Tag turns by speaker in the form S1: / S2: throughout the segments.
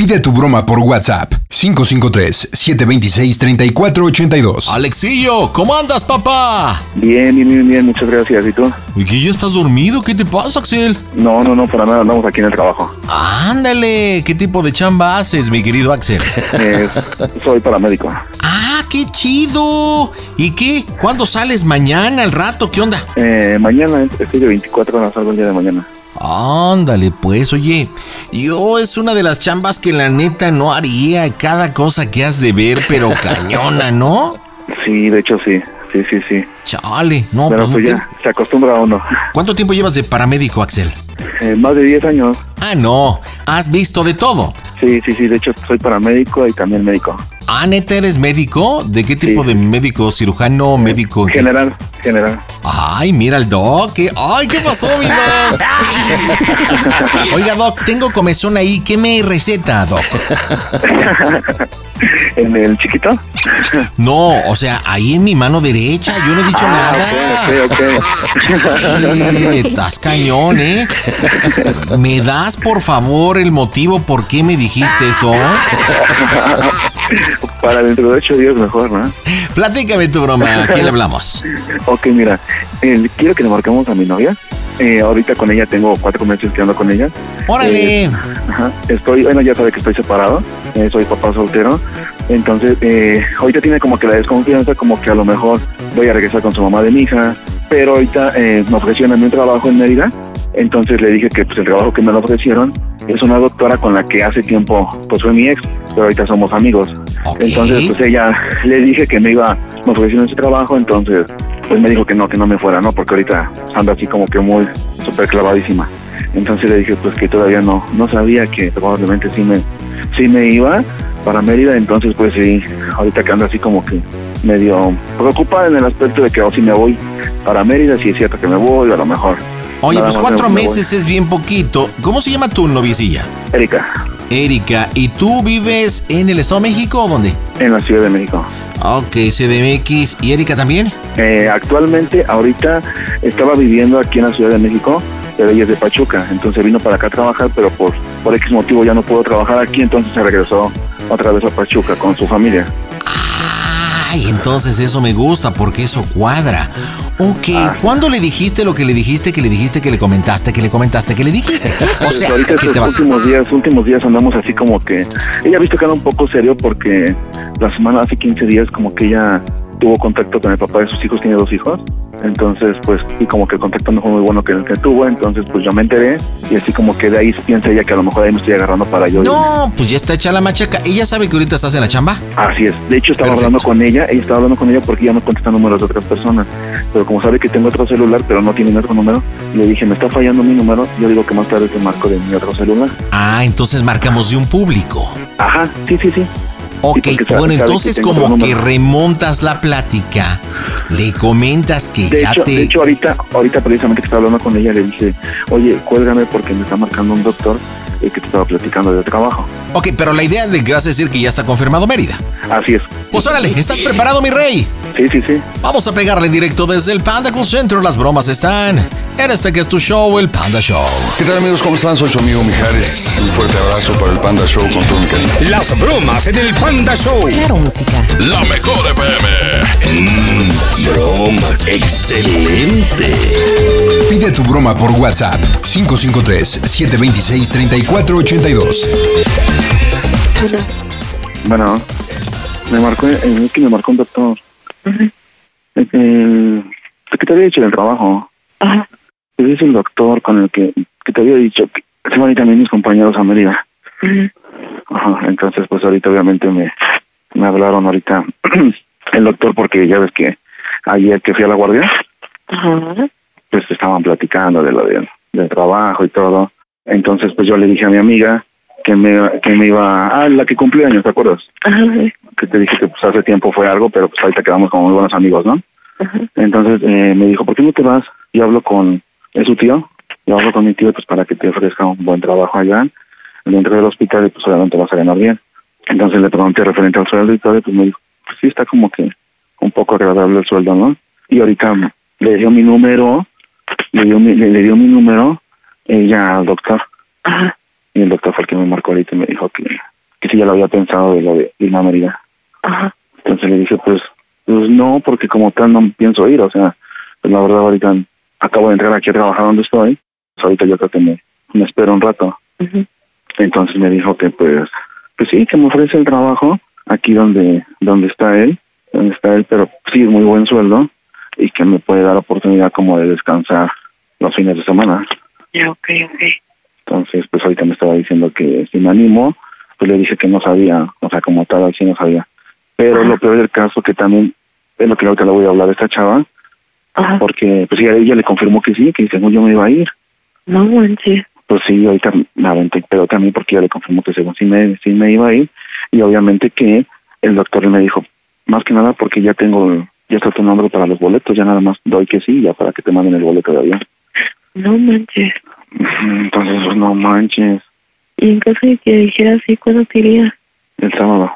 S1: Pide tu broma por WhatsApp 553-726-3482.
S2: Alexillo, ¿cómo andas, papá?
S3: Bien, bien, bien, bien, muchas gracias. ¿Y tú?
S2: ¿Y que ya estás dormido? ¿Qué te pasa, Axel?
S3: No, no, no, para nada, andamos aquí en el trabajo.
S2: Ándale, ¿qué tipo de chamba haces, mi querido Axel?
S3: Eh, soy paramédico.
S2: ¡Ah, qué chido! ¿Y qué? ¿Cuándo sales mañana, al rato? ¿Qué onda?
S3: Eh, mañana, estoy de 24 horas, salgo el día de mañana.
S2: Ándale, pues, oye, yo es una de las chambas que la neta no haría cada cosa que has de ver, pero cañona, ¿no?
S3: Sí, de hecho sí, sí, sí, sí.
S2: Chale, no,
S3: Pero
S2: pues no
S3: pues
S2: te-
S3: ya, se acostumbra a uno.
S2: ¿Cuánto tiempo llevas de paramédico, Axel?
S3: Eh, más de 10 años.
S2: Ah, no, has visto de todo.
S3: Sí, sí, sí, de hecho soy paramédico y también médico.
S2: Ah, neta, ¿eres médico? ¿De qué tipo
S3: Sí.
S2: de
S3: Eh,
S2: médico? ¿Cirujano, médico? qué?
S3: General, general.
S2: Ay, mira el Doc. ¿qué? Ay, ¿qué pasó, mi Doc? Oiga, Doc, tengo comezón ahí. ¿Qué me receta, Doc?
S3: ¿En el chiquito?
S2: No, o sea, ahí en mi mano derecha. Yo no he dicho
S3: Ah,
S2: nada.
S3: ok, ok,
S2: Ay, Estás cañón, ¿eh? ¿Me das, por favor, el motivo por qué me dijiste eso?
S3: ok. Para dentro de 8 días mejor, ¿no?
S2: Platícame tu broma. ¿A quién le hablamos?
S3: Ok, mira, eh, quiero que le marquemos a mi novia. Eh, ahorita con ella tengo cuatro meses que ando con ella.
S2: Órale.
S3: Eh, ajá, estoy, bueno, ya sabe que estoy separado, eh, soy papá soltero. Entonces, eh, ahorita tiene como que la desconfianza, como que a lo mejor voy a regresar con su mamá de mi hija, pero ahorita eh, me ofrecieron a mí un trabajo en Mérida. Entonces le dije que pues, el trabajo que me lo ofrecieron es una doctora con la que hace tiempo pues fue mi ex, pero ahorita somos amigos.
S2: Ok.
S3: Entonces, pues ella le dije que me iba, me ofrecieron ese trabajo, entonces, pues me dijo que no, que no me fuera, ¿no? Porque ahorita anda así como que muy súper clavadísima. Entonces le dije, pues que todavía no, no sabía que probablemente sí me, sí me iba para Mérida, entonces, pues sí, ahorita que anda así como que medio preocupada en el aspecto de que, oh, si me voy para Mérida, si es cierto que me voy, a lo mejor.
S2: Oye,
S3: Nada
S2: pues
S3: más
S2: cuatro
S3: me- me
S2: meses es bien poquito. ¿Cómo se llama tu noviecilla?
S3: voy. Erika,
S2: Erika, ¿y tú vives en el Estado de México o dónde?
S3: en la Ciudad de México.
S2: Ok, CDMX. ¿Y Erika también?
S3: Eh, actualmente, ahorita estaba viviendo aquí en la Ciudad de México, pero ella es de Pachuca, entonces vino para acá a trabajar, pero por, por X motivo ya no pudo trabajar aquí, entonces se regresó otra vez a Pachuca con su familia.
S2: Ay, entonces eso me gusta porque eso cuadra. Ok,
S3: Ah.
S2: ¿cuándo le dijiste lo que le dijiste, que le dijiste, que le comentaste, que le comentaste, que le dijiste? O
S3: Pues
S2: sea,
S3: ahorita
S2: que
S3: estos
S2: te vas...
S3: últimos días, últimos días andamos así como que ella ha visto que era un poco serio porque la semana hace 15 días como que ella tuvo contacto con el papá de sus hijos, tiene dos hijos, entonces pues y como que el contacto no fue muy bueno que el que tuvo, entonces pues yo me enteré y así como que de ahí piensa ella que a lo mejor ahí me estoy agarrando para yo. irme.
S2: No, pues ya está hecha la machaca. ¿Ella sabe que ahorita estás en la chamba?
S3: Así es. De hecho, estaba
S2: Perfecto.
S3: hablando con ella. Ella estaba hablando con ella porque ya me contesta números de otras personas. Pero como sabe que tengo otro celular, pero no tiene mi otro número, le dije, me está fallando mi número. Yo digo que más tarde te marco de mi otro celular.
S2: Ah, entonces marcamos de un público.
S3: Ajá, sí, sí, sí.
S2: Ok,
S3: porque sabe-
S2: bueno,
S3: sabe que
S2: entonces
S3: tengo
S2: como
S3: otro
S2: que
S3: número.
S2: remontas la plática, le comentas que
S3: De
S2: ya
S3: hecho,
S2: te...
S3: de hecho, ahorita, ahorita precisamente que estaba hablando con ella, le dije, oye, cuélgame porque me está marcando un doctor eh, que te estaba platicando de trabajo.
S2: Ok, pero la idea de que vas a decir que ya está confirmado Mérida.
S3: Así es.
S2: Pues órale, ¿estás preparado, mi rey?
S3: Sí, sí, sí.
S2: Vamos a pegarle en directo desde el Panda Call Center. Las bromas están en este que es tu show, el Panda Show.
S1: ¿Qué tal amigos? ¿Cómo están? Soy su amigo Mijares. Un fuerte abrazo para el Panda Show con todo mi cariño.
S4: Las bromas en el Panda Show.
S5: Claro, música.
S4: La mejor FM. bromas. Excelente.
S1: Pide tu broma por WhatsApp 553-726-3482.
S3: Bueno,
S5: Bueno,
S3: me marcó, eh, es que me marcó un doctor.
S5: Ujú.
S3: Eh, eh, que te había dicho del trabajo.
S5: ajá,
S3: Ese es el doctor con el que, que te había dicho que se van a ir también mis compañeros a Mérida.
S5: ujú,
S3: Ajá, entonces pues ahorita obviamente me, me hablaron ahorita el doctor porque ya ves que ayer que fui a la guardia,
S5: ajá,
S3: pues estaban platicando de lo del, del trabajo y todo. Entonces pues yo le dije a mi amiga que me, que me iba, ah, la que cumplió años, ¿te acuerdas?
S5: ajá, sí,
S3: Que te dije que pues hace tiempo fue algo, pero pues ahorita quedamos como muy buenos amigos, ¿no?
S5: ajá,
S3: Entonces eh, me dijo, ¿por qué no te vas? Yo hablo con, es su tío, yo hablo con mi tío pues para que te ofrezca un buen trabajo allá dentro del hospital y pues obviamente vas a ganar bien. Entonces le pregunté referente al sueldo y todo, y pues me dijo, pues sí está como que un poco agradable el sueldo, ¿no? Y ahorita le dio mi número, le dio mi, le, le dio mi número ella al doctor,
S5: ajá.
S3: y el doctor fue el que me marcó ahorita y me dijo que, que sí ya lo había pensado de lo de irme a Mérida.
S5: ajá.
S3: Entonces le dije, pues, pues no, porque como tal no pienso ir, o sea, pues la verdad ahorita acabo de entrar aquí a trabajar donde estoy, pues ahorita yo creo que me, me espero un rato.
S5: ujú.
S3: Entonces me dijo que pues, pues sí, que me ofrece el trabajo aquí donde, donde está él, donde está él, pero sí, muy buen sueldo y que me puede dar oportunidad como de descansar los fines de semana.
S5: Ya, ok, ok.
S3: Entonces, pues ahorita me estaba diciendo que si me animo, pues le dije que no sabía, o sea, como tal, así no sabía. Pero lo peor del caso que también es lo que ahorita le voy a hablar a esta chava,
S5: Ajá.
S3: porque pues ella, ella le confirmó que sí, que según yo me iba a ir.
S5: No manches.
S3: Pues sí, ahorita me aventé, pero también porque ella le confirmó que según sí me, sí me iba a ir. Y obviamente que el doctor me dijo, más que nada porque ya tengo, ya está tu nombre para los boletos, ya nada más doy que sí, ya para que te manden el boleto de avión.
S5: No manches.
S3: Entonces, pues, no manches,
S5: Y en caso de que dijera así, ¿cuándo te irías?
S3: el sábado.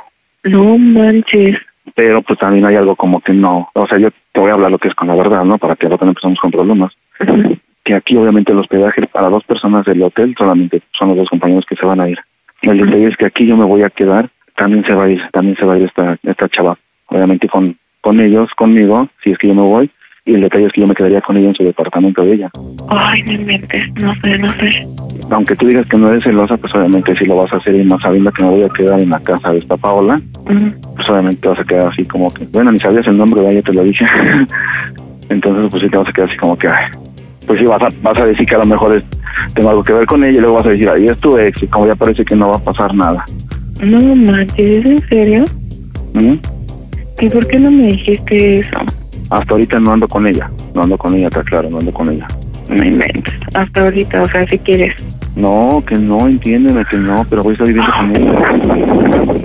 S5: No manches.
S3: pero pues también hay algo como que no, o sea, yo te voy a hablar lo que es con la verdad, ¿no? Para que luego no empezamos con problemas.
S5: Ujú.
S3: Que aquí obviamente el hospedaje para dos personas del hotel solamente son los dos compañeros que se van a ir. El detalle es que aquí yo me voy a quedar, también se va a ir, también se va a ir esta, esta chava, obviamente con, con ellos, conmigo, si es que yo me voy, y el detalle es que yo me quedaría con ella en su departamento de ella.
S5: Ay, no inventes. No sé, no sé.
S3: Aunque tú digas que no eres celosa, pues obviamente sí lo vas a hacer y más sabiendo que me voy a quedar en la casa de esta Paola,
S5: Ujú.
S3: pues obviamente te vas a quedar así como que, bueno, ni sabías el nombre, ¿verdad? ya te lo dije. Entonces, pues sí te vas a quedar así como que, ay, pues sí, vas a, vas a decir que a lo mejor es- tengo algo que ver con ella y luego vas a decir, ahí es tu ex, y como ya parece que no va a pasar nada.
S5: No manches. ¿Es en serio?
S3: ¿Mm?
S5: ¿Y por qué no me dijiste eso?
S3: Hasta ahorita no ando con ella, no ando con ella, está claro, no ando con ella.
S5: No inventes. Hasta ahorita, o sea, si quieres.
S3: No, que no, entiéndeme que no, pero voy a estar viviendo con ella.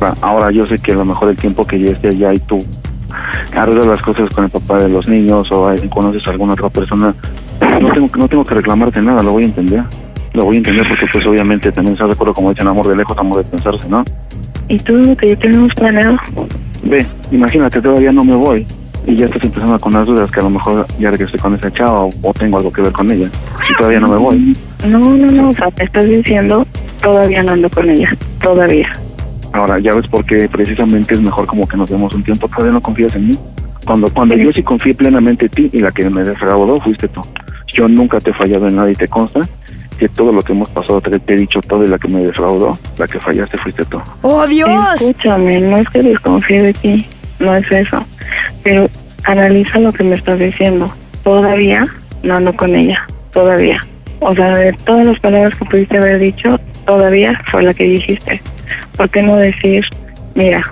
S3: Ahora- Ahora yo sé que a lo mejor el tiempo que yo esté allá y tú arreglas las cosas con el papá de los niños o ahí conoces a alguna otra persona, no tengo, no tengo que reclamarte nada, lo voy a entender. Lo voy a entender porque pues obviamente también estás de acuerdo como dicen amor de lejos, amor de pensarse, ¿no?
S5: ¿Y tú lo que ya tenemos planeado?
S3: Ve, imagínate, todavía no me voy y ya estás empezando con las dudas que a lo mejor ya regresé con esa chava o, o tengo algo que ver con ella y todavía no me voy.
S5: No, no, no. O sea, te estás diciendo, todavía no ando con ella. Todavía.
S3: Ahora, ya ves por qué precisamente es mejor como que nos demos un tiempo. Todavía no confías en mí. Cuando cuando yo sí confié plenamente en ti y la que me defraudó fuiste tú. Yo nunca te he fallado en nada y te consta que todo lo que hemos pasado te, te he dicho todo y la que me defraudó, la que fallaste fuiste tú.
S6: ¡Oh, Dios!
S5: Escúchame, no es que desconfíe de ti, no es eso. Pero analiza lo que me estás diciendo. Todavía no ando con ella, todavía. O sea, de todas las palabras que pudiste haber dicho, todavía fue la que dijiste. ¿Por qué no decir, mira,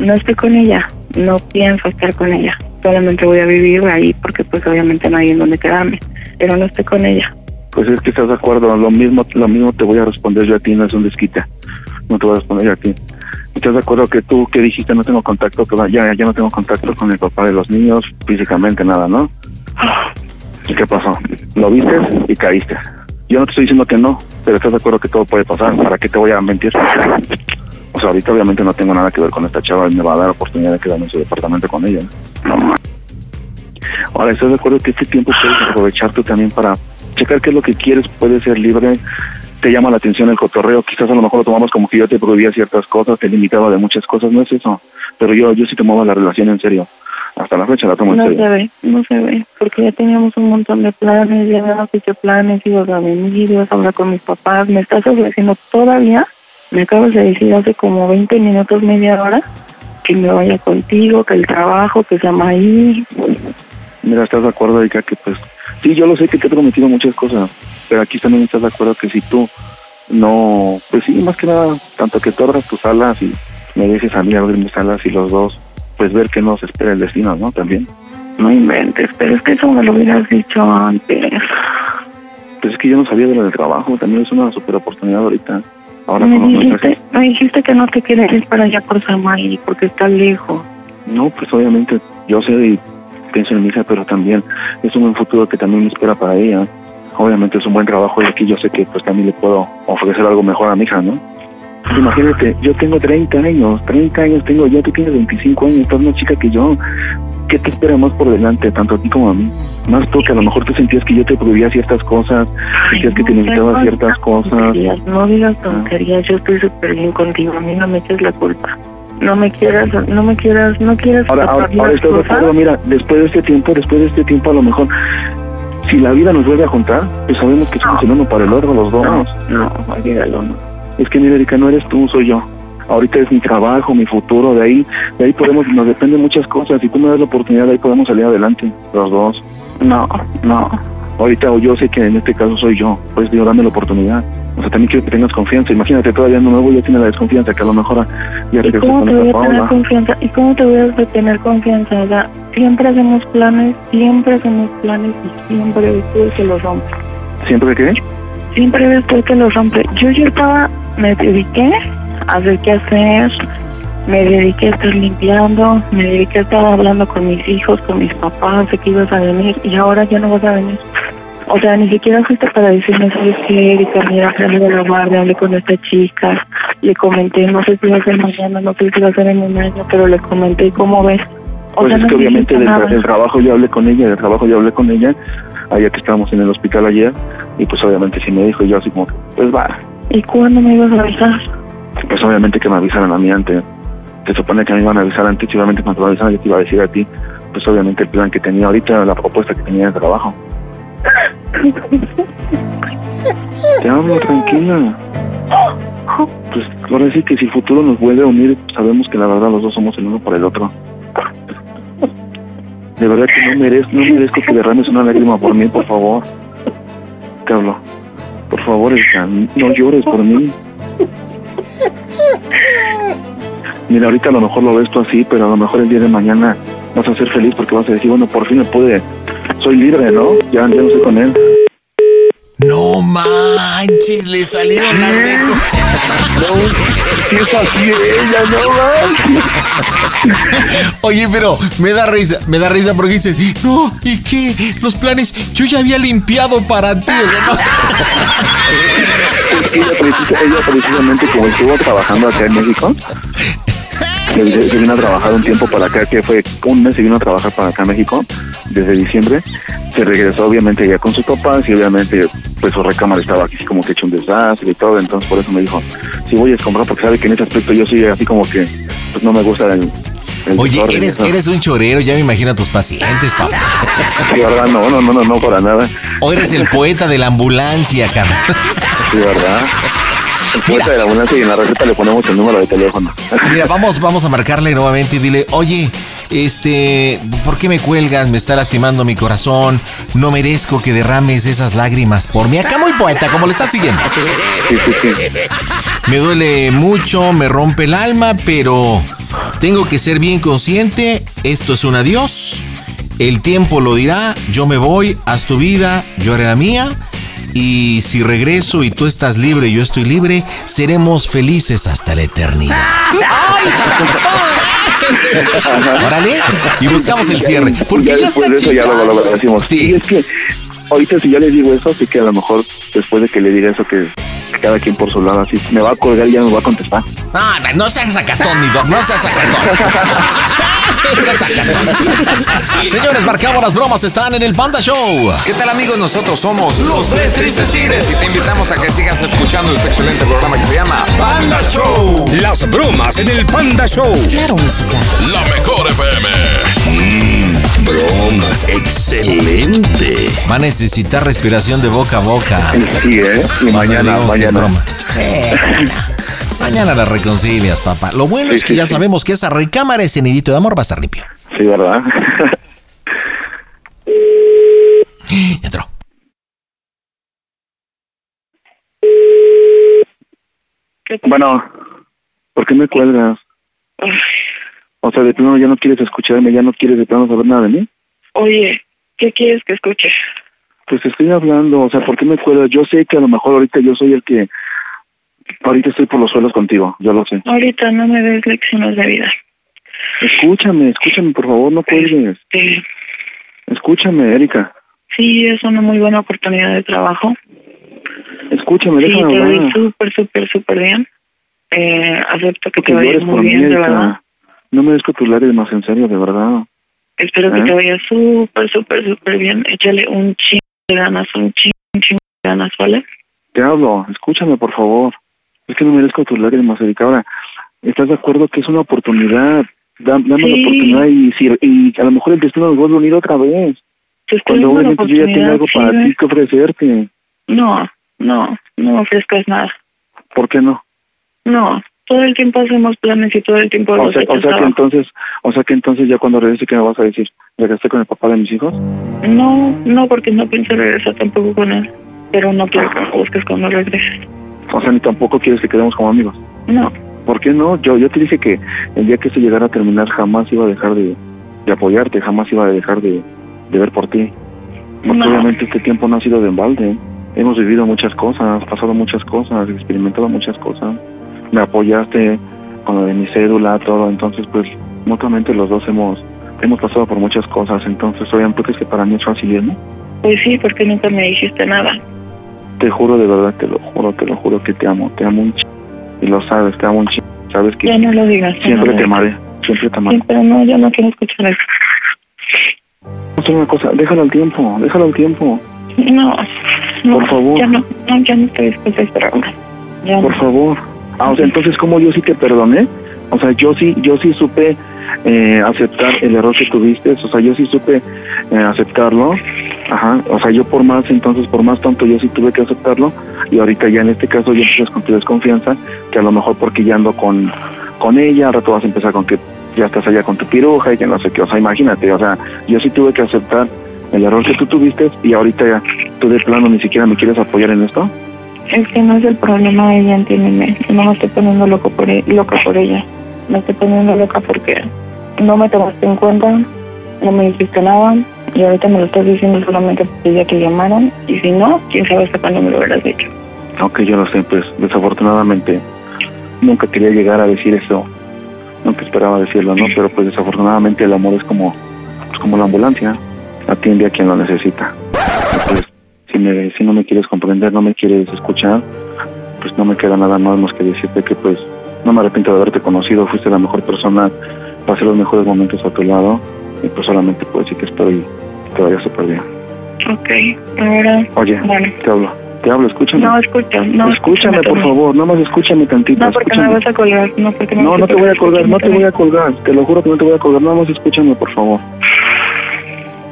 S5: no estoy con ella, no pienso estar con ella, solamente voy a vivir ahí porque pues obviamente no hay en donde quedarme, pero no estoy con ella.
S3: Pues es que estás de acuerdo, lo mismo, lo mismo te voy a responder yo a ti, no es un desquite. No te voy a responder yo a ti. ¿Estás de acuerdo que tú que dijiste no tengo contacto, que va- ya, ya no tengo contacto con el papá de los niños, físicamente nada, ¿no? ¿Y qué pasó? Lo viste y caíste. Yo no te estoy diciendo que no, pero estás de acuerdo que todo puede pasar. ¿Para qué te voy a mentir? O sea, ahorita obviamente no tengo nada que ver con esta chava y me va a dar oportunidad de quedarme en su departamento con ella. No ma- Ahora, ¿estás de acuerdo que este tiempo puedes aprovechar tú también para checar qué es lo que quieres? Puedes ser libre. Te llama la atención el cotorreo. Quizás a lo mejor lo tomamos como que yo te prohibía ciertas cosas, te limitaba de muchas cosas. No es eso. Pero yo, yo sí tomaba la relación en serio. Hasta la fecha la tomo en
S5: No
S3: serio.
S5: se ve, no se ve, porque ya teníamos un montón de planes, ya habíamos hecho planes, ibas a venir, ibas a hablar con mis papás, me estás ofreciendo todavía Me acabas de decir hace como 20 minutos, media hora, que me vaya contigo, que el trabajo, que se llama ahí.
S3: Mira, ¿estás de acuerdo, Erika, que pues... Sí, yo lo sé que te he prometido muchas cosas, pero aquí también estás de acuerdo que si tú no... Pues sí, más que nada, tanto que tú abras tus alas y me dejes a mí abrir mis alas y los dos, pues ver que nos espera el destino, ¿no? También.
S5: No inventes, pero es que eso me lo hubieras dicho antes.
S3: Pues es que yo no sabía de lo del trabajo, también es una super oportunidad ahorita. Ahora con los
S5: Me dijiste,
S3: mensajes.
S5: me dijiste que no te quieres ir para allá por Samaí porque está lejos.
S3: No, pues obviamente yo sé y pienso en mi hija, pero también es un buen futuro que también me espera para ella. Obviamente es un buen trabajo y aquí yo sé que pues también le puedo ofrecer algo mejor a mi hija, ¿no? Imagínate, yo tengo 30 años, 30 años tengo, ya tú tienes 25 años, estás más chica que yo. ¿Qué te esperamos por delante, tanto a ti como a mí? Más tú, que a lo mejor tú sentías que yo te prohibía ciertas cosas, sentías que te
S5: no,
S3: limitaba
S5: no
S3: ciertas
S5: digas
S3: cosas.
S5: tonterías, No
S3: Ah.
S5: digas tonterías, yo estoy súper bien contigo, a mí no me eches la culpa. No me quieras, no me quieras, no quieras
S3: Ahora, ahora,
S5: tapar
S3: ahora
S5: las
S3: estoy de acuerdo,
S5: cosas.
S3: mira, después de este tiempo, después de este tiempo, a lo mejor, si la vida nos vuelve a juntar, pues sabemos que somos el uno para el otro, los dos.
S5: No, no, olvídalo, no.
S3: Es que, mira, Erika, no eres tú, soy yo. Ahorita es mi trabajo, mi futuro, de ahí, de ahí podemos, nos dependen muchas cosas. Si tú me das la oportunidad, de ahí podemos salir adelante, los dos.
S5: No, no.
S3: Ahorita o yo sé que en este caso soy yo, pues digo, dame la oportunidad. O sea, también quiero que tengas confianza. Imagínate, todavía no nuevo ya tiene la desconfianza, que a lo mejor ya
S5: ¿Y
S3: regresó
S5: cómo
S3: con
S5: te voy
S3: esa
S5: a tener
S3: Paola.
S5: confianza? ¿Y cómo te voy a tener confianza? O sea, siempre hacemos planes, siempre hacemos planes y siempre después se los rompe.
S3: ¿Siempre que qué?
S5: siempre ves tú que los rompe. Yo ya estaba, me dediqué a hacer qué hacer, me dediqué a estar limpiando, me dediqué a estar hablando con mis hijos, con mis papás, de que ibas a venir y ahora ya no vas a venir. O sea, ni siquiera fuiste para decirme, ¿sabes qué, Erika? Mira, salí de la guardia, hablé con esta chica, le comenté, no sé si va a ser mañana, no sé si va a ser en un año, pero le comenté, ¿cómo ves? O
S3: Pues
S5: sea,
S3: es
S5: no
S3: que
S5: me
S3: obviamente
S5: dijiste
S3: del,
S5: nada.
S3: del trabajo yo hablé con ella, del trabajo yo hablé con ella, allá que estábamos en el hospital ayer, y pues obviamente sí me dijo, y yo así como, que, pues va,
S5: ¿Y cuándo me ibas a avisar?
S3: pues obviamente que me avisaran a mí antes, se supone que a mí me iban a avisar antes, y obviamente cuando me avisaran yo te iba a decir a ti, pues obviamente el plan que tenía ahorita, la propuesta que tenía de trabajo. Te hablo, tranquila. Pues ahora sí que si el futuro nos vuelve a unir, sabemos que la verdad los dos somos el uno para el otro. De verdad que no merezco, no merezco que derrames una lágrima por mí, por favor. Te hablo. Por favor, Erika, no llores por mí. Mira, ahorita a lo mejor lo ves tú así, pero a lo mejor el día de mañana vas a ser feliz porque vas a decir, bueno, por fin me pude, soy libre, ¿no? Ya, ya no estoy con él.
S2: No manches, le salieron las de co-
S3: Si es así ella, no
S2: Oye, pero me da risa, me da risa porque dices, no, ¿y qué? Los planes, yo ya había limpiado para ti. o sea, no.
S3: Ella, precisa- ella precisamente como estuvo trabajando acá en México, se, se vino a trabajar un tiempo para acá, que fue un mes, se vino a trabajar para acá a México, desde diciembre. Se regresó obviamente ya con sus papás y obviamente pues su recámara estaba aquí así como que hecho un desastre y todo, entonces por eso me dijo, si voy a comprar porque sabe que en ese aspecto yo soy así como que pues no me gusta el... el
S2: Oye,
S3: desorden y
S2: eres,
S3: eso.
S2: eres un chorero, ya me imagino a tus pacientes, papá.
S3: Sí, ¿verdad? No, no, no, no, no, para nada.
S2: O eres el poeta de la ambulancia, carnal.
S3: Sí, ¿verdad? Fuerza de la ambulancia y en la receta le ponemos el número de teléfono.
S2: Mira, vamos, vamos a marcarle nuevamente y dile, oye, este, ¿por qué me cuelgas? Me está lastimando mi corazón. No merezco que derrames esas lágrimas por mí. Acá muy poeta, como le estás siguiendo.
S3: Sí, sí, sí.
S2: Me duele mucho, me rompe el alma, pero tengo que ser bien consciente. Esto es un adiós. El tiempo lo dirá. Yo me voy, haz tu vida, yo haré la mía. Y si regreso y tú estás libre y yo estoy libre, seremos felices hasta la eternidad. Órale, y buscamos el cierre. Porque
S3: ya
S2: ya,
S3: después
S2: está
S3: de eso ya lo, lo- lo decimos.
S2: Sí.
S3: Y es que ahorita si yo le digo eso, así que a lo mejor después de que le diga eso que cada quien por su lado así me va a colgar y ya me va a contestar.
S2: No, no, no seas sacatón, mi doc, no seas sacatón. No seas sacatón. Señores, marcamos las bromas, están en el Panda Show.
S6: ¿Qué tal amigos? Nosotros somos los tres tristes tigres y te invitamos a que sigas escuchando este excelente programa que se llama
S4: Panda Show. Las bromas en el Panda Show.
S7: Claro, música.
S4: La mejor FM. bromas. Excelente.
S2: Va a necesitar respiración de boca a boca.
S3: Sí, ¿eh? Y
S2: Cuando
S3: mañana,
S2: digo que es
S3: mañana.
S2: broma. Mañana las reconcilias, papá. Lo bueno
S3: Sí,
S2: es que
S3: sí,
S2: ya
S3: sí.
S2: sabemos que esa recámara, ese nidito de amor va a estar limpio.
S3: Sí, ¿verdad?
S2: Entró.
S3: bueno, ¿por qué me cuelgas? O sea, de plano ya no quieres escucharme, ya no quieres de plano saber nada de mí.
S5: Oye, ¿qué quieres que escuche?
S3: Pues te estoy hablando, o sea, ¿por qué me cuelgas? Yo sé que a lo mejor ahorita yo soy el que... Ahorita estoy por los suelos contigo, yo lo sé.
S5: Ahorita no me des lecciones de vida.
S3: Escúchame, escúchame, por favor, no cuelgues.
S5: Eh,
S3: Escúchame, Erika.
S5: sí, es una muy buena oportunidad de trabajo.
S3: Escúchame,
S5: Sí,
S3: déjame
S5: te va a
S3: hablar.
S5: ir súper, súper, súper bien. Eh, acepto que
S3: Que
S5: te vaya
S3: llores
S5: muy
S3: por mí,
S5: bien, de verdad.
S3: Erika. No merezco tus lágrimas, en serio, de verdad.
S5: Espero que
S3: ¿Eh?
S5: te vaya súper, súper, súper bien. Échale un chingo de ganas, un chingo, un chingo de ganas, ¿vale?
S3: Te hablo, escúchame, por favor. Es que no merezco tus lágrimas, Erika. Ahora, ¿estás de acuerdo que es una oportunidad? Da- dame la
S5: Sí.
S3: oportunidad y, si- y a lo mejor el destino nos vuelve a unir otra vez.
S5: Te estoy
S3: Cuando
S5: dando la
S3: obviamente yo ya tenga
S5: oportunidad,
S3: algo
S5: sí,
S3: para
S5: ¿ves?
S3: ti que ofrecerte.
S5: No, no, no me ofrezcas nada.
S3: ¿Por qué no?
S5: No, todo el tiempo hacemos planes y todo el tiempo
S3: O
S5: los
S3: sea, o sea que
S5: rechazaba.
S3: entonces, o sea que entonces ya cuando regrese, ¿qué me vas a decir? ¿Regresé con el papá de mis hijos?
S5: No, no, porque no pienso regresar tampoco con él. Pero no quiero que me busques cuando regreses.
S3: O sea, ni tampoco quieres que quedemos como amigos.
S5: No,
S3: ¿Por qué no? Yo, yo te dije que el día que esto llegara a terminar jamás iba a dejar de, de apoyarte, jamás iba a dejar de, de ver por ti. Porque
S5: No.
S3: obviamente este tiempo no ha sido de embalde. Hemos vivido muchas cosas, pasado muchas cosas, experimentado muchas cosas. Me apoyaste con lo de mi cédula, todo. Entonces, pues, mutuamente los dos hemos hemos pasado por muchas cosas. Entonces, obviamente, ¿tú crees que para mí es fácil irme?
S5: pues sí, porque nunca me dijiste nada.
S3: Te juro, de verdad, te lo juro, te lo juro que te amo. Te amo un ch... Y lo sabes, te amo un ch... Sabes que
S5: Ya no lo digas. ya no
S3: siempre
S5: lo
S3: te
S5: digas.
S3: amaré, siempre te amaré.
S5: Sí, pero no, yo no quiero escuchar eso.
S3: Vamos a hacer una cosa, déjalo al tiempo, déjalo al tiempo.
S5: No, no,
S3: Por favor.
S5: Ya no, no, ya no estoy dispuesta a esperarlo. Ya
S3: Por
S5: no.
S3: favor. Ah, o sea, entonces, ¿cómo yo sí te perdoné? O sea, yo sí, yo sí supe eh, aceptar el error que tuviste. O sea, yo sí supe eh, aceptarlo. Ajá. O sea, yo por más, entonces, por más tanto, yo sí tuve que aceptarlo. Y ahorita ya en este caso ya empiezas con tu desconfianza, que a lo mejor porque ya ando con, con ella, al rato vas a empezar con que ya estás allá con tu piruja y que no sé qué. O sea, imagínate, o sea, yo sí tuve que aceptar el error que tú tuviste y ahorita ya tú de plano ni siquiera me quieres apoyar en esto.
S5: Es que no es el problema de ella, entiéndeme. Yo no me estoy poniendo loco por e- loca por ella. Me estoy poniendo loca porque no me tomaste en cuenta, no me dijiste nada y ahorita me lo estás diciendo solamente porque ya te llamaron y si no, quién sabe hasta cuándo me lo hubieras dicho.
S3: Aunque yo lo sé, pues desafortunadamente nunca quería llegar a decir eso. Nunca esperaba decirlo, ¿no? Pero pues desafortunadamente el amor es como, pues, como la ambulancia. Atiende a quien lo necesita. Y, Pues si, me, si no me quieres comprender, no me quieres escuchar, pues no me queda nada más más que decirte que pues no me arrepiento de haberte conocido. Fuiste la mejor persona, pasé los mejores momentos a tu lado. Y pues solamente puedo decir que estoy, que te vaya súper bien.
S5: Ok, ahora,
S3: Oye,
S5: bueno.
S3: te hablo, te hablo, escúchame.
S5: No, escucha, no.
S3: escúchame, por
S5: también.
S3: favor, nada más escúchame tantito.
S5: No, porque
S3: escúchame.
S5: me vas a colgar. No, porque me
S3: no,
S5: vas
S3: no te voy a colgar, no te voy
S5: escúchame
S3: a colgar. Te lo juro que no te voy a colgar, nada más escúchame, por favor.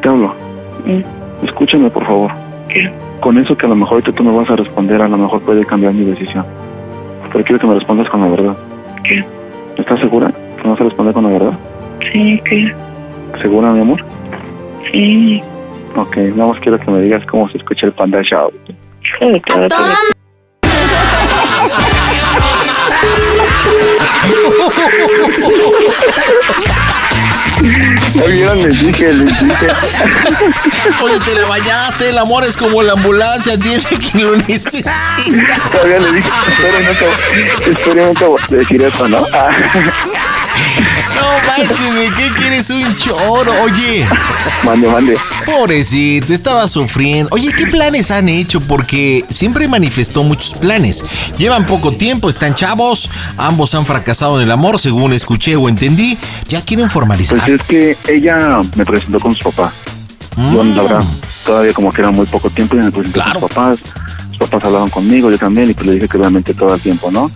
S3: Te hablo.
S5: también.
S3: Escúchame, por favor.
S5: ¿Qué?
S3: Con eso que a lo mejor ahorita tú me vas a responder, a lo mejor puede cambiar mi decisión. Pero quiero que me respondas con la verdad.
S5: ¿Qué?
S3: ¿Estás segura que me vas a responder con la verdad?
S5: Sí, que
S3: ¿Segura, mi amor?
S5: sí.
S3: Ok, nada más quiero que me digas cómo se escucha el Panda Show.
S5: Joder, te va a
S3: ¿Ya vieron? Les dije, les dije.
S2: Oye, te la bañaste, el amor es como la ambulancia, tiene quien lo necesita.
S3: Todavía le dije, espero y nunca, espero y nunca decir eso, ¿no?
S2: No manches, güey, ¿qué quieres? Un choro. Oye,
S3: mande, mande.
S2: pobrecito, estaba sufriendo. Oye, ¿qué planes han hecho? Porque siempre manifestó muchos planes. Llevan poco tiempo, están chavos, ambos han fracasado en el amor, según escuché o entendí. Ya quieren formalizar.
S3: Pues es que ella me presentó con su papá. Yo,
S2: Mm.
S3: la verdad, todavía como que era muy poco tiempo, ella me presentó
S2: Ah. Claro.
S3: con sus papás. Sus papás hablaban conmigo, yo también, y pues le dije que obviamente todo el tiempo, ¿no?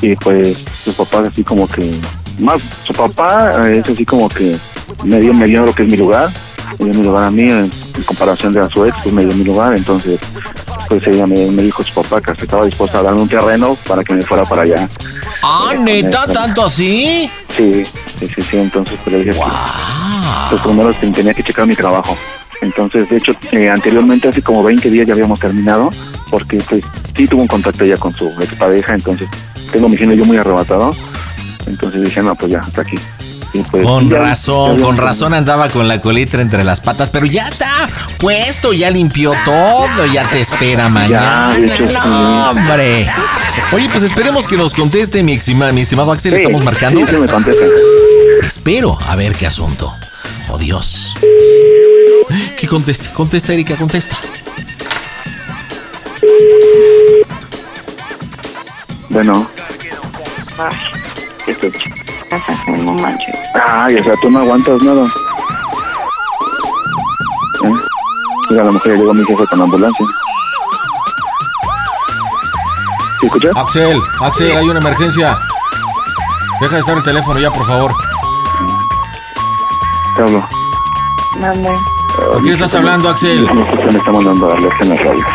S3: Y pues sus papás así como que... Más, su papá eh, es así como que me dio, me dio lo que es mi lugar, me dio mi lugar a mí, en, en comparación de a su ex, pues me dio mi lugar, entonces pues ella me, me dijo su papá que hasta estaba dispuesta a darme un terreno para que me fuera para allá.
S2: Ah,
S3: Con
S2: neta,
S3: esta-
S2: tanto así.
S3: Sí, sí, sí, sí, entonces pues le dije, pues, pues primero ten- tenía que checar mi trabajo. Entonces, de hecho, eh, anteriormente, hace como 20 días ya habíamos terminado, porque pues sí tuvo un contacto ella con su expareja, entonces tengo mi genio yo muy arrebatado, entonces dije, no, pues ya, hasta aquí. Y, pues,
S2: Con
S3: ya- ya
S2: razón,
S3: habíamos
S2: con
S3: terminado.
S2: razón andaba con la colitra entre las patas, pero ya está puesto, ya limpió todo, ya te espera mañana.
S3: de hecho, sí.
S2: ¡No, hombre! Oye, pues esperemos que nos conteste mi, exima- mi estimado Axel,
S3: Sí,
S2: estamos marcando.
S3: Sí, sí me contesta.
S2: Espero a ver qué asunto. Oh Dios. Que conteste, contesta Erika, contesta.
S3: Bueno,
S5: Ay, qué pasa, no manches.
S3: ay, o sea, tú no aguantas nada. ¿Eh? Mira, a lo mejor ya llegó mi jefe con la ambulancia. ¿Sí escuchas?
S7: Axel, Axel, hay una emergencia. Deja de estar el teléfono ya, por favor.
S3: Te hablo.
S5: Mande.
S7: ¿Por qué estás hablando, Axel?
S3: Mi jefe me está mandando a hablar en la radio.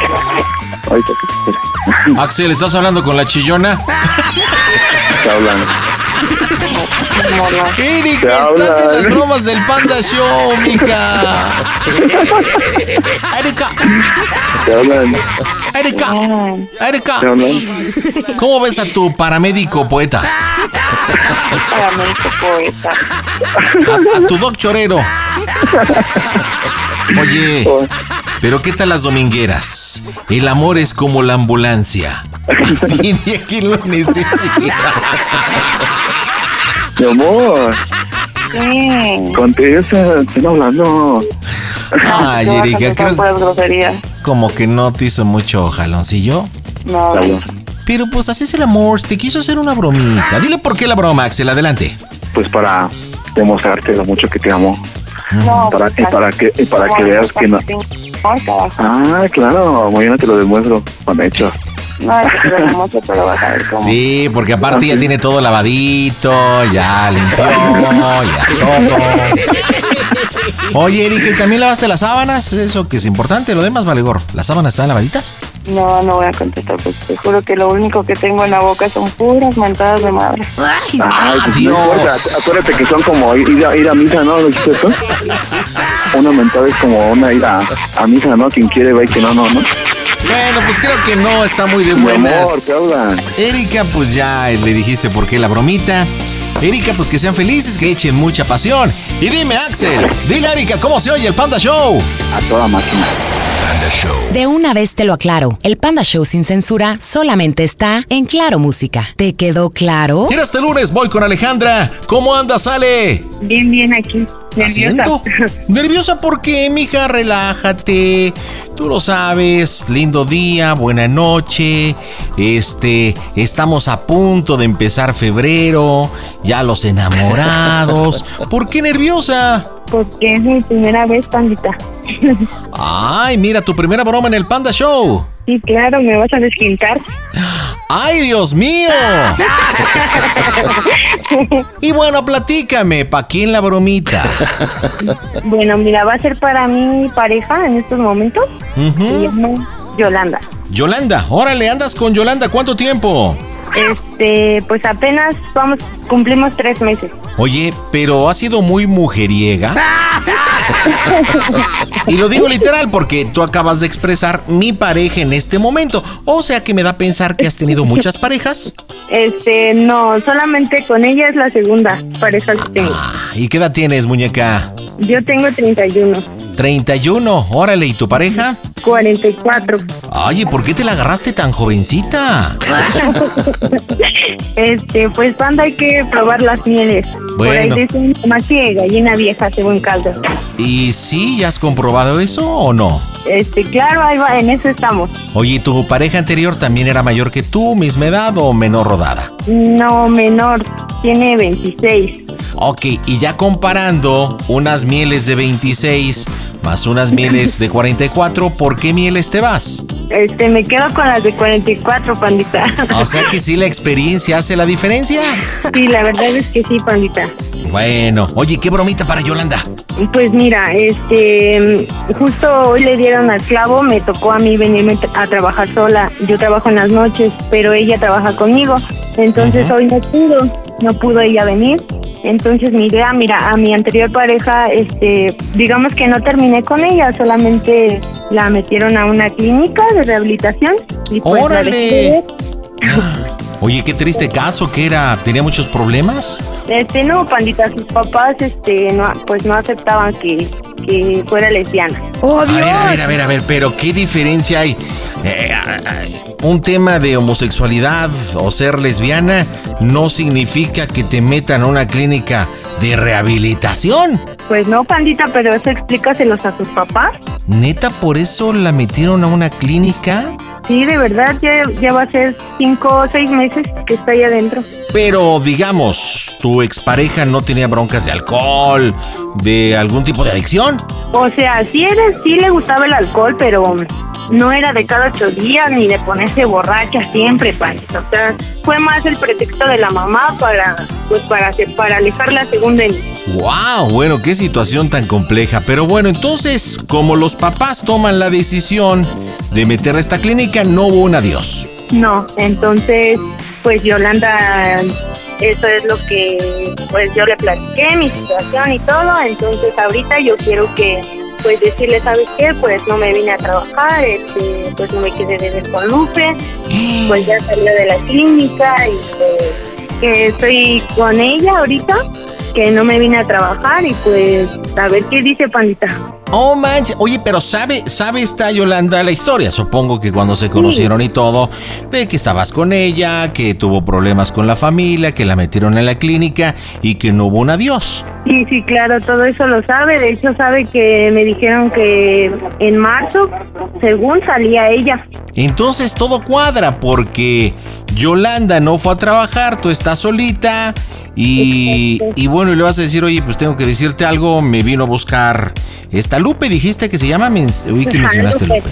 S3: Ahorita que espera.
S7: Axel, ¿estás hablando con la chillona?
S3: Está hablando.
S2: Erika,
S3: Te
S2: estás en las
S3: hablan.
S2: bromas del Panda Show, mija. Erika,
S3: Te hablan.
S2: Erika, Erika.
S3: Te hablan.
S2: ¿Cómo ves a tu paramédico poeta?
S5: Para mí, poeta.
S2: A, a tu doc chorero. Oye, pero ¿qué tal las domingueras? El amor es como la ambulancia. Y de aquí lo necesita.
S3: Mi amor,
S5: Sí.
S3: contesta. Están hablando.
S2: Ay,
S5: No,
S2: Erika,
S5: no, no,
S2: creo
S5: puras groserías.
S2: como que no te hizo mucho jaloncillo.
S5: No,
S3: Te hablo.
S2: Pero pues así es el amor, te quiso hacer una bromita. Dile por qué la broma, Axel, adelante.
S3: Pues para demostrarte lo mucho que te amo.
S5: no.
S3: Para, y para que, y para que veas que no. Ah, claro, mañana te lo demuestro con hechos.
S5: No, es que lo hermoso, pero vas a ver cómo.
S2: Sí, porque aparte ya tiene todo lavadito, ya limpió, ya todo. Oye, Erika, ¿y también lavaste las sábanas? Eso que es importante, lo demás vale gorro. ¿Las sábanas están lavaditas?
S5: No, no voy a contestar, pues te juro que lo único que tengo en la boca son puras mentadas de madre.
S3: Ay, pues no
S2: Dios.
S3: importa. Acu- Acuérdate que son como ir a, ir a misa, ¿no? ¿Lo dijiste tú? Una mentada es como una ir a, a misa, ¿no? Quien quiere va y que no, no, no.
S2: Bueno, pues creo que no está muy de
S3: Mi
S2: buenas.
S3: amor, ¿qué hablan?
S2: Erika, pues ya le dijiste por qué la bromita. Erika, pues que sean felices, que echen mucha pasión. Y dime, Axel, dile a Erika cómo se oye el Panda Show.
S3: A toda máquina.
S8: De una vez te lo aclaro, el Panda Show sin censura solamente está en Claro Música. ¿Te quedó claro?
S2: Y en este lunes voy con Alejandra. ¿Cómo andas, Ale?
S5: Bien, bien aquí.
S2: ¿Haciendo? ¿Nerviosa por qué, mija? Relájate. Tú lo sabes. Lindo día, buena noche. Este, estamos a punto de empezar febrero. Ya los enamorados. ¿Por qué nerviosa?
S5: Porque es mi primera vez, pandita.
S2: Ay, mira, tu primera broma en el Panda Show.
S5: Y claro, me vas a desquintar.
S2: ¡Ay, Dios mío! Y bueno, platícame, ¿pa' quién la bromita?
S5: Bueno, mira, va a ser para mi pareja en estos momentos.
S2: Ujú.
S5: Y es mi Yolanda.
S2: Yolanda, órale, andas con Yolanda, ¿cuánto tiempo?
S5: Este, pues apenas vamos, cumplimos tres meses.
S2: Oye, pero ha sido muy mujeriega. Y lo digo literal porque tú acabas de expresar mi pareja en este momento. O sea que me da a pensar que has tenido muchas parejas.
S5: Este, no, solamente con ella es la segunda pareja que tengo.
S2: Ah, ¿Y qué edad tienes, muñeca?
S5: Yo tengo 31,
S2: 31, órale, ¿y tu pareja?
S5: 44.
S2: Oye, ¿por qué te la agarraste tan jovencita?
S5: Este, pues cuando hay que probar las mieles.
S2: Bueno.
S5: Por ahí dicen más que gallina vieja, según caldo.
S2: ¿Y sí, ya has comprobado eso o no?
S5: Este, claro, ahí va, en eso estamos.
S2: Oye, ¿y ¿tu pareja anterior también era mayor que tú, misma edad o menor rodada?
S5: No, menor, tiene 26.
S2: Ok, y ya comparando unas mieles de 26 más unas mieles de 44, ¿por qué mieles te vas?
S5: Este, me quedo con las de 44, pandita.
S2: O sea que sí la experiencia hace la diferencia.
S5: sí, la verdad es que sí, pandita.
S2: Bueno, oye, qué bromita para Yolanda.
S9: Pues mira, este, justo hoy le dieron al clavo, me tocó a mí venirme a trabajar sola. Yo trabajo en las noches, pero ella trabaja conmigo. Entonces hoy no pudo, no pudo ella venir. Entonces mi idea, mira, a mi anterior pareja, este, digamos que no terminé con ella, solamente la metieron a una clínica de rehabilitación y pues la
S2: ¡Órale!
S9: dejé.
S2: Oye, qué triste caso que era. ¿Tenía muchos problemas?
S9: Este, no, pandita, sus papás, este, no, pues no aceptaban que, que fuera lesbiana.
S8: ¡Oh,
S2: A ver, a ver, a ver, a ver, pero ¿qué diferencia hay? Eh, a- a- un tema de homosexualidad o ser lesbiana no significa que te metan a una clínica de rehabilitación.
S9: Pues no, pandita, pero eso explícaselos a sus papás.
S2: Neta, por eso la metieron a una clínica.
S9: Sí, de verdad, ya, ya va a ser cinco o seis meses que está ahí adentro.
S2: Pero digamos, tu expareja no tenía broncas de alcohol, de algún tipo de adicción.
S9: O sea, sí, era, sí le gustaba el alcohol, pero no era de cada ocho días ni de ponerse borracha siempre, pandita. O sea, fue más el pretexto de la mamá para, pues, para, se- para alejar la segunda en
S2: ¡Wow! Bueno, qué situación tan compleja. Pero bueno, entonces, como los papás toman la decisión de meter a esta clínica, no hubo un adiós.
S9: No, entonces, pues Yolanda, eso es lo que, pues yo le platiqué mi situación y todo, entonces ahorita yo quiero que, pues decirle, ¿sabes qué? Pues no me vine a trabajar, este, pues no me quedé de ver con Lupe, pues ya salió de la clínica y pues, que estoy con ella ahorita, que no me vine a trabajar y pues a ver qué dice Pandita.
S2: Oh manches, oye, pero sabe, sabe esta Yolanda la historia. Supongo que cuando se conocieron y todo, de que estabas con ella, que tuvo problemas con la familia, que la metieron en la clínica y que no hubo un adiós.
S9: Sí, sí, claro, todo eso lo sabe. De hecho, sabe que me dijeron que en marzo, según salía ella.
S2: Entonces todo cuadra porque Yolanda no fue a trabajar, tú estás solita y, y bueno, y le vas a decir, oye, pues tengo que decirte algo, me vino a buscar esta Lupe, dijiste que se llama, Men- uy, que
S9: Ajá,
S2: mencionaste
S9: Lupe.
S2: Lupe.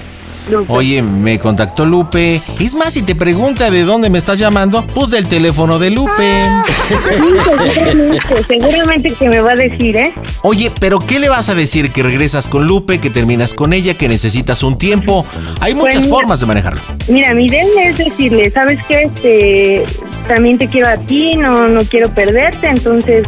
S9: Lupe.
S2: Oye, me contactó Lupe. Es más, si te pregunta de dónde me estás llamando, pues del teléfono de Lupe.
S9: Ah. Sí, seguramente, seguramente que me va a decir, ¿eh?
S2: Oye, pero ¿qué le vas a decir? Que regresas con Lupe, que terminas con ella, que necesitas un tiempo. Hay
S9: Pues
S2: muchas
S9: mira.
S2: formas de manejarlo.
S9: Mira, mi idea es decirle, ¿sabes qué? Este, también te quiero a ti, no, no quiero perderte, entonces,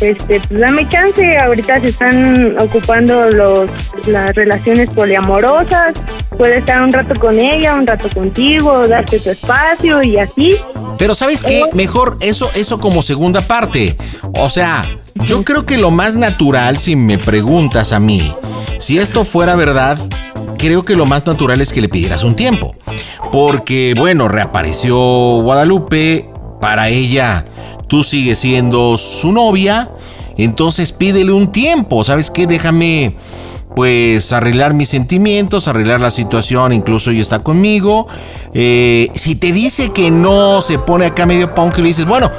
S9: este, pues dame chance. Ahorita se están ocupando los, las relaciones poliamorosas. Puedes estar un rato con ella, un rato contigo, darte tu espacio y así.
S2: Pero ¿sabes qué? Mejor eso, eso como segunda parte. O sea, yo creo que lo más natural, si me preguntas a mí, si esto fuera verdad, creo que lo más natural es que le pidieras un tiempo. Porque, bueno, reapareció Guadalupe, para ella tú sigues siendo su novia, entonces pídele un tiempo, ¿sabes qué? Déjame pues arreglar mis sentimientos, arreglar la situación, incluso ella está conmigo. Eh, si te dice que no, se pone acá medio punk y le dices, bueno,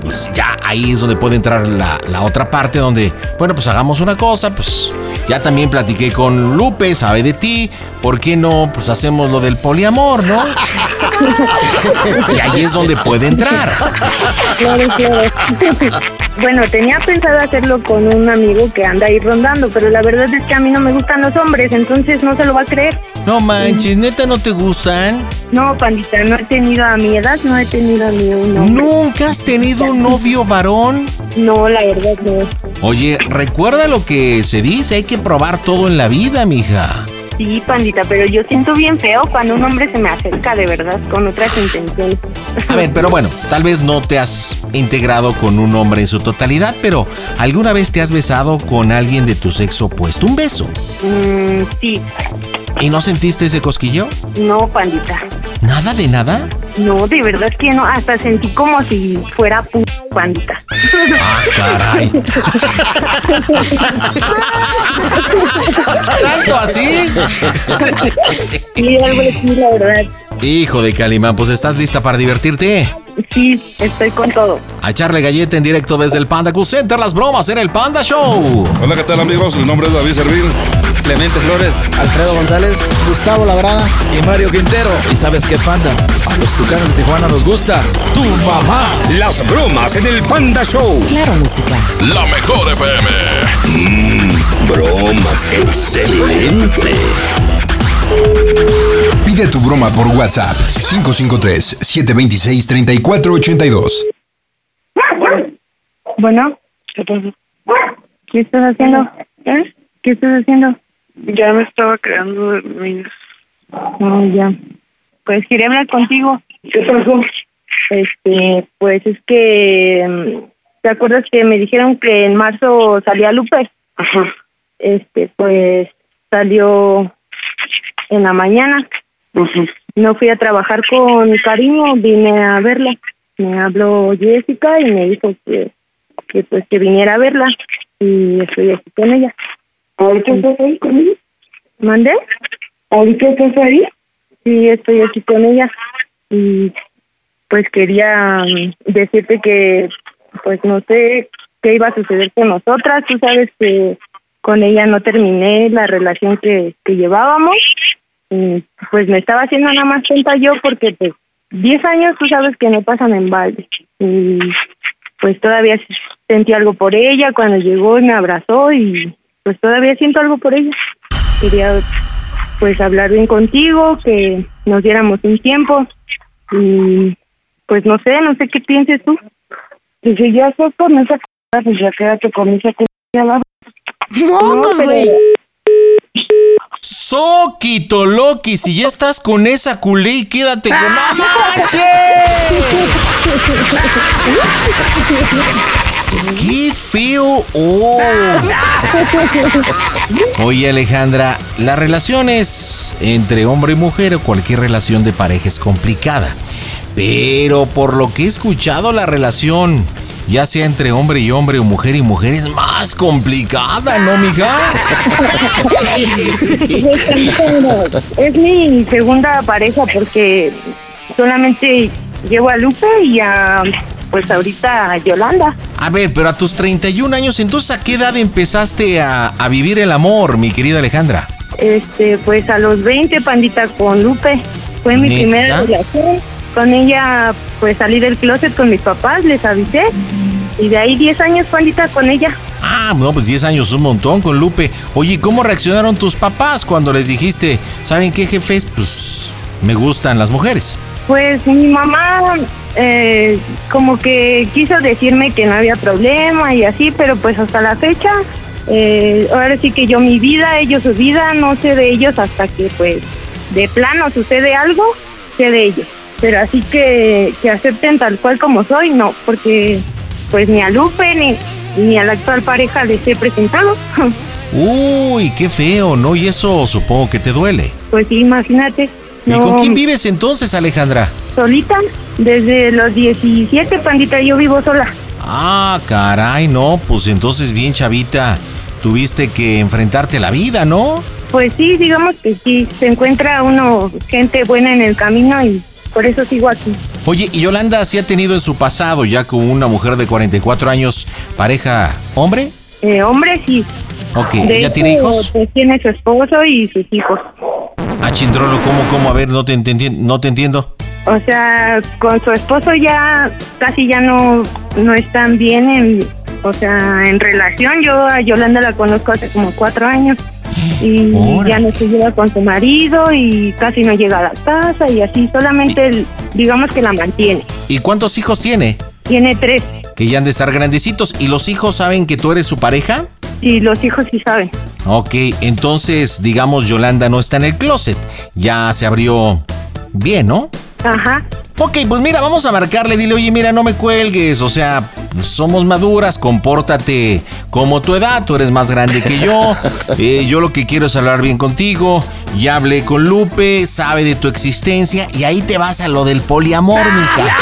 S2: pues ya ahí es donde puede entrar la, la otra parte donde, bueno, pues hagamos una cosa, pues ya también platiqué con Lupe, sabe de ti, ¿por qué no? Pues hacemos lo del poliamor, ¿no? Y ahí es donde puede entrar.
S9: Claro, claro. bueno, tenía pensado hacerlo con un amigo que anda ahí rondando, pero la verdad es que a mí no me gustan los hombres, entonces no se lo va a creer.
S2: No manches, neta, ¿no te gustan?
S9: No, pandita, no he tenido a mi edad, no he tenido a mí un hombre.
S2: ¿Nunca has tenido un novio varón?
S9: No, la verdad no.
S2: Oye, recuerda lo que se dice, hay que probar todo en la vida, mija.
S9: Sí, pandita, pero yo siento bien feo cuando un hombre se me acerca de verdad con otras intenciones.
S2: A ver, pero bueno, tal vez no te has integrado con un hombre en su totalidad, pero ¿alguna vez te has besado con alguien de tu sexo opuesto? Un beso.
S9: Mm, sí,
S2: ¿Y no sentiste ese cosquillo?
S9: no, pandita.
S2: ¿Nada de nada?
S9: No, de verdad que no, hasta sentí como si fuera pu pandita.
S2: Ah, caray. ¿Tanto así?
S9: Sí, algo así, la verdad.
S2: Hijo de Calimán, pues estás lista para divertirte.
S9: Sí, estoy con todo.
S2: A echarle galleta en directo desde el Panda Q Center, las bromas en el Panda Show.
S10: Hola, ¿qué tal amigos? Mi nombre es David Servir. Clemente Flores.
S11: Alfredo González, Gustavo Labrada y Mario Quintero. ¿Y sabes qué, panda? A los tucanos de Tijuana nos gusta tu mamá.
S4: Las bromas en el Panda Show.
S8: Claro, música.
S12: La mejor FM. Mm,
S4: Bromas, excelente.
S1: Pide tu broma por WhatsApp 553-726-3482.
S9: Bueno, ¿qué ¿Qué estás haciendo? ¿Eh? ¿Qué estás haciendo? Ya me estaba quedando dormida. Oh, ya. Pues quería hablar contigo. ¿Qué pasó? Este, pues es que. mm, ¿Te acuerdas que me dijeron que en marzo salía Lupe? Ajá. Este, pues salió en la mañana. No fui a trabajar con cariño, vine a verla. Me habló Jessica y me dijo que, que pues que viniera a verla y estoy aquí con ella. ¿Ahorita estás ahí con ella? ¿Mandé? ¿Ahorita estás ahí? Sí, estoy aquí con ella y pues quería mm, decirte que pues no sé qué iba a suceder con nosotras, tú sabes que con ella no terminé la relación que, que llevábamos y pues me estaba haciendo nada más tonta yo porque pues 10 años tú sabes que no pasan en balde y pues todavía sentí algo por ella cuando llegó y me abrazó y pues todavía siento algo por ella. Quería pues hablar bien contigo, que nos diéramos un tiempo y pues no sé, no sé qué pienses tú. Y si ya estás con esa c- pues ya quédate con esa c- abajo.
S13: ¡Mocos, güey!
S2: Soquito Loki, si ya estás con esa culé, y quédate con ¡No manches! ¡Qué feo! ¡Oh! Oye Alejandra, las relaciones entre hombre y mujer o cualquier relación de pareja es complicada. Pero por lo que he escuchado, la relación, ya sea entre hombre y hombre o mujer y mujer, es más complicada, ¿no, mija?
S9: Es mi segunda pareja porque solamente llevo a Lupe y a pues ahorita a Yolanda.
S2: A ver, pero a tus 31 años, entonces, ¿a qué edad empezaste a, a vivir el amor, mi querida Alejandra?
S9: Este, pues a los 20, pandita, con Lupe. Fue mi
S2: ¿Neta?
S9: primera relación. Con ella, pues salí del closet con mis papás, les avisé. Y de ahí 10 años, pandita, con ella.
S2: Ah, no, pues 10 años, un montón con Lupe. Oye, ¿y ¿cómo reaccionaron tus papás cuando les dijiste, ¿saben qué, jefes? Pues me gustan las mujeres.
S9: Pues mi mamá eh, como que quiso decirme que no había problema y así, pero pues hasta la fecha, eh, ahora sí que yo mi vida, ellos su vida, no sé de ellos hasta que pues de plano sucede algo, sé de ellos. Pero así que, que acepten tal cual como soy, no, porque pues ni a Lupe ni, ni a la actual pareja les he presentado.
S2: Uy, qué feo, ¿no? Y eso supongo que te duele.
S9: pues sí, imagínate.
S2: ¿Y con
S9: no-
S2: quién vives entonces, Alejandra?
S9: Solita, desde los 17, pandita, yo vivo sola.
S2: Ah, caray, no, pues entonces bien chavita, tuviste que enfrentarte a la vida, ¿no?
S9: Pues sí, digamos que sí, se encuentra uno gente buena en el camino y por eso sigo aquí.
S2: Oye, y Yolanda sí ha tenido en su pasado, ya como una mujer de 44 años, pareja hombre.
S9: Eh, hombre, sí.
S2: Ok,
S9: De
S2: ¿ya tiene
S9: hecho,
S2: hijos?
S9: Pues tiene su esposo y sus hijos.
S2: Ah, chindrolo, ¿cómo, cómo? A ver, no te, entendí- no te entiendo.
S9: O sea, con su esposo ya casi ya no, no están bien en, o sea, en relación. Yo a Yolanda la conozco hace como cuatro años y ya no se lleva con su marido y casi no llega a la casa y así solamente el- digamos que la mantiene.
S2: ¿Y cuántos hijos tiene?
S9: Tiene tres
S2: Que ya han de estar grandecitos. ¿Y los hijos saben que tú eres su pareja?
S9: y los hijos sí saben.
S2: Ok, entonces, digamos, Yolanda no está en el closet. Ya se abrió bien, ¿no?
S9: Ajá.
S2: Ok, pues mira, vamos a marcarle, dile, oye, mira, no me cuelgues, o sea, somos maduras, compórtate como tu edad, tú eres más grande que yo, eh, yo lo que quiero es hablar bien contigo, ya hablé con Lupe, sabe de tu existencia, y ahí te vas a lo del poliamor,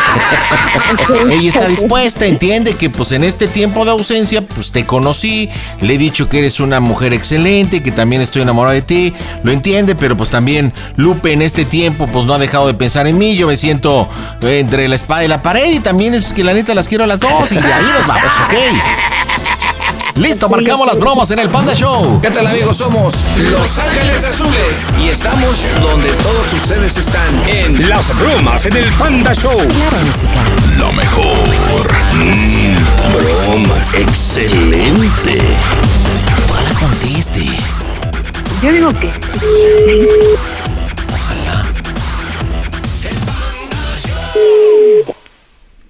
S2: mija. Ella está dispuesta, entiende que pues en este tiempo de ausencia, pues te conocí, le he dicho que eres una mujer excelente, que también estoy enamorado de ti, lo entiende, pero pues también Lupe en este tiempo pues no ha dejado de pensar en mí, yo me siento eh, entre la espada y la pared y también es que la neta las quiero a las dos y de ahí nos vamos, ¿ok? Listo, marcamos las bromas en el Panda Show.
S8: ¿Qué tal amigos? Somos
S4: Los Ángeles Azules. Y estamos donde todos ustedes están. En Las Bromas en el Panda Show. Lo mejor. Mm, bromas. Excelente.
S2: Contesta.
S5: Yo digo que.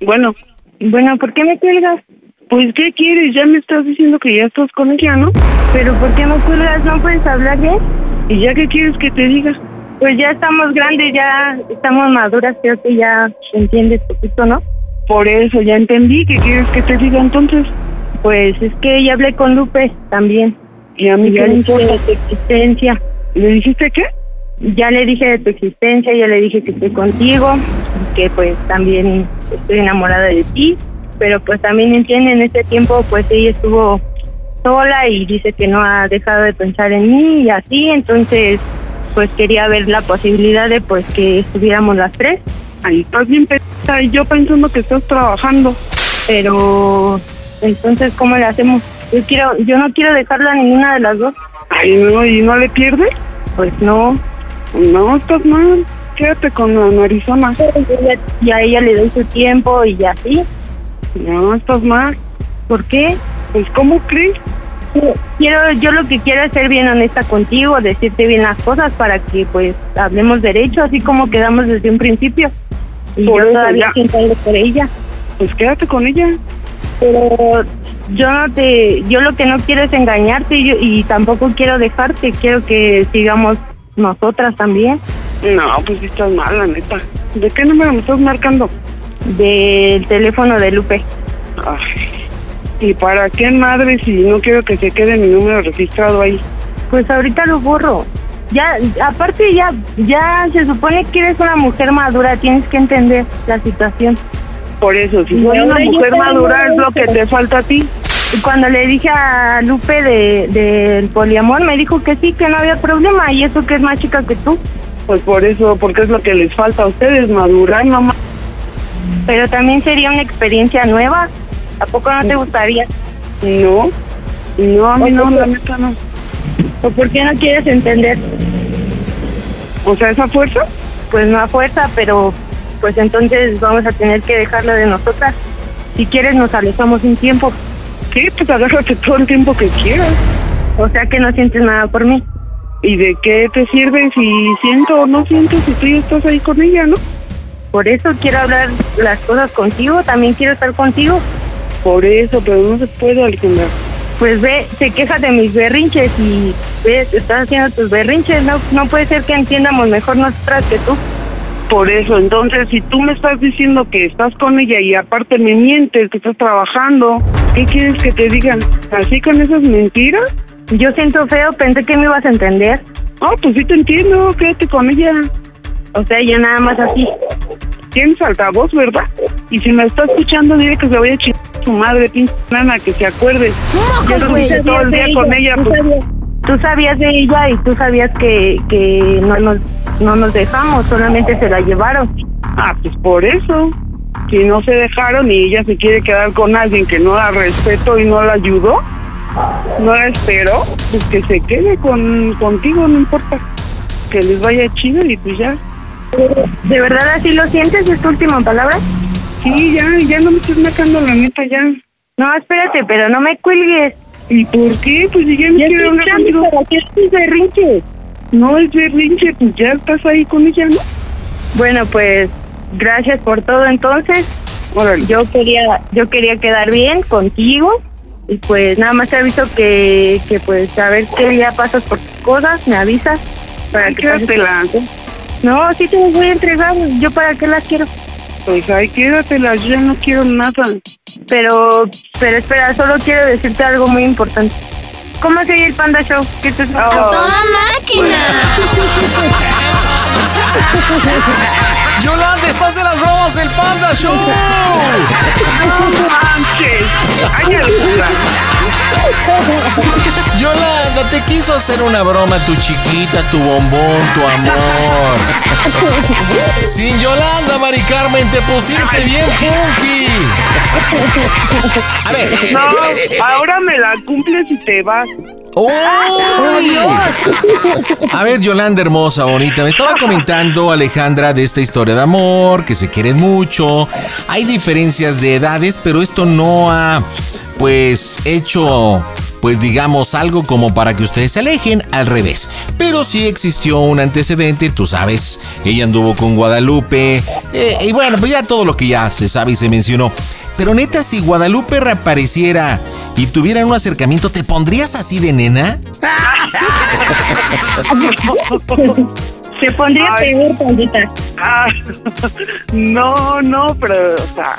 S5: Bueno, bueno, ¿por qué me cuelgas? Pues, ¿qué quieres? Ya me estás diciendo que ya estás con ella, ¿no? Pero ¿por qué me cuelgas? ¿No puedes hablar bien? ¿Y ya qué quieres que te diga?
S9: Pues ya estamos grandes, ya estamos maduras, creo que ya entiendes poquito, ¿no?
S5: Por eso, ya entendí. ¿Qué quieres que te diga entonces?
S9: Pues es que ya hablé con Lupe también.
S5: ¿Y a mí
S9: ya le
S5: qué me
S9: dije
S5: importa?
S9: de tu existencia.
S5: ¿Le dijiste qué?
S9: Ya le dije de tu existencia, ya le dije que estoy contigo, que pues también estoy enamorada de ti, pero pues también entiende, en este tiempo pues ella estuvo sola y dice que no ha dejado de pensar en mí y así, entonces pues quería ver la posibilidad de pues que estuviéramos las tres.
S5: Ahí estás bien pensada y yo pensando que estás trabajando.
S9: Pero entonces cómo le hacemos? Yo quiero, yo no quiero dejarla a ninguna de las dos.
S5: Ay, no, ¿y no le pierdes?
S9: Pues no.
S5: No, estás mal. Quédate con la narizona.
S9: Y a ella le doy su tiempo y así.
S5: No, estás mal.
S9: ¿Por qué?
S5: Pues, ¿cómo crees?
S9: Quiero, yo lo que quiero es ser bien honesta contigo, decirte bien las cosas para que pues hablemos derecho, así como quedamos desde un principio. Y
S5: Por
S9: yo
S5: eso
S9: todavía
S5: ya.
S9: siento algo por ella.
S5: Pues quédate con ella.
S9: Pero yo no te, yo lo que no quiero es engañarte y, yo- y tampoco quiero dejarte, quiero que sigamos nosotras también.
S5: No, pues sí estás mal, la neta. ¿De qué número me estás marcando?
S9: Del teléfono de Lupe.
S5: Ay, ¿Y para qué madre si no quiero que se quede mi número registrado ahí?
S9: Pues ahorita lo borro. Ya, aparte ya, ya se supone que eres una mujer madura, tienes que entender la situación.
S5: Por eso, si soy
S9: Bueno,
S5: una
S9: yo
S5: mujer
S9: también,
S5: madura es lo que
S9: pero-
S5: te falta a ti.
S9: Y Cuando le dije a Lupe de- del poliamor, me dijo que sí, que no había problema, y eso que es más chica que tú.
S5: Pues por eso, porque es lo que les falta a ustedes, madurar, mamá.
S9: Pero también sería una experiencia nueva. ¿A poco no te gustaría?
S5: No, no, a mí
S9: Oye,
S5: no,
S9: pero-
S5: la neta no.
S9: ¿O por qué no quieres entender?
S5: O sea, esa fuerza,
S9: Pues no a fuerza, pero pues entonces vamos a tener que dejarlo de nosotras. Si quieres, nos alejamos un tiempo.
S5: ¿qué? Pues agárrate todo el tiempo que quieras.
S9: O sea que no sientes nada por mí.
S5: ¿Y de qué te sirve si siento o no siento si tú ya estás ahí con ella, no?
S9: Por eso quiero hablar las cosas contigo, también quiero estar contigo.
S5: Por eso, pero no se puede, Alejandra.
S9: Pues ve, se queja de mis berrinches y ves, estás haciendo tus berrinches. No, no puede ser que entiendamos mejor nosotras que tú.
S5: Por eso, entonces, si tú me estás diciendo que estás con ella y aparte me mientes, que estás trabajando, ¿qué quieres que te digan? ¿Así con esas mentiras?
S9: Yo siento feo, pensé que me ibas a entender.
S5: Ah, pues sí te entiendo, quédate con ella.
S9: O sea, ya nada más así.
S5: Tienes altavoz, ¿verdad? Y si me está escuchando, dile que se vaya a chingar a su madre, pinche nana, que se acuerde. Ya dormiste todo el día con ella,
S9: Tú
S5: pues.
S9: pues, sabías- Tú sabías de ella y tú sabías que, que no, nos, no nos dejamos, solamente se la llevaron.
S5: Ah, pues por eso. Si no se dejaron y ella se quiere quedar con alguien que no la respeto y no la ayudó, no la esperó, pues que se quede con, contigo, no importa. Que les vaya chido y pues ya.
S9: ¿De verdad así lo sientes? ¿Es tu última palabra?
S5: Sí, ya, ya no me estás marcando la neta, ya.
S9: No, espérate, pero no me cuelgues.
S5: ¿Y por qué? Pues si ya me quiero hablar contigo.
S9: qué tus berrinches?
S5: No es berrinche, pues ya estás ahí con ella, ¿no?
S9: Bueno, pues gracias por todo entonces.
S5: Órale.
S9: Yo quería yo quería quedar bien contigo y pues nada más te aviso que, que pues a ver qué día pasas por tus cosas, me avisas para
S5: Ay,
S9: que pases por-
S5: quédatela.
S9: No, sí te las voy a entregar, yo para qué las quiero.
S5: Pues ay, quédatela, yo ya no quiero nada.
S9: Pero pero espera, solo quiero decirte algo muy importante. ¿Cómo sigue el Panda Show? ¿Qué estás
S2: Yolanda, estás en las bromas del Panda Show.
S5: ¡No manches! ¡Ay, Alejandra!
S2: Yolanda, te quiso hacer una broma tu chiquita, tu bombón, tu amor. Sin Yolanda, Mari Carmen, te pusiste bien punky. A ver.
S5: No, ahora me la cumples y te vas.
S12: ¡Oh,
S2: ¡Uy! A ver, Yolanda hermosa, bonita, me estaba comentando Alejandra de esta historia de amor, que se quieren mucho, hay diferencias de edades, pero esto no ha, pues, hecho pues digamos algo como para que ustedes se alejen al revés. Pero sí existió un antecedente, tú sabes, ella anduvo con Guadalupe, eh, y bueno, pues ya todo lo que ya se sabe y se mencionó. Pero neta, si Guadalupe reapareciera y tuvieran un acercamiento, ¿te pondrías así de nena?
S9: Se pondría peor, pandita.
S12: Ah, no, no, pero, o sea,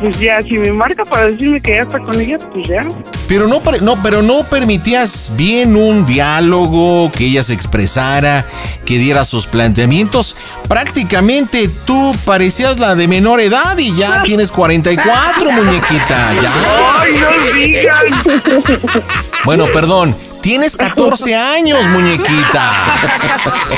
S12: pues ya, si me marca para decirme que ya está con ella, pues ya.
S2: Pero no, pare- no, pero no permitías bien un diálogo, que ella se expresara, que diera sus planteamientos. Prácticamente tú parecías la de menor edad y ya tienes 44, muñequita, ya.
S12: ¡Ay, no digan!
S2: Bueno, perdón, tienes 14 años, muñequita.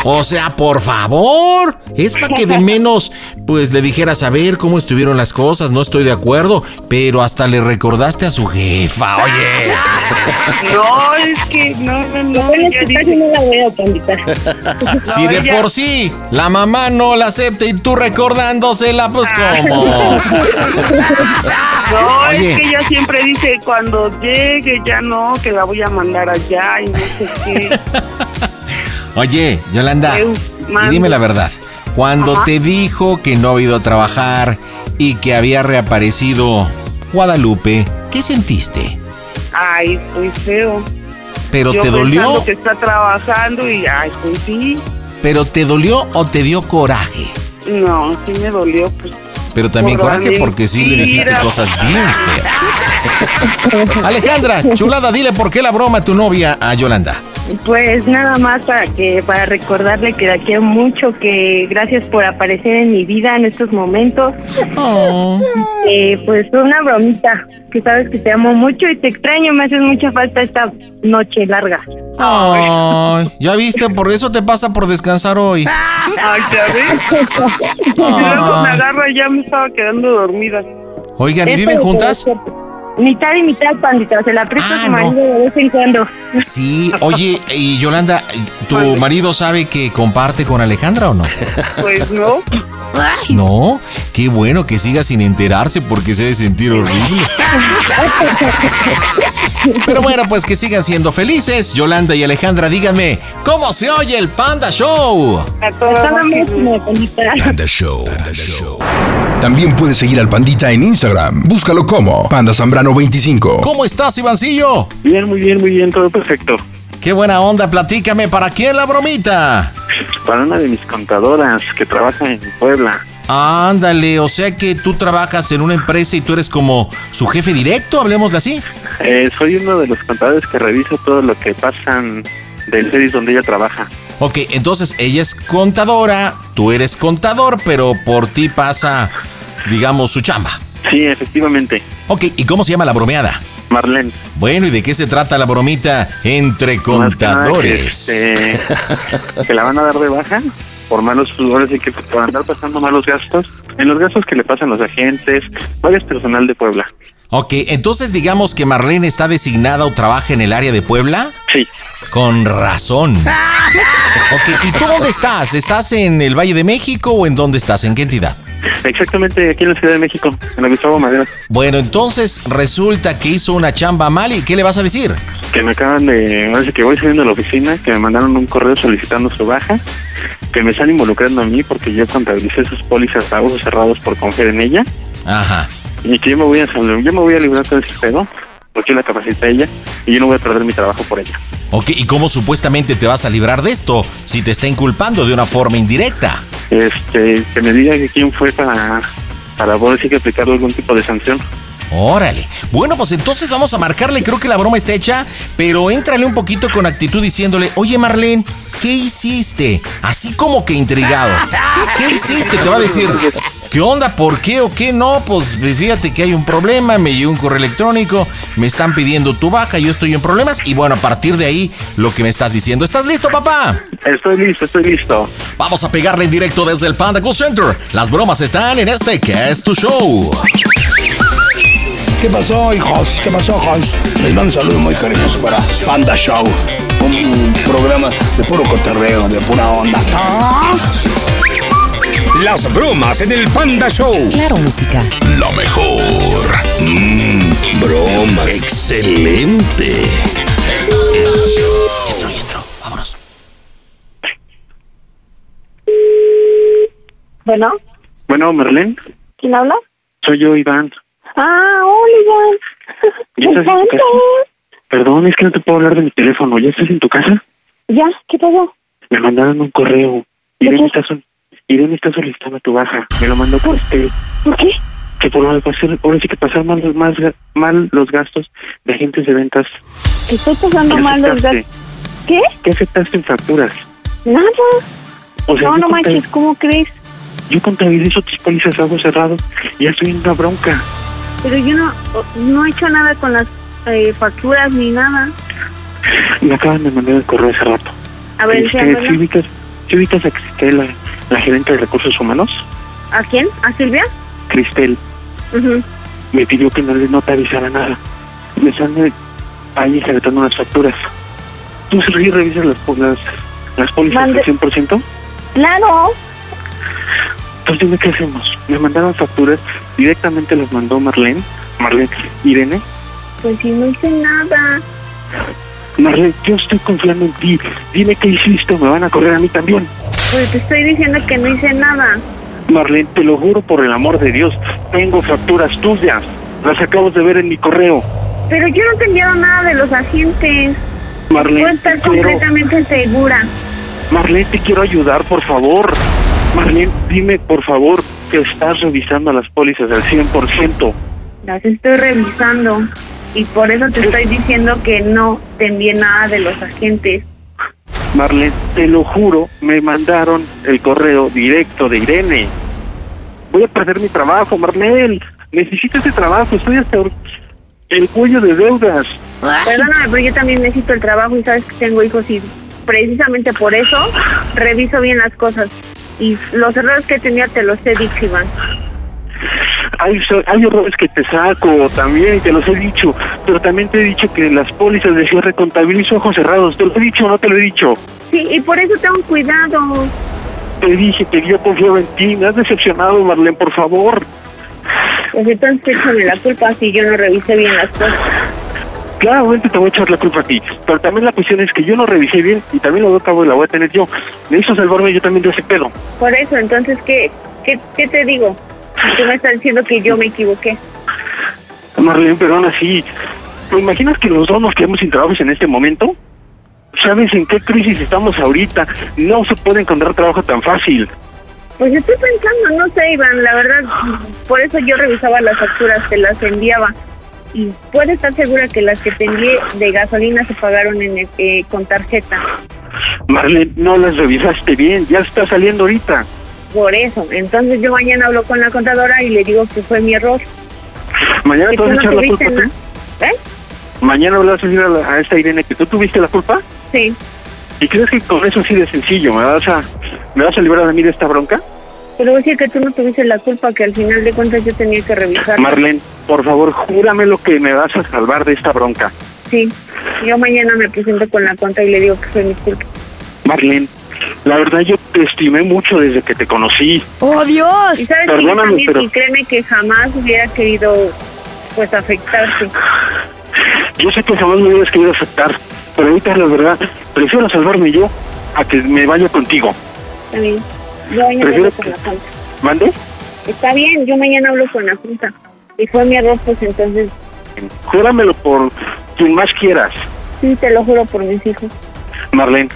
S2: O sea, por favor, es para que de menos, pues le dijeras a ver cómo estuvieron las cosas, no estoy de acuerdo, pero hasta le recordaste a su jefa, oye.
S12: No, es que, no, no, no. ya dije-
S2: Si de
S12: ella-
S2: por sí la mamá no la acepta y tú recordándosela, pues cómo.
S12: No,
S2: Oye.
S12: es que ella siempre dice, cuando llegue ya no, que la voy a mandar allá y no sé qué.
S2: Oye, Yolanda,
S12: Eu,
S2: y
S12: mando.
S2: dime la verdad. Cuando
S12: Ajá.
S2: te dijo que no había ido a trabajar y que había reaparecido Guadalupe, ¿qué sentiste?
S12: Ay, estoy feo.
S2: ¿Pero
S12: Yo
S2: te
S12: pensando
S2: dolió?
S12: que está trabajando y, ay, pues sí.
S2: ¿Pero te dolió o te dio coraje?
S12: No, sí me dolió, pues.
S2: Pero también
S12: Coraje.
S2: coraje porque sí le dijiste
S12: Mira.
S2: cosas bien feas. Alejandra, chulada, dile por qué la broma a tu novia a Yolanda.
S9: Pues nada más para que para recordarle que la quiero mucho, que gracias por aparecer en mi vida en estos momentos.
S12: Oh.
S9: Eh, pues fue una bromita, que sabes que te amo mucho y te extraño, me haces mucha falta esta noche larga.
S2: Ay, ya viste, por eso te pasa por descansar hoy.
S12: Ah, Ay, ya ves. Ah. Y luego me agarra y ya me estaba quedando dormida.
S2: Oigan, ¿y
S9: Eso
S2: viven
S9: de que-
S2: juntas? Ah,
S9: Mitad y mitad, pandita, se la presta su marido de vez en cuando.
S2: Sí, oye, y Yolanda, ¿tu marido sabe que comparte con Alejandra o no?
S12: Pues no.
S2: No, qué bueno que siga sin enterarse porque se debe sentir horrible. Pero bueno, pues que sigan siendo felices. Yolanda y Alejandra, díganme, ¿cómo se oye el Panda Show?
S9: Hasta la próxima, pandita.
S1: Panda Show. También puedes seguir al Pandita en Instagram. Búscalo como Panda Zambrano 25.
S2: ¿Cómo estás, Ivancillo?
S14: Bien, muy bien, muy bien, todo perfecto.
S2: Qué buena onda, platícame, ¿para quién la bromita?
S14: Para una de mis contadoras que trabaja en Puebla.
S2: Ándale, o sea que tú trabajas en una empresa y tú eres como su jefe directo, hablemosle así.
S14: Eh, soy uno de los contadores que revisa todo lo que pasan del CEDIS donde ella trabaja.
S2: Ok, entonces ella es contadora, tú eres contador, pero por ti pasa, digamos, su chamba.
S14: Sí, efectivamente.
S2: Ok, ¿y cómo se llama la bromeada?
S14: Marlene.
S2: Bueno, ¿y de qué se trata la bromita entre contadores?
S14: Que, este, que la van a dar de baja por malos jugadores y que por andar pasando malos gastos. En los gastos que le pasan los agentes, varios personal de Puebla.
S2: Ok, entonces digamos que Marlene está designada o trabaja en el área de Puebla.
S14: Sí.
S2: Con razón. Ok, ¿y tú dónde estás? ¿Estás en el Valle de México o en dónde estás? ¿En qué entidad?
S14: Exactamente aquí en la Ciudad de México, en la Gustavo Madero.
S2: Bueno, entonces resulta que hizo una chamba mal y ¿qué le vas a decir?
S14: que me acaban de, ahora sí que voy saliendo de la oficina, que me mandaron un correo solicitando su baja, que me están involucrando a mí porque yo contabilicé sus pólizas a ojos cerrados por confiar en ella
S2: Ajá.
S14: y que yo me voy a, yo me voy a librar todo ese pedo porque yo la capacité a ella y yo no voy a perder mi trabajo por ella.
S2: Ok, ¿y cómo supuestamente te vas a librar de esto si te está inculpando de una forma indirecta?
S14: Este, que me diga que quién fue para, para poder sí que aplicarle algún tipo de sanción.
S2: Órale. Bueno, pues entonces vamos a marcarle, creo que la broma está hecha, pero éntrale un poquito con actitud diciéndole, oye Marlene, ¿qué hiciste? Así como que intrigado. ¿Qué hiciste? Te va a decir, ¿qué onda? ¿Por qué o qué no? Pues fíjate que hay un problema, me llegó un correo electrónico, me están pidiendo tu vaca, yo estoy en problemas y bueno, a partir de ahí lo que me estás diciendo, ¿estás listo papá?
S14: Estoy listo, estoy listo.
S2: Vamos a pegarle en directo desde el Panda Cool Center. Las bromas están en este que es tu show.
S15: ¿Qué pasó, hijos? ¿Qué pasó, hijos? Les mando un saludo muy cariñoso para Panda Show, un programa de puro cotorreo, de pura onda.
S4: Las bromas en el Panda Show.
S8: Claro, música.
S4: Lo mejor. Mm, broma excelente.
S9: Bueno,
S14: Bueno, Merlén,
S9: ¿quién habla?
S14: soy yo, Iván.
S9: Ah, hola,
S14: ¿Ya
S9: Iván.
S14: estás en tu casa? Perdón, es que no te puedo hablar de mi teléfono. ¿Ya estás en tu casa?
S9: Ya, ¿qué pasó?
S14: Me mandaron un correo. Irene está, sol- Irene está solicitando tu baja. Me lo mandó por este.
S9: ¿Por qué?
S14: Que por lo de pasar, ahora sí que pasar mal, los- más ga- mal los gastos de agentes de ventas.
S9: Que Estoy pasando
S14: ¿Qué
S9: mal los
S14: aceptaste?
S9: gastos. ¿Qué?
S14: ¿Qué aceptaste en facturas?
S9: Nada.
S14: O sea,
S9: no,
S14: yo
S9: no
S14: conté-
S9: manches, ¿cómo crees?
S14: Yo contabilizo tus pólizas a ojos cerrados y ya estoy en una bronca.
S9: Pero yo no, no he hecho nada con las eh, facturas ni nada.
S14: Me acaban de mandar el correo hace rato.
S9: A ver,
S14: Este,
S9: enséñamelo.
S14: ¿sí ubicas, sí ubicas a Cristel, la, la gerente de recursos humanos?
S9: ¿A quién? ¿A Silvia?
S14: Cristel
S9: Ujú.
S14: me pidió que no, le- no te avisara nada. Me están eh, ahí saltando unas facturas. ¿Tú sí revisas las, po- las, las pólizas
S9: Mande-
S14: al 100%?
S9: Claro.
S14: Entonces dime qué hacemos. Me mandaron facturas, directamente las mandó Marlene, Marlene, Irene.
S9: Pues si no hice nada.
S14: Marlene, yo estoy confiando en ti. Dime qué hiciste, me van a correr a mí también.
S9: Pues te estoy diciendo que no hice nada.
S14: Marlene, te lo juro por el amor de Dios, tengo facturas tuyas. Las acabas de ver en mi correo.
S9: Pero yo no te he enviado nada de los agentes. Puedo
S14: Marlene,
S9: estar
S14: te quiero.
S9: completamente segura.
S14: Marlene, te quiero ayudar, por favor. Marlene, dime, por favor, que estás revisando las pólizas al 100%.
S9: Las estoy revisando. Y por eso te estoy diciendo que no te envié nada de los agentes.
S14: Marlene, te lo juro, me mandaron el correo directo de Irene. Voy a perder mi trabajo, Marlene. Necesito ese trabajo, estoy hasta el cuello de deudas.
S9: Perdóname, pero yo también necesito el trabajo y sabes que tengo hijos y precisamente por eso reviso bien las cosas. Y los errores que tenía te los he dicho, Iván.
S14: Hay, so- hay errores que te saco también, te los he dicho, pero también te he dicho que las pólizas de cierre contabilizo ojos cerrados. ¿Te lo he dicho o no te lo he dicho?
S9: Sí, y por eso tengo cuidado.
S14: Te dije que yo confiaba en ti. Me has decepcionado, Marlene, por favor.
S9: Pues entonces échame la culpa si yo no revisé bien las cosas.
S14: Claramente te voy a echar la culpa a ti, pero también la cuestión es que yo no revisé bien y también la otra voy- la voy a tener yo. Me hizo salvarme yo también de ese pedo.
S9: Por eso, entonces, ¿qué, qué, qué te digo? Tú me estás diciendo que yo me equivoqué.
S14: Marlene, perdón, así. ¿Te imaginas que los dos nos quedamos sin trabajos en este momento? ¿Sabes en qué crisis estamos ahorita? No se puede encontrar trabajo tan fácil.
S9: Pues estoy pensando, no sé, Iván, la verdad, por eso yo revisaba las facturas, te las enviaba. Y puedes estar segura que las que te envié de gasolina se pagaron en, eh, con tarjeta.
S14: Marlene, no las revisaste bien, ya está saliendo ahorita.
S9: Por eso. Entonces yo mañana hablo con la contadora y le digo que fue mi error.
S14: Mañana
S9: Que
S14: te
S9: tú
S14: vas a
S9: no
S14: echar la
S9: tuviste
S14: culpa.
S9: nada.
S14: tú.
S9: ¿Eh?
S14: Mañana le vas a decir a, la- a esta Irene que tú tuviste la culpa.
S9: Sí.
S14: ¿Y crees que con eso así de sencillo me vas a, me vas a librar a mí de esta bronca?
S9: Pero decir que tú no tuviste la culpa, que al final de cuentas yo tenía que revisar.
S14: Marlene, por favor, júrame lo que me vas a salvar de esta bronca.
S9: Sí. Yo mañana me presento con la cuenta y le digo que fue mi culpa.
S14: Marlene, la verdad yo te estimé mucho desde que te conocí.
S9: ¡Oh, Dios! Y sabes que yo
S14: Perdóname,
S9: también,
S14: pero-
S9: y créeme que jamás hubiera querido, pues, afectarte.
S14: Yo sé que jamás me hubieras querido aceptar, pero ahorita la verdad, prefiero salvarme yo a que me vaya contigo.
S9: También. Yo mañana
S14: Prefiero
S9: hablo con la junta.
S14: ¿Mande?
S9: Está bien, yo mañana hablo con la junta. Y fue mi error, pues entonces,
S14: Júramelo por quien más quieras,
S9: sí, te lo juro por mis hijos.
S14: Marlene.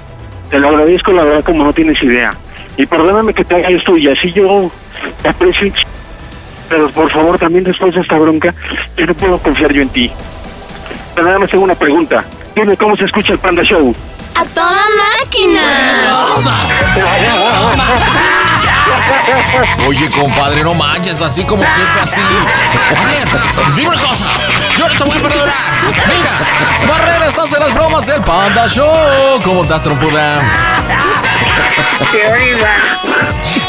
S14: Te lo agradezco la verdad como no tienes idea. Y perdóname que te haga esto y así yo te aprecio. un ch- Pero por favor, también después de esta bronca, yo no puedo confiar yo en ti. Pero nada más tengo una pregunta. Dime cómo se escucha el Panda Show.
S4: A toda máquina.
S2: Oye, compadre, no manches, así como jefe así. A ver, dime una cosa. Yo no te voy a perdonar. Mira, Barrera, estás en las bromas del Panda Show. ¿Cómo estás, trompuda?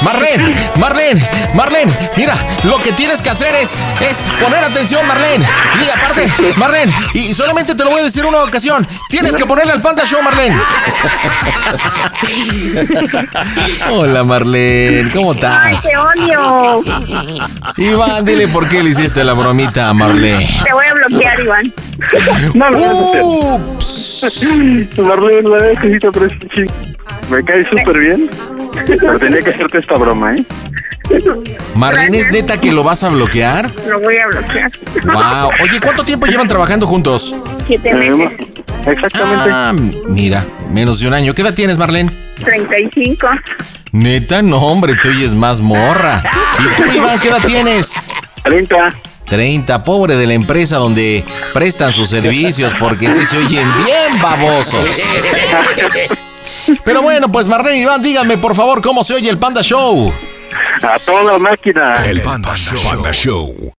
S2: Marlene, Marlene, Marlene, mira, lo que tienes que hacer es, es poner atención, Marlene. Y aparte, Marlene, y solamente te lo voy a decir una ocasión, tienes que ponerle al Panda Show, Marlene. Hola, Marlene, ¿cómo
S9: ¡Ay,
S2: estás?
S9: te odio!
S2: Iván, dile por qué le hiciste la bromita a Marlene.
S9: Te voy a bloquear, Iván.
S14: Marlene, la verdad que sí te aprecio un chingo. Me cae súper bien. Pero tenía que hacerte esta broma, ¿eh?
S2: Marlene, ¿es neta que lo vas a bloquear?
S12: Lo voy a bloquear.
S2: Wow. Oye, ¿cuánto tiempo llevan trabajando juntos?
S12: Siete meses.
S2: Exactamente. mira, menos de un año. ¿Qué edad tienes, Marlene?
S12: 35.
S2: Neta, no, hombre, tú es más morra. ¿Y tú, Iván, qué edad tienes?
S14: 30.
S2: 30, pobre de la empresa donde prestan sus servicios porque sí se oyen bien babosos. Pero bueno, pues Marlene y Iván, díganme por favor cómo se oye el Panda Show.
S14: A toda máquina.
S4: El Panda, Show.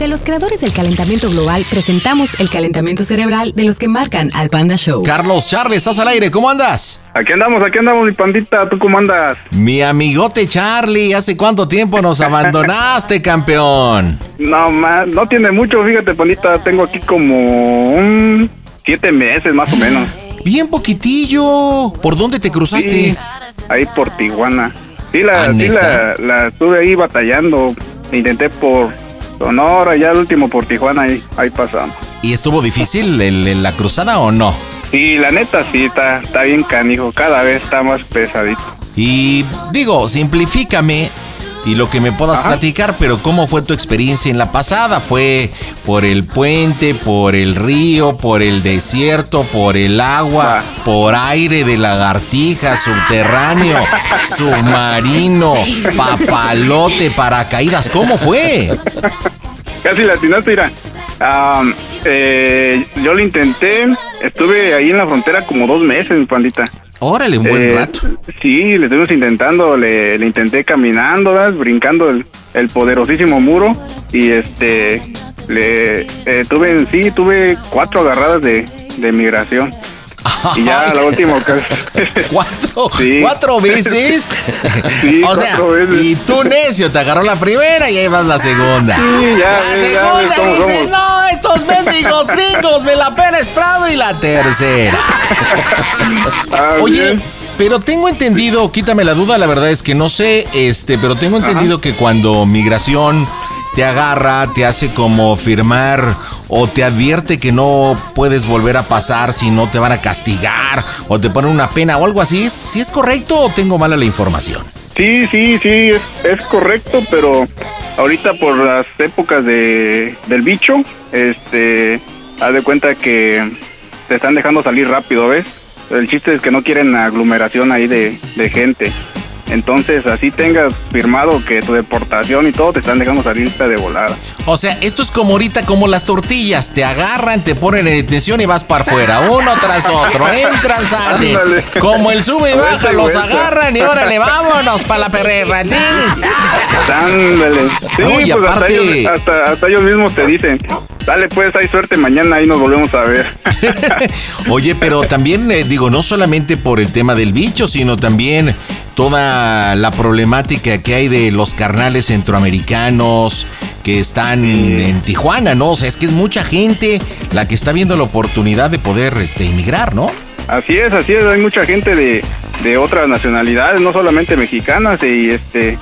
S8: De los creadores del calentamiento global, presentamos el calentamiento cerebral de los que marcan al Panda Show.
S2: Carlos Charles, estás al aire, ¿cómo andas?
S16: Aquí andamos, aquí andamos, mi pandita, ¿tú cómo andas?
S2: Mi amigote Charlie, ¿hace cuánto tiempo nos abandonaste, campeón?
S16: No, más, no tiene mucho, fíjate, pandita, tengo aquí como un siete meses más o menos.
S2: Bien poquitillo. ¿Por dónde te cruzaste?
S16: Ahí por Tijuana. Sí, la,
S2: Ah,
S16: sí la,
S2: ¿neta?
S16: la estuve ahí batallando, intenté por Sonora, ya el último por Tijuana, ahí, ahí pasamos.
S2: ¿Y estuvo difícil el- el- la cruzada o no?
S16: Sí, la neta sí, está, está bien canijo, cada vez está más pesadito.
S2: Y digo, simplifícame y lo que me puedas platicar, pero ¿cómo fue tu experiencia en la pasada? ¿Fue por el puente, por el río, por el desierto, por el agua, por aire de lagartija, subterráneo, submarino, papalote, paracaídas? ¿Cómo fue?
S16: Casi la atinaste, mira. Am, eh, yo lo intenté, estuve ahí en la frontera como dos meses, mi pandita.
S2: Órale, un buen
S16: rato. Sí, le estuvimos intentando, le, le intenté caminando, ¿verdad? brincando el, el poderosísimo muro y este, le eh, tuve en sí, tuve cuatro agarradas de, de migración. Y ya la última ocasión.
S2: ¿Cuatro? ¿Cuatro veces?
S16: Sí,
S2: o sea,
S16: cuatro veces.
S2: y tú necio, te agarró la primera y ahí vas la segunda.
S16: Sí, ya,
S2: la
S16: ves, ya
S2: segunda
S16: ves cómo
S2: dices,
S16: somos.
S2: no, estos mendigos gringos me la Pérez Prado y la tercera.
S16: Ah,
S2: Oye, pero tengo entendido, quítame la duda, la verdad es que no sé, este, pero tengo entendido que cuando migración te agarra, te hace como firmar o te advierte que no puedes volver a pasar si no te van a castigar o te ponen una pena o algo así, si es correcto o tengo mala la información.
S16: Sí, sí, sí, es, es correcto, pero ahorita por las épocas de, del bicho, este, haz de cuenta que te están dejando salir rápido, ¿ves? El chiste es que no quieren aglomeración ahí de, de gente. Entonces, así tengas firmado que tu deportación y todo, te están dejando salirte de volada.
S2: O sea, esto es como ahorita, como las tortillas. Te agarran, te ponen en detención y vas para afuera. Uno tras otro. Entran, salen.
S4: Ándale.
S2: Como el sube y
S4: Vuelta
S2: baja,
S4: y
S2: los
S4: vuelta.
S2: agarran y órale, vámonos para la perrera. ¡Ting!
S16: Ándale. Sí,
S2: No, y
S16: pues hasta,
S2: aparte-
S16: ellos, hasta, hasta ellos mismos te dicen, dale pues, hay suerte, mañana ahí nos volvemos a ver.
S2: Oye, pero también, eh, digo, no solamente por el tema del bicho, sino también toda la problemática que hay de los carnales centroamericanos que están en Tijuana, ¿no? O sea, es que es mucha gente la que está viendo la oportunidad de poder este, emigrar, ¿no?
S16: Así es, así es, hay mucha gente de, de otras nacionalidades, no solamente mexicanas, y este,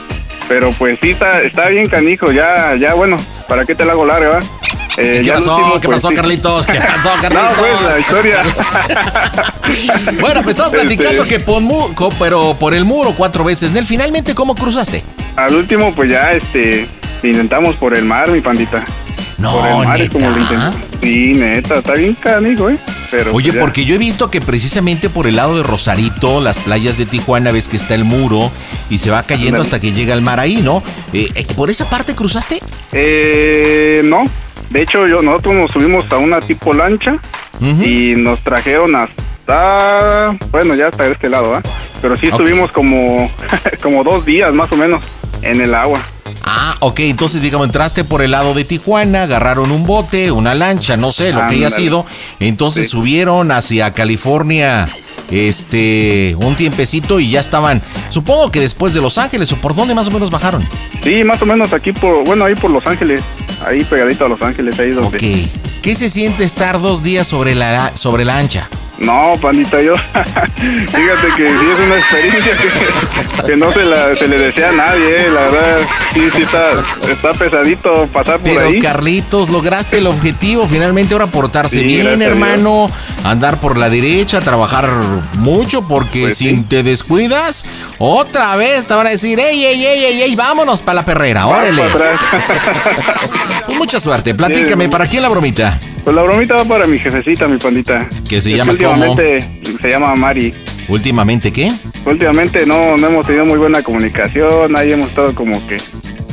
S16: pero pues sí, está, está bien canijo, ya, ya, bueno, ¿para qué te la hago larga? va? Eh,
S2: ¿Qué
S16: ya lo
S2: pasó?
S16: último,
S2: ¿Qué
S16: pues,
S2: pasó,
S16: sí.
S2: Carlitos? ¿Qué pasó, Carlitos?
S16: No, pues, la historia.
S2: Bueno, pues estamos platicando
S16: Este.
S2: que por, mu- co- pero por el muro cuatro veces. Nel, finalmente, ¿cómo cruzaste?
S16: Al último, pues ya, este, intentamos por el mar, mi pandita.
S2: No,
S16: por el mar es como lo intentamos. Sí, neta, está bien canijo, ¿eh? Pero,
S2: Oye,
S16: pues, ya.
S2: porque yo he visto que precisamente por el lado de Rosarito, las playas de Tijuana, ves que está el muro y se va cayendo hasta que llega el mar ahí, ¿no? Eh, eh, ¿Por esa parte cruzaste?
S16: Eh, no. De hecho, yo, nosotros nos subimos a una tipo lancha y nos trajeron hasta, bueno, ya hasta este lado, ¿ah? Pero sí estuvimos como, como dos días más o menos en el agua.
S2: Ah, ok, entonces digamos, entraste por el lado de Tijuana, agarraron un bote, una lancha, no sé, lo que haya
S16: Ándale.
S2: sido. Entonces subieron hacia California este un tiempecito y ya estaban, supongo que después de Los Ángeles o por dónde más o menos bajaron.
S16: Sí, más o menos aquí por, bueno, ahí por Los Ángeles, ahí pegadito a Los Ángeles, ahí donde.
S2: ¿Qué se siente estar dos días sobre la sobre la lancha?
S16: No, pandita, yo. Fíjate que sí es una experiencia que, que no se, la, se le desea a nadie, eh, la verdad. Sí, sí está, está pesadito pasar por
S2: Pero
S16: ahí.
S2: Carlitos, lograste el objetivo. Finalmente ahora portarse
S16: Sí,
S2: bien,
S16: gracias a
S2: hermano. Andar por la derecha, trabajar mucho, porque
S16: Pues
S2: si te descuidas, otra vez te van a decir, ey, ey, ey, ey, ey, vámonos para la perrera, órale. Pues mucha suerte. Platícame, ¿para quién la bromita?
S16: Pues la bromita va para mi jefecita, mi pandita.
S2: Que se
S16: Es
S2: llama ¿Eh? como-
S16: últimamente se llama Mari.
S2: Últimamente, ¿qué?
S16: Últimamente no, no hemos tenido muy buena comunicación, ahí hemos estado como que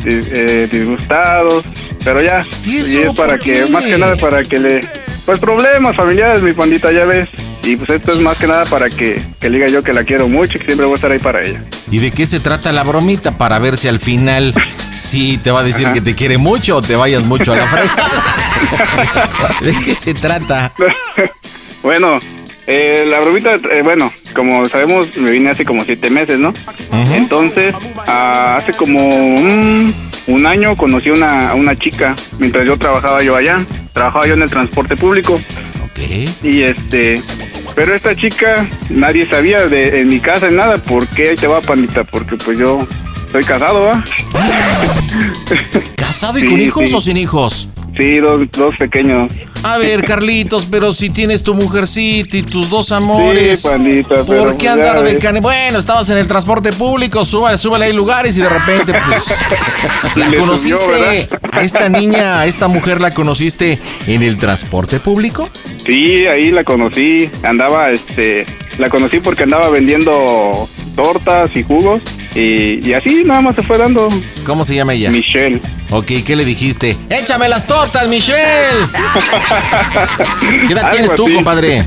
S16: dis- eh, disgustados, pero ya.
S2: ¿Y
S16: es
S2: eso
S16: para
S2: por
S16: que,
S2: qué?
S16: más que nada para que le... Pues problemas familiares, mi pandita, ya ves. Y pues esto es más que nada para que, que le diga yo que la quiero mucho y que siempre voy a estar ahí para ella.
S2: ¿Y de qué se trata la bromita? Para ver si al final sí te va a decir que te quiere mucho o te vayas mucho a la fregada. ¿De qué se trata?
S16: Bueno, eh, la bromita, eh, bueno, como sabemos, me vine hace como siete meses, ¿no? Entonces, ah, hace como un, un año conocí a una, a una chica mientras yo trabajaba yo allá. Trabajaba yo en el transporte público. Y este, pero esta chica nadie sabía de en mi casa en nada. ¿Por qué ahí te va, pandita? Porque pues yo soy casado, ¿va?
S2: ¿Casado y
S16: Sí,
S2: con hijos
S16: sí.
S2: o sin hijos?
S16: Sí, dos, dos pequeños.
S2: A ver, Carlitos, pero si tienes tu mujercita y tus dos amores.
S16: Sí, pandita, pero pues
S2: ¿Por qué
S16: ya
S2: andar de
S16: ves.
S2: cane? Bueno, estabas en el transporte público, súbale, súbale ahí lugares y de repente, pues. La
S16: Le subió,
S2: conociste
S16: ¿verdad?
S2: a esta niña, a esta mujer la conociste en el transporte público.
S16: Sí, ahí la conocí. Andaba, este, la conocí porque andaba vendiendo tortas y jugos y, y así nada más se fue dando.
S2: ¿Cómo se llama ella?
S16: Michelle.
S2: Ok, ¿qué le dijiste? ¡Échame las tortas, Michelle! ¿Qué edad
S16: Algo
S2: tienes tú,
S16: así.
S2: compadre?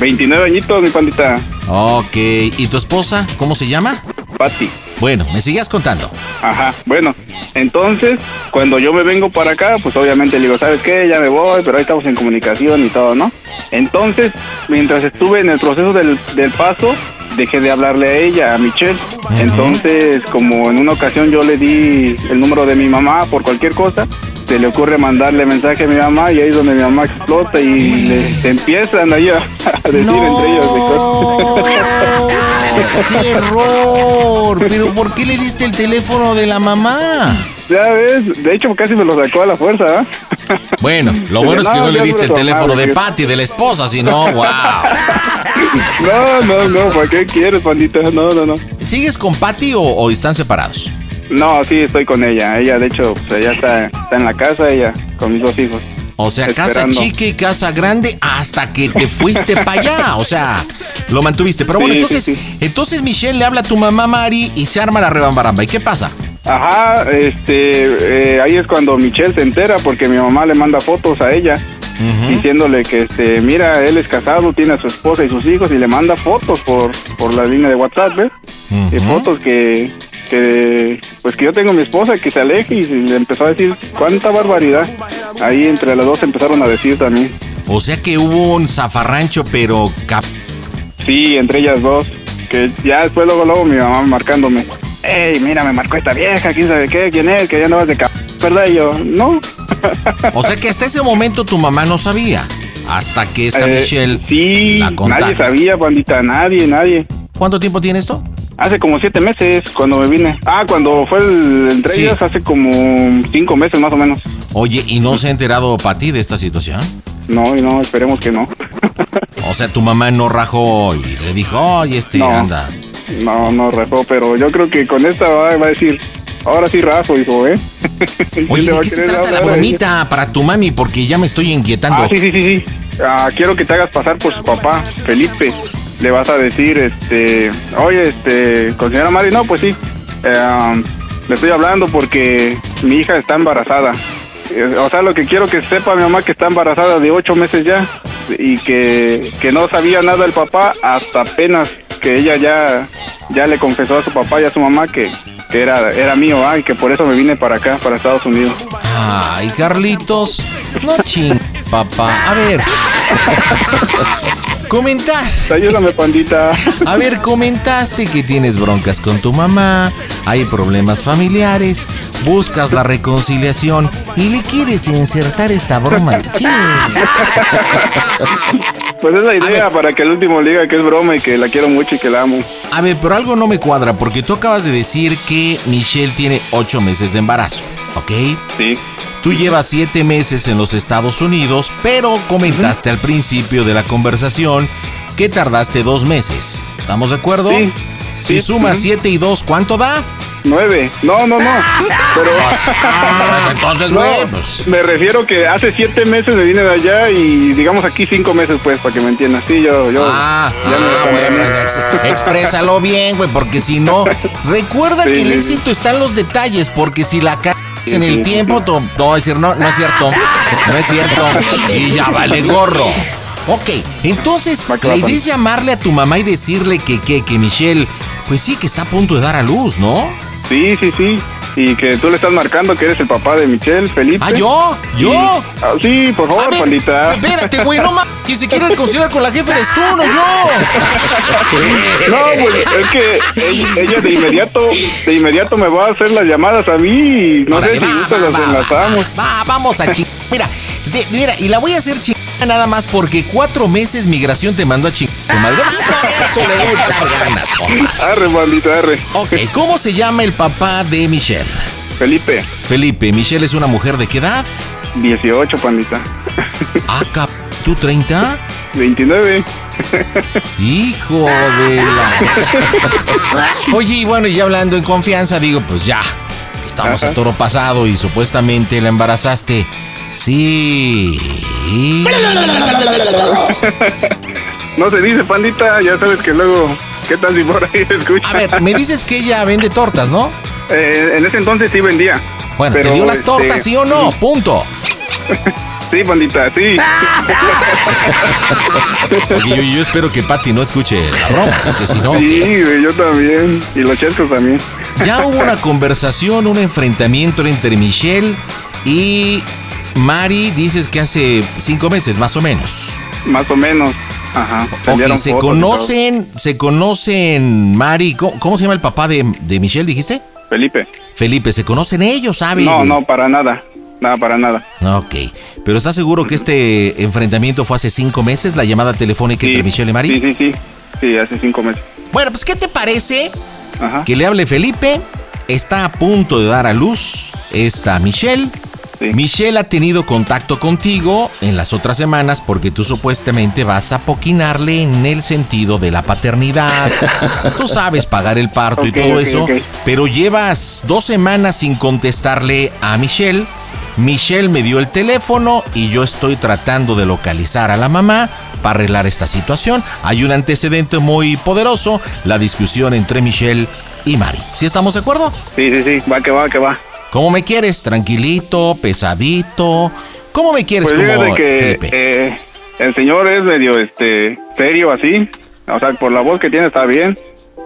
S16: 29 añitos, mi pandita.
S2: Ok, ¿y tu esposa? ¿Cómo se llama?
S16: Patti.
S2: Bueno, me sigas contando.
S16: Ajá. Bueno, entonces cuando yo me vengo para acá, pues obviamente le digo, ¿sabes qué? Ya me voy, pero ahí estamos en comunicación y todo, ¿no? Entonces, mientras estuve en el proceso del, del paso, dejé de hablarle a ella, a Michelle. Entonces, como en una ocasión yo le di el número de mi mamá por cualquier cosa, se le ocurre mandarle mensaje a mi mamá y ahí es donde mi mamá explota y le- se empiezan ahí a, a decir entre ellos. de cosas.
S2: ¡Qué error! ¿Pero por qué le diste el teléfono de la mamá?
S16: Ya ves, de hecho casi me lo sacó a la fuerza, ¿ah?
S2: Bueno, lo
S16: Pero
S2: bueno es que
S16: no,
S2: no le
S16: yo
S2: diste el
S16: creo que
S2: teléfono
S16: madre,
S2: de
S16: yo-
S2: Patty, de la esposa, sino, wow.
S16: No, no, no, ¿para qué quieres, pandita? No, no, no.
S2: ¿Sigues con Patty o, o están separados?
S16: No, sí, estoy con ella. Ella, de hecho, pues, ella está, está en la casa, ella, con mis dos hijos.
S2: O sea, casa chica y casa grande hasta que te fuiste para allá. O sea, lo mantuviste. Pero bueno,
S16: Sí,
S2: entonces,
S16: sí,
S2: entonces Michelle le habla a tu mamá Mari y se arma la rebambaramba. ¿Y qué pasa?
S16: Ajá, este, eh, ahí es cuando Michelle se entera porque mi mamá le manda fotos a ella diciéndole que, este, mira, él es casado, tiene a su esposa y sus hijos y le manda fotos por, por la línea de WhatsApp, ¿ves? Y fotos que, que, pues que yo tengo a mi esposa que se aleje y le empezó a decir cuánta barbaridad. Ahí entre las dos empezaron a decir también.
S2: O sea que hubo un zafarrancho, pero cap-
S16: Sí, entre ellas dos. Que ya después luego, luego mi mamá marcándome. Ey, mira, me marcó esta vieja, quién sabe qué, quién es, que ya andabas de c... ¿Verdad? Y yo, no.
S2: O sea que hasta ese momento tu mamá no sabía. Hasta que esta
S16: Eh,
S2: Michelle
S16: sí,
S2: la
S16: nadie
S2: contacta.
S16: sabía, bandita, nadie, nadie.
S2: ¿Cuánto tiempo tiene esto?
S16: Hace como siete meses, cuando me vine. Ah, cuando fue el, entre ellas, hace como cinco meses más o menos.
S2: Oye, ¿y no se ha enterado Pati de esta situación?
S16: No, y no, esperemos que no.
S2: O sea, tu mamá no rajó y le dijo, oye, este,
S16: No.
S2: anda.
S16: No, no, rajó, pero yo creo que con esta va, va a decir, ahora sí rajo, hijo, ¿eh? ¿Quién
S2: Oye,
S16: le
S2: ¿de
S16: va a
S2: qué se
S16: querer
S2: trata la
S16: hablar a ella?
S2: bromita para tu mami? Porque ya me estoy inquietando.
S16: Ah, sí, sí, sí, sí. Ah, quiero que te hagas pasar por su papá, Felipe. Le vas a decir, este, oye, este, con señora Mari, no, pues sí. Eh, le estoy hablando porque mi hija está embarazada. Eh, O sea, lo que quiero que sepa mi mamá que está embarazada de ocho meses ya y que, que no sabía nada el papá hasta apenas que ella ya, ya le confesó a su papá y a su mamá que, que era, era mío, ah, y que por eso me vine para acá, para Estados Unidos.
S2: Ay, Carlitos, no ching, papá. A ver. Comentas.
S16: Ayúdame, pandita.
S2: A ver, comentaste que tienes broncas con tu mamá, hay problemas familiares, buscas la reconciliación y le quieres insertar esta broma. Ching.
S16: Pues es la idea para que el último le diga que es broma y que la quiero mucho y que la amo.
S2: A ver, pero algo no me cuadra, porque tú acabas de decir que Michelle tiene ocho meses de embarazo, ¿ok?
S16: Sí.
S2: Tú llevas siete meses en los Estados Unidos, pero comentaste al principio de la conversación que tardaste dos meses. ¿Estamos de acuerdo? Sí. Si
S16: Sí,
S2: sumas
S16: ujú.
S2: siete y dos, ¿cuánto da?
S16: Nueve. No, no, no. Pero... Ah.
S2: entonces,
S16: No,
S2: güey, pues...
S16: Me refiero que hace siete meses me vine de allá y digamos aquí cinco meses, pues, para que me entiendas. Sí, yo, yo.
S2: Ah, ah, bueno, ex- exprésalo bien, güey, porque si no, recuerda
S16: Sí,
S2: que el
S16: sí,
S2: éxito está en los detalles, porque si la cagas en
S16: Sí,
S2: el
S16: sí.
S2: tiempo, to- no va a decir, no, no es cierto, no es cierto, y ya vale gorro. Ok, entonces, la idea es llamarle a tu mamá y decirle que, que, que Michelle, pues sí, que está a punto de dar a luz, ¿no?
S16: Sí, sí, sí. Y que tú le estás marcando que eres el papá de Michelle, Felipe.
S2: ¿Ah, yo? ¿Yo?
S16: Y- Ah, sí, por favor, pandita.
S2: Espérate, güey, no mames, quien se quiere reconciliar con la jefa eres tú, no yo.
S16: No, pues es que e- ella de inmediato, de inmediato me va a hacer las llamadas a mí y no sé si gustas las enlazamos.
S2: Va, vamos a chingar. Mira, de- mira, y la voy a hacer chingar nada más porque cuatro meses migración te mandó a chingar. tu madre. Por eso le voy a echar ganas, compa.
S16: Arre, bandita, arre.
S2: Ok, ¿cómo se llama el papá de Michelle?
S16: Felipe.
S2: Felipe, ¿Michelle es una mujer de qué edad?
S16: 18, pandita.
S2: Acá, ¿tú 30?
S16: 29.
S2: Hijo de la. Oye, y bueno, y ya hablando en confianza, digo, pues ya. Estamos a toro pasado y supuestamente la embarazaste. Sí.
S16: No se dice, pandita, ya sabes que luego, ¿qué tal si por ahí se escucha?
S2: A ver, me dices que ella vende tortas, ¿no?
S16: Eh, en ese entonces sí vendía.
S2: Bueno,
S16: Pero,
S2: ¿te dio las
S16: este,
S2: tortas, sí o no? Punto.
S16: Sí, pandita, sí.
S2: Ah. Oye, yo, yo espero que Patty no escuche la broma, porque si no.
S16: Sí, güey, yo también. Y los chescos también.
S2: Ya hubo una conversación, un enfrentamiento entre Michelle y Mari, dices que hace cinco meses, más o menos.
S16: Más o menos. Ajá.
S2: Ok,
S16: Enviaron
S2: se
S16: fotos y
S2: conocen, se conocen Mari, ¿cómo, cómo se llama el papá de, de Michelle, dijiste?
S16: todo. Felipe.
S2: Felipe, se conocen ellos, ¿sabe?
S16: No, no, para nada. Nada, para nada.
S2: Ok, pero ¿estás seguro que este enfrentamiento fue hace cinco meses, la llamada telefónica entre Michelle y Mari?
S16: Sí, sí, sí. Sí, hace cinco meses.
S2: Bueno, pues ¿qué te parece que le hable Felipe? Está a punto de dar a luz esta Michelle. Michelle ha tenido contacto contigo en las otras semanas porque tú supuestamente vas a poquinarle en el sentido de la paternidad. tú sabes pagar el parto
S16: Ok,
S2: y todo
S16: ok,
S2: eso,
S16: ok.
S2: pero llevas dos semanas sin contestarle a Michelle. Michelle me dio el teléfono y yo estoy tratando de localizar a la mamá para arreglar esta situación. Hay un antecedente muy poderoso, la discusión entre Michelle y Mari. ¿Sí estamos de acuerdo?
S16: Sí, sí, sí. Va que va, que va.
S2: ¿Cómo me quieres? ¿Tranquilito? ¿Pesadito? ¿Cómo me quieres?
S16: Pues
S2: como
S16: fíjate que
S2: Felipe?
S16: eh, el señor es medio este serio así. O sea, por la voz que tiene está bien.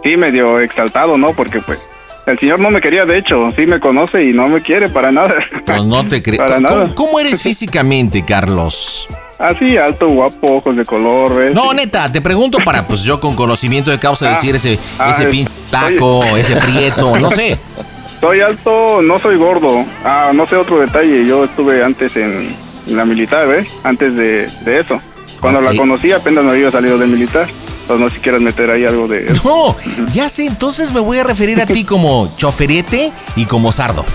S16: Sí, medio exaltado, ¿no? Porque pues el señor no me quería, de hecho. Sí me conoce y no me quiere para nada.
S2: Pues no te creo.
S16: Para
S2: ¿Cómo,
S16: nada.
S2: cómo eres físicamente, Carlos?
S16: Así, alto, guapo, ojos de color, ¿ves?
S2: No, neta, te pregunto para, pues yo con conocimiento de causa decir ese,
S16: ah,
S2: ese
S16: eh,
S2: pinche taco,
S16: oye.
S2: ese prieto, no sé.
S16: Soy alto, no soy gordo. Ah, no sé otro detalle. Yo estuve antes en la militar, ¿ves? Antes de, de eso. Cuando
S2: Ok.
S16: la conocí apenas me había salido de militar. Pues no sé si quieres meter ahí algo de...
S2: No, ya sé, entonces me voy a referir a ti como choferete y como sardo.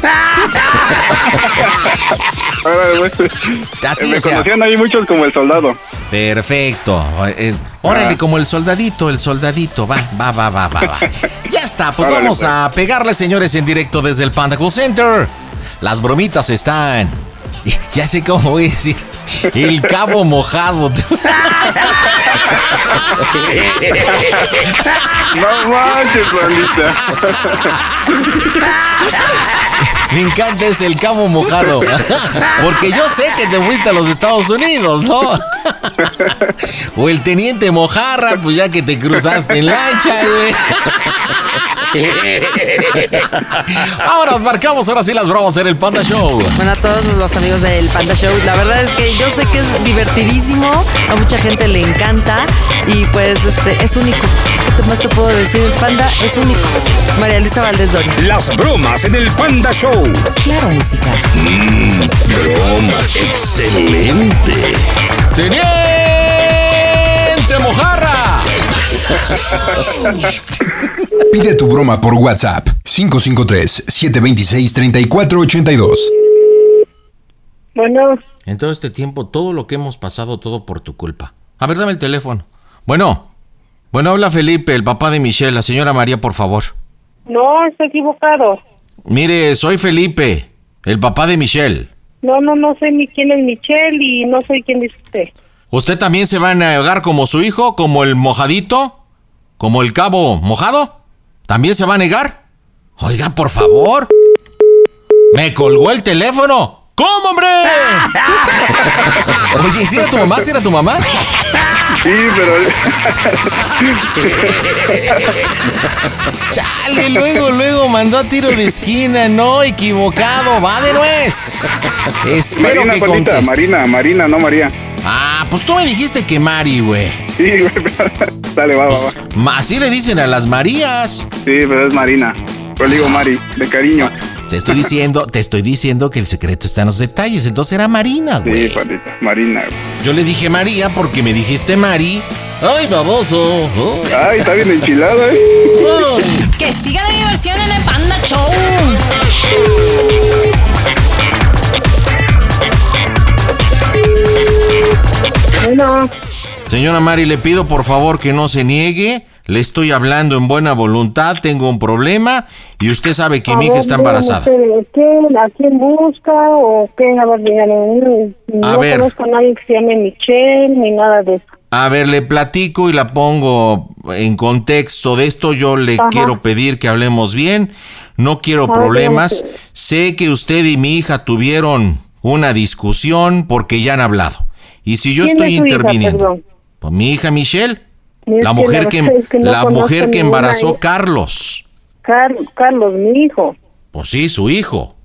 S16: Ahora, güey.
S2: Así,
S16: me
S2: o sea.
S16: conocían ahí muchos como el soldado.
S2: Perfecto. Eh, Órale,
S16: Ah.
S2: como el soldadito, el soldadito. Va, va, va, va, va, va. Ya está, pues
S16: Órale,
S2: vamos
S16: pues.
S2: a pegarle, señores, en directo desde el Panda Cool Center. Las bromitas están. Ya sé cómo voy a decir. El cabo mojado.
S16: pues. No manches, bandita.
S2: Me encanta es el cabo mojado. Porque yo sé que te fuiste a los Estados Unidos, ¿no? O el teniente mojarra, pues ya que te cruzaste en lancha, güey. Ahora os marcamos, ahora sí las bromas en el Panda Show.
S17: Bueno, a todos los amigos del Panda Show, la verdad es que yo sé que es divertidísimo, a mucha gente le encanta y pues este, es único. ¿Qué más te puedo decir? El Panda es único. María Luisa Valdés Doria.
S4: Las bromas en el Panda Show.
S8: Claro, música.
S4: bromas, excelente.
S2: ¡Teniente!
S1: Pide tu broma por WhatsApp 553-726-3482.
S2: Bueno. En todo este tiempo, todo lo que hemos pasado, todo por tu culpa. A ver, dame el teléfono. Bueno. Bueno, habla Felipe, el papá de Michelle. La señora María, por favor.
S9: No, está equivocado.
S2: Mire, soy Felipe, el papá de Michelle.
S9: No, no, no sé ni quién es Michelle y no sé quién es usted.
S2: ¿Usted también se va a negar como su hijo, como el mojadito? ¿Como el cabo mojado? ¿También se va a negar? Oiga, por favor. Me colgó el teléfono. ¿Cómo, hombre? Oye, ¿sí era tu mamá? ¿Sí era tu mamá?
S16: Sí, pero...
S2: Chale, luego, luego mandó a tiro de esquina, no, equivocado, va de nuez. Espero
S16: Marina,
S2: que
S16: Juanita,
S2: conteste.
S16: Marina, Marina, no María.
S2: Ah, pues tú me dijiste que Mari, güey.
S16: Sí, dale, va, va, va.
S2: Ma- Así le dicen a las Marías.
S16: Sí, pero es Marina. Pero le digo Mari, de cariño.
S2: Ah, Te estoy diciendo, te estoy diciendo que el secreto está en los detalles. Entonces era Marina, güey.
S16: Sí, Juanita, Marina.
S2: Yo le dije María porque me dijiste Mari. ¡Ay, baboso!
S16: Ay, está bien enchilada, ¿eh?
S8: Que siga la diversión en el Panda Show.
S9: Bueno,
S2: Señora Mari, le pido por favor que no se niegue. Le estoy hablando en buena voluntad, tengo un problema y usted sabe que
S9: a
S2: mi hija
S9: ver,
S2: está
S9: díganme
S2: embarazada.
S9: ustedes, ¿quién- ¿A quién busca o qué? A ver, díganme, No
S2: A ver.
S9: conozco a nadie que se llame Michelle ni nada de eso.
S2: A ver, le platico y la pongo en contexto de esto. Yo le
S9: Ajá.
S2: quiero pedir que hablemos bien. No quiero
S9: Ajá,
S2: problemas. Sé que usted y mi hija tuvieron una discusión porque ya han hablado. Y si yo
S9: ¿Quién
S2: estoy
S9: es su hija,
S2: interviniendo,
S9: perdón?
S2: pues mi hija Michelle,
S9: Es
S2: la
S9: que
S2: mujer
S9: la
S2: que,
S9: verdad es que no
S2: la
S9: conozco
S2: mujer que
S9: ninguna
S2: embarazó
S9: hija.
S2: Carlos,
S9: Car- Carlos, mi hijo.
S2: pues sí, su hijo,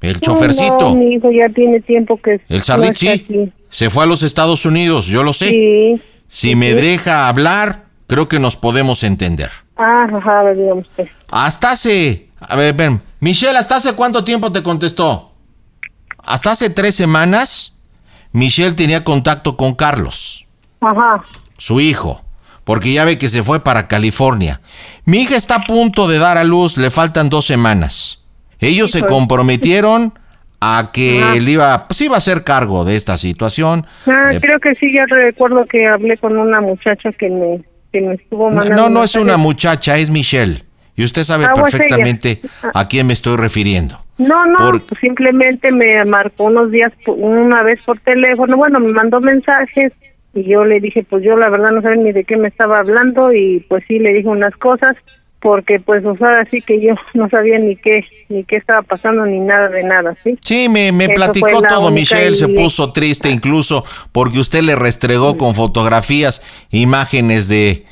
S2: el
S9: No,
S2: chofercito,
S9: mi hijo ya tiene tiempo que
S2: el Sardit,
S9: no está
S2: sí,
S9: aquí.
S2: se fue a los Estados Unidos, yo lo sé.
S9: Sí.
S2: Si me deja hablar, creo que nos podemos entender.
S9: Ah, ajá, a ver, dígame usted.
S2: Hasta hace. A ver, ven. Michelle, ¿hasta hace cuánto tiempo te contestó? Hasta hace tres semanas, Michelle tenía contacto con Carlos,
S9: Ajá.
S2: su hijo, porque ya ve que se fue para California. Mi hija está a punto de dar a luz, le faltan dos semanas. Ellos se
S9: Híjole.
S2: comprometieron a que él iba, pues iba a hacer cargo de esta situación.
S9: Ah,
S2: Eh,
S9: creo que sí, ya recuerdo que hablé con una muchacha que me, que me estuvo mandando.
S2: No, no es una
S9: mensajes.
S2: muchacha, es Michelle. Y usted sabe
S9: Ah, pues ella.
S2: perfectamente a quién me estoy refiriendo.
S9: No, no,
S2: Por-
S9: pues simplemente me marcó unos días, po- una vez por teléfono, bueno, me mandó mensajes y yo le dije, pues yo la verdad no sé ni de qué me estaba hablando y pues sí le dije unas cosas porque pues o sea, así que yo no sabía ni qué, ni qué estaba pasando ni nada de nada, ¿sí?
S2: Sí, me, me
S9: Eso
S2: platicó
S9: fue la
S2: todo,
S9: única
S2: Michelle, se
S9: y-
S2: puso triste incluso porque usted le restregó con fotografías, imágenes de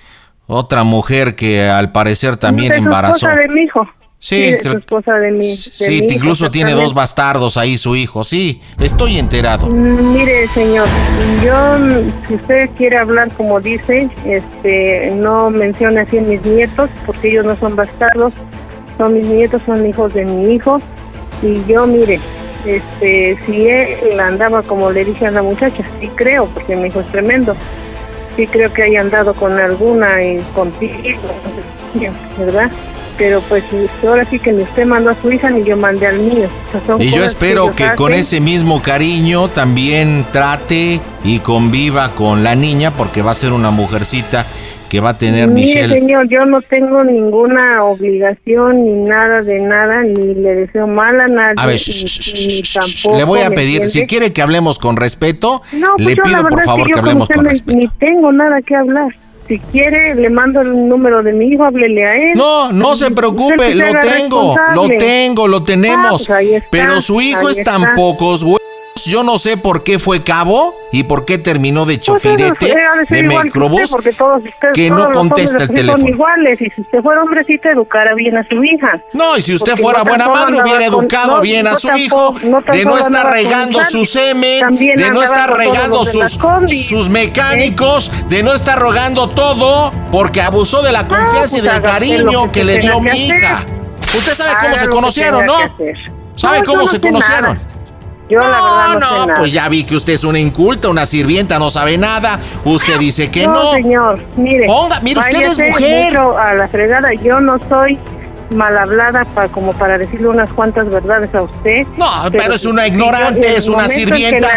S2: otra mujer que al parecer también
S9: Es
S2: embarazó.
S9: esposa Pues, de mi hijo.
S2: Sí,
S9: es
S2: creo-
S9: esposa de mi de mi
S2: Sí,
S9: hijo,
S2: incluso tiene dos
S9: exactamente.
S2: bastardos ahí su hijo, sí, estoy enterado.
S9: Mm, Mire, señor, yo, mm, si usted quiere hablar como dice, este, no mencione así a mis nietos, porque ellos no son bastardos, son mis nietos, son hijos de mi hijo, y yo, mire, este, si él andaba como le dije a la muchacha, sí creo, porque mi hijo es tremendo, sí creo que haya andado con alguna y contigo, ¿verdad? Pero pues ahora sí que ni usted mandó a su hija ni yo mandé al mío. O sea, son
S2: Y yo
S9: cosas
S2: espero
S9: ellos
S2: que con
S9: hacen.
S2: ese mismo cariño también trate y conviva con la niña porque va a ser una mujercita que va a tener
S9: Mire,
S2: Michelle.
S9: señor, yo no tengo ninguna obligación ni nada de nada, ni le deseo mal a nadie.
S2: A ver,
S9: ni-
S2: sh- sh-
S9: ni
S2: sh- sh-
S9: tampoco,
S2: le voy a
S9: ¿me
S2: pedir, si
S9: entiende?
S2: quiere que hablemos con respeto,
S9: No, pues
S2: le
S9: yo la
S2: pido
S9: verdad
S2: por
S9: es
S2: favor
S9: que,
S2: que,
S9: yo
S2: hablemos
S9: usted
S2: con
S9: no-
S2: respeto.
S9: Ni tengo nada que hablar. Si quiere, le mando el número de mi hijo, háblele a él.
S2: No, no se
S9: Usted
S2: preocupe,
S9: que se
S2: lo
S9: haga
S2: tengo, lo
S9: responsable.
S2: tengo, lo tenemos.
S9: Ah, pues ahí está,
S2: pero su hijo
S9: ahí
S2: es
S9: está.
S2: tan pocos huevos. Yo no sé por qué fue cabo y por qué terminó de
S9: Pues eso
S2: chofirete
S9: debe de ser
S2: de
S9: igual que
S2: microbús.
S9: usted, porque todos ustedes-
S2: que no
S9: todos los hombres
S2: contesta el
S9: así
S2: teléfono.
S9: Son iguales, y si usted fuera hombrecito, educara bien a su hija.
S2: No, y si usted
S9: Porque
S2: fuera
S9: no tan
S2: buena
S9: solo
S2: madre,
S9: andaba
S2: hubiera
S9: con-
S2: educado
S9: no,
S2: bien a
S9: no
S2: su
S9: tan
S2: hijo,
S9: solo- no tan
S2: de no
S9: solo
S2: estar
S9: andaba con
S2: regando
S9: Sandy,
S2: su semen,
S9: también
S2: de no
S9: andaba
S2: estar
S9: con todos
S2: regando
S9: los de Eh, la
S2: sus,
S9: combi.
S2: sus mecánicos, de no estar rogando todo, porque abusó de la confianza y
S9: pues
S2: del
S9: haga usted lo
S2: cariño
S9: que
S2: que le
S9: tenga
S2: dio
S9: que
S2: mi
S9: hacer.
S2: hija. Usted sabe cómo
S9: Haga
S2: se
S9: lo que
S2: conocieron,
S9: tenga
S2: ¿no?
S9: que hacer.
S2: ¿Sabe
S9: No, yo
S2: cómo
S9: no
S2: se
S9: sé
S2: conocieron?
S9: nada. Yo la verdad no, sé nada.
S2: Pues ya vi que usted es una inculta, una sirvienta, no sabe nada. Usted dice que no.
S9: Ah, señor, mire.
S2: Ponga- mire, usted es
S9: váyase
S2: mujer.
S9: mucho a la fregada, yo no soy mal hablada pa- como para decirle unas cuantas verdades a usted.
S2: No, pero, es una ignorante, es una sirvienta.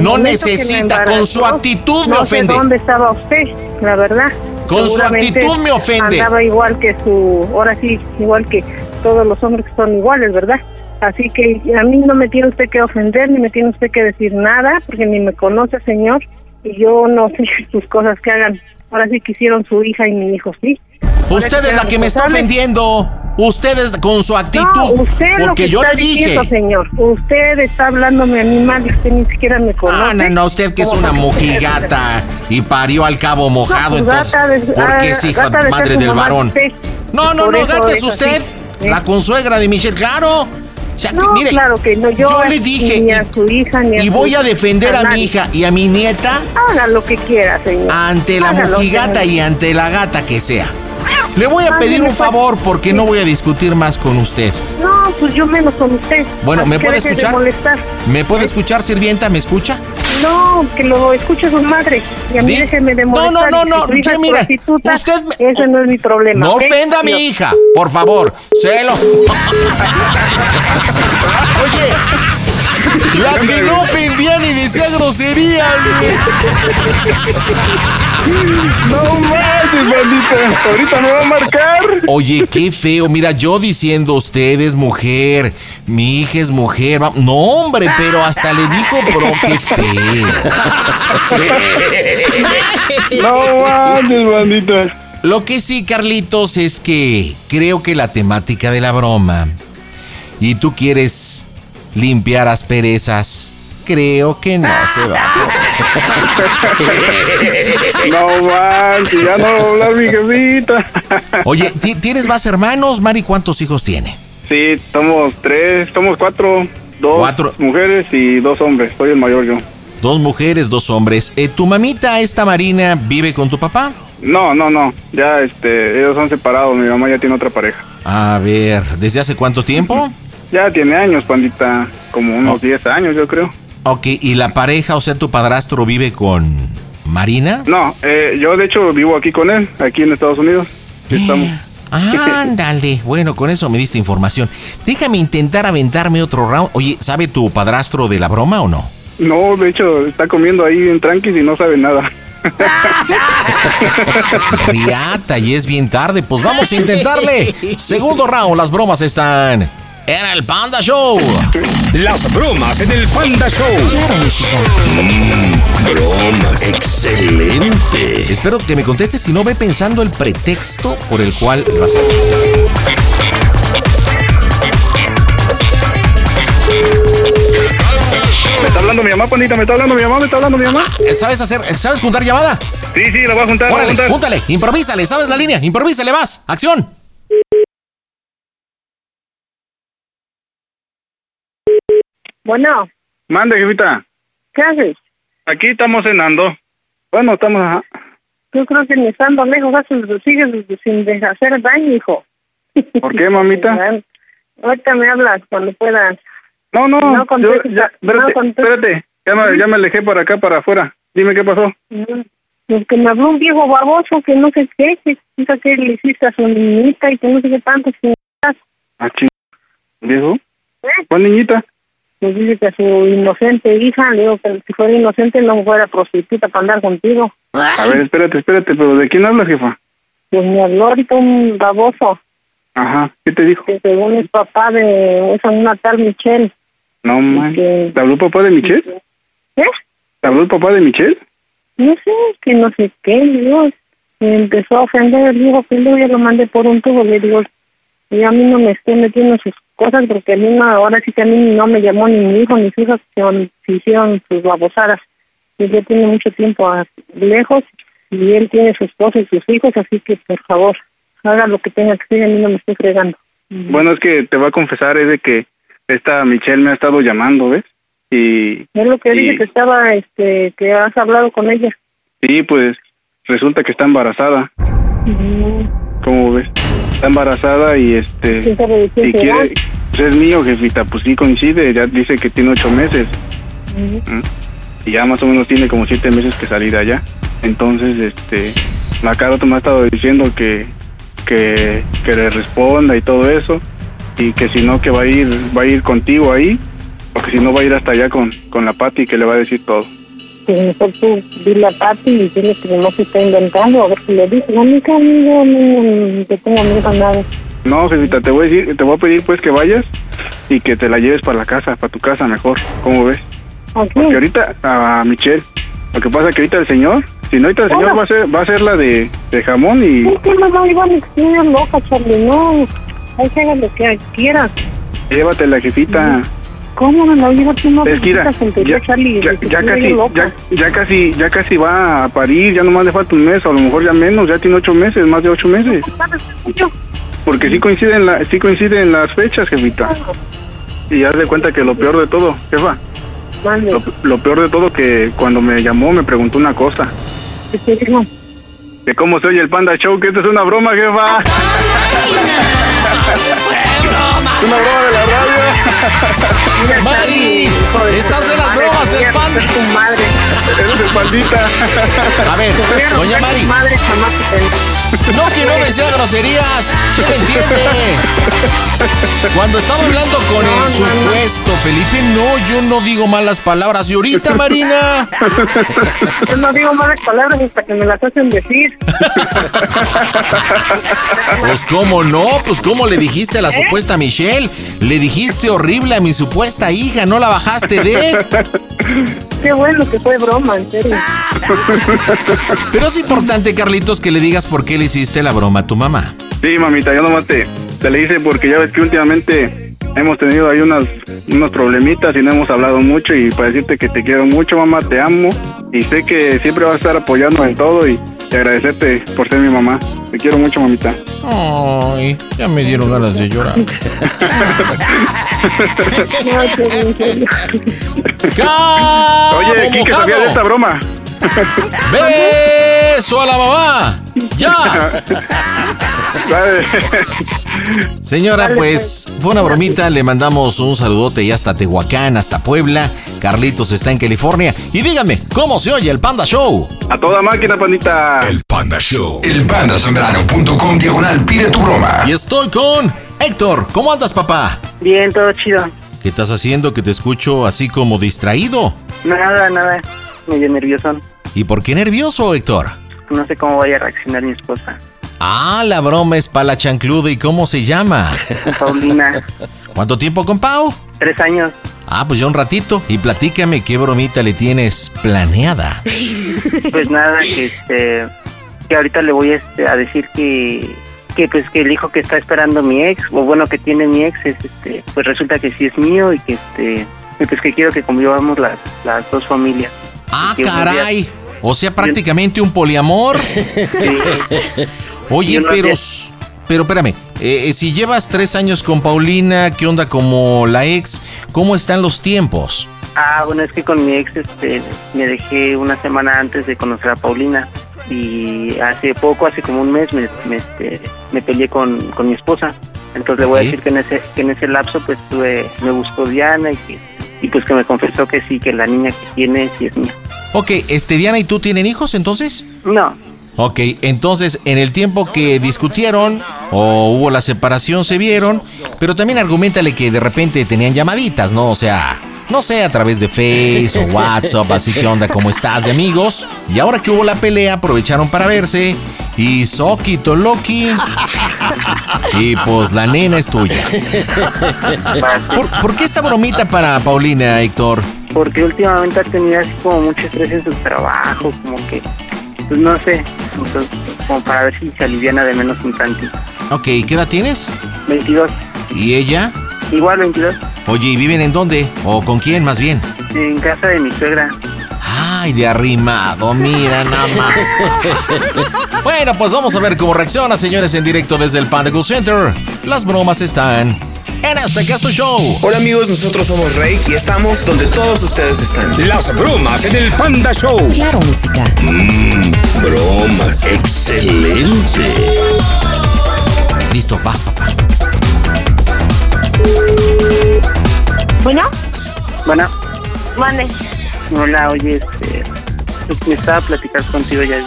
S2: no necesita, con su actitud me ofende.
S9: No sé dónde estaba usted, la verdad.
S2: Con su
S9: Seguramente
S2: actitud me ofende.
S9: Andaba igual que su, ahora sí, igual que todos los hombres que son iguales, ¿verdad? Así que a mí no me tiene usted que ofender, ni me tiene usted que decir nada, porque ni me conoce, señor. Y yo no sé sus cosas que hagan. Ahora sí que hicieron su hija y mi hijo, ¿sí? Ahora
S2: Usted es la
S9: sean
S2: que me está
S9: responsables.
S2: ofendiendo. Usted es con su actitud.
S9: No, usted lo
S2: porque
S9: que
S2: yo
S9: está
S2: le dije.
S9: diciendo, señor. Usted está hablándome a mí mal y usted ni siquiera me conoce.
S2: Ah, No, no, no, usted que es una mojigata y parió al cabo mojado,
S9: No,
S2: entonces,
S9: pues, gata de-
S2: ¿por
S9: ah,
S2: qué es hija
S9: gata de ser
S2: madre
S9: su
S2: del
S9: mamá,
S2: varón?
S9: usted.
S2: No, no,
S9: Por
S2: no,
S9: eso
S2: gata es
S9: es
S2: usted,
S9: así, ¿eh?
S2: la consuegra de Michelle, claro. O sea, que
S9: No,
S2: mire,
S9: claro que no. Yo,
S2: le dije,
S9: Ni a su hija, ni a
S2: y
S9: su-
S2: voy a defender a mi
S9: nadie.
S2: hija y a mi nieta Ah,
S9: Haga lo que quiera, señor.
S2: ante la
S9: Haga lo que
S2: mojigata
S9: quiera.
S2: y ante la gata que sea. Le voy a
S9: Ah,
S2: pedir
S9: mire,
S2: un
S9: pues,
S2: favor porque no voy a discutir más con usted.
S9: No, pues yo menos con usted.
S2: Bueno,
S9: Así
S2: ¿me
S9: que
S2: puede
S9: deje de
S2: escuchar?
S9: molestar.
S2: ¿Me puede escuchar, sirvienta? ¿Me escucha?
S9: No, que lo escuche su madre. Y a mí
S2: Di-
S9: déjeme de
S2: No,
S9: molestar.
S2: no, no,
S9: Y
S2: no,
S9: Si su hija
S2: que
S9: es
S2: mire,
S9: prostituta,
S2: usted
S9: Ese no es mi problema.
S2: No
S9: ¿ok?
S2: ofenda a mi
S9: Adiós.
S2: hija, por favor. Se lo. Oye, la que no ofendía ni decía groserías.
S4: No mames, bandita. Ahorita me va a marcar.
S2: Oye, qué feo. Mira, yo diciendo usted es mujer, mi hija es mujer. va- No, hombre, pero hasta le dijo, bro, qué feo.
S4: No mames,
S2: bandita. Lo que sí, Carlitos, es que creo que la temática de la broma y tú quieres limpiar asperezas, creo que no se va. a poder.
S4: No manches, ya no va a hablar mi jefita.
S2: Oye, ¿ti- ¿tienes más hermanos, Mari? ¿Cuántos hijos tiene?
S16: Sí, somos tres, somos cuatro, dos mujeres y dos hombres. Soy el mayor yo.
S2: Dos mujeres, dos hombres. Eh, ¿Tu mamita, esta Marina, vive con tu papá?
S16: No, no, no. Ya, este, ellos han separado. Mi mamá ya tiene otra pareja.
S2: A ver, ¿desde hace cuánto tiempo?
S16: Ya tiene años, pandita. Como
S2: Oh.
S16: unos 10 años, yo creo.
S2: Ok, ¿y la pareja, o sea, tu padrastro vive con Marina?
S16: No, eh, yo de hecho vivo aquí con él, aquí en Estados Unidos. Aquí estamos.
S2: Ándale, bueno, con eso me diste información. Déjame intentar aventarme otro round. Oye, ¿sabe tu padrastro de la broma o no?
S16: No, de hecho, está comiendo ahí en tranquis y no sabe nada.
S2: Riata, y es bien tarde, pues vamos a intentarle. Segundo round, las bromas están en el Panda Show.
S4: Las bromas en el Panda Show. Mm, Claro, música.
S2: bromas, excelente. Espero que me contestes si no ve pensando el pretexto por el cual le vas a...
S16: Me está hablando mi mamá, pandita, me está hablando mi mamá, me está hablando mi mamá.
S2: Eh, ¿Sabes hacer, sabes juntar llamada?
S16: Sí, sí, la voy a juntar. la voy a
S2: Órale,
S16: juntar.
S2: júntale, improvísale, sabes la línea, improvísale, vas, acción.
S9: Bueno,
S16: Mande, jefita.
S9: ¿qué haces?
S16: Aquí estamos cenando. Bueno, estamos. ajá.
S9: Yo creo que ni estando lejos haces, sigues sin dejar- hacer daño, hijo.
S16: ¿Por qué, mamita?
S9: Ahorita me hablas cuando puedas.
S16: No, no,
S9: No
S16: yo-
S9: contestes.
S16: ya, espérate,
S9: no contestes.
S16: espérate. Ya me, ya me alejé para acá, para afuera. Dime qué pasó.
S9: Pues que me habló un viejo baboso que no sé qué, que, piensa que le hiciste a su niñita y que no sé qué tanto. Que,
S16: Ah, ching. ¿Viejo?
S9: ¿Eh?
S16: ¿Cuál niñita?
S9: pues dice que a su inocente hija, le digo que si fuera inocente no fuera prostituta para andar contigo.
S16: A ver, espérate, espérate, pero ¿de quién hablas, jefa?
S9: Pues me habló ahorita un baboso
S16: Ajá, Ah, ¿qué te dijo?
S9: que según es papá de esa una tal Michelle.
S16: No, man. ¿Te habló el papá de Michelle?
S9: ¿Eh?
S16: ¿Te habló el papá de Michelle?
S9: No sé, que no sé qué, Dios. Me empezó a ofender, le digo que luego ya lo mandé por un tubo, le digo, y a mí no me esté metiendo en sus cosas porque a mí no, ahora sí que a mí no me llamó ni mi hijo ni su hija que on- se hicieron sus babosadas. Y ya tiene mucho tiempo a- lejos y él tiene su esposa y sus hijos, así que por favor, haga lo que tenga que hacer, a mí no me esté fregando.
S16: Bueno, es que te va a confesar es de que esta Michelle me ha estado llamando, ¿ves? Y
S9: Es lo que
S16: Sí.
S9: dice que estaba, este, que has hablado con ella.
S16: sí, pues resulta que está embarazada,
S9: Mm,
S16: ¿cómo ves? Está embarazada y este
S9: ¿Quién sabe de quién
S16: y
S9: será?
S16: quiere Pues es mío, jefita, pues sí coincide, ya dice que tiene ocho meses. ¿Mm? Y ya más o menos tiene como siete meses que salir de allá. Entonces, este, la Carota me ha estado diciendo que, que, que le responda y todo eso. Y que si no, que va a ir, va a ir contigo ahí. Porque si no, va a ir hasta allá con, con la Pati que le va a decir todo.
S18: Que mejor tú dile a Pati y dile que no se está inventando, a ver si le dice. No, mi amigo, no, que tenga miedo a nada.
S16: No, jefita, te voy a decir, te voy a pedir pues que vayas y que te la lleves para la casa, para tu casa mejor. ¿Cómo ves? Porque ahorita a Michelle, lo que pasa que ahorita el señor, si no ahorita el señor
S18: Hola.
S16: va a ser, va a ser la de, de jamón y
S18: Es que no, no, igual es que una loca, Charlie, no. Ahí se haga lo que quiera.
S16: llévatela
S18: Mm.
S16: jefita.
S18: ¿Cómo no, no, yo no
S16: Es que mira, ya,
S18: Charlie.
S16: ya,
S18: que
S16: ya
S18: tú
S16: casi,
S18: eres loca.
S16: ya, ya casi, ya casi va a parir, ya nomás le falta un mes, a lo mejor ya menos, ya tiene ocho meses, más de ocho meses. Porque sí coinciden, la, sí coinciden las fechas, jefita. Y haz de cuenta que lo peor de todo, jefa,
S18: Mande,
S16: lo, lo peor de todo que cuando me llamó me preguntó una cosa.
S18: ¿qué te digo?
S16: de cómo se oye el Panda Show, que esto es una broma, jefa.
S4: Una broma de la radio. Mari, estás en las bromas del pan.
S18: Tu madre.
S16: Eres el pandita.
S2: A ver, doña Mari.
S18: Madre, jamás te tendré.
S2: No, que no decía groserías. ¿Quién me entiende? Cuando estaba hablando con el supuesto Felipe, no, yo no digo malas palabras. Y ahorita, Marina.
S18: Yo no digo malas palabras hasta que me las hacen decir.
S2: Pues cómo no, pues cómo le dijiste a la supuesta Michelle. Le dijiste horrible a mi supuesta hija, no la bajaste de...
S18: Qué bueno que fue broma, en serio.
S2: Pero es importante, Carlitos, que le digas por qué le hiciste la broma a tu mamá.
S16: Sí, mamita, yo nomás te, te le hice porque ya ves que últimamente hemos tenido ahí unas, unos problemitas y no hemos hablado mucho y para decirte que te quiero mucho, mamá, te amo y sé que siempre vas a estar apoyando en todo y te agradecerte por ser mi mamá. Te quiero mucho, mamita.
S2: Ay, ya me dieron ganas de llorar.
S18: No, Charlie, en serio.
S16: Oye, Kike, ¿sabías de esta broma?
S2: ¡Beso a la mamá! ¡Ya! Señora, pues fue una bromita, le mandamos un saludote ya hasta Tehuacán, hasta Puebla. Carlitos está en California. Y dígame, ¿cómo se oye el Panda Show?
S16: A toda máquina, pandita.
S2: El Panda Show.
S1: El pandasembrano.com diagonal pide tu broma.
S2: Y estoy con Héctor. ¿Cómo andas, papá?
S19: Bien, todo chido.
S2: ¿Qué estás haciendo que te escucho así como distraído?
S19: Nada, nada. Medio nervioso.
S2: ¿Y por qué nervioso, Héctor?
S19: No sé cómo vaya a reaccionar mi esposa.
S2: Ah, la broma es para la chancluda. ¿Y cómo se llama?
S19: Paulina.
S2: ¿Cuánto tiempo con Pau?
S19: Tres años.
S2: Ah, pues ya un ratito. Y platícame qué bromita le tienes planeada.
S19: Pues nada, que este... Que ahorita le voy este, a decir que... Que pues que el hijo que está esperando mi ex, o bueno, que tiene mi ex, es, este, pues resulta que sí es mío y que este... y pues que quiero que convivamos las, las dos familias.
S2: Ah,
S19: Que un día-
S2: caray. O sea, prácticamente un poliamor.
S19: Y
S2: Oye,
S19: unos
S2: pero...
S19: diez.
S2: Pero espérame, eh, eh, si llevas tres años con Paulina, ¿qué onda como la ex? ¿Cómo están los tiempos?
S19: Ah, bueno, es que con mi ex este, me dejé una semana antes de conocer a Paulina y hace poco, hace como un mes, me, me, este, me peleé con, con mi esposa. Entonces le voy a
S2: Ok.
S19: decir que en ese, que en ese lapso pues tuve, me buscó Diana y, que, y pues que me confesó que sí, que la niña que tiene sí es mía.
S2: Ok, este, Diana y tú tienen hijos entonces?
S19: No,
S2: Ok, entonces en el tiempo que discutieron o hubo la separación se vieron, pero también argumentale que de repente tenían llamaditas, ¿no? O sea, no sé, a través de Face o WhatsApp, así que onda, ¿cómo estás de amigos? Y ahora que hubo la pelea aprovecharon para verse y Soki Toloki y pues la nena es tuya. ¿Por, por qué esta bromita para Paulina, Héctor?
S19: porque últimamente ha tenido así como mucho estrés en su trabajo, como que, pues no sé, entonces, como para ver si se aliviana de menos un tantito.
S2: Ok, ¿qué edad tienes?
S19: 22.
S2: ¿Y ella?
S19: Igual 22,
S2: Oye, ¿y viven en dónde? ¿O con quién más bien?
S19: en casa de mi suegra.
S2: Ay, de arrimado, mira nada más. Bueno, pues vamos a ver cómo reacciona, señores, en directo desde el Panda Cool Center. Las bromas están en este Casto Show.
S4: Hola amigos, nosotros somos Rake y estamos donde todos ustedes están.
S2: Las bromas en el
S4: Panda Show.
S8: Claro, música.
S4: Mm, Bromas, excelente.
S2: Listo, vas, papá.
S9: Bueno,
S19: Bueno,
S9: mande.
S19: hola, oye, este, pues, me estaba a platicar contigo ya.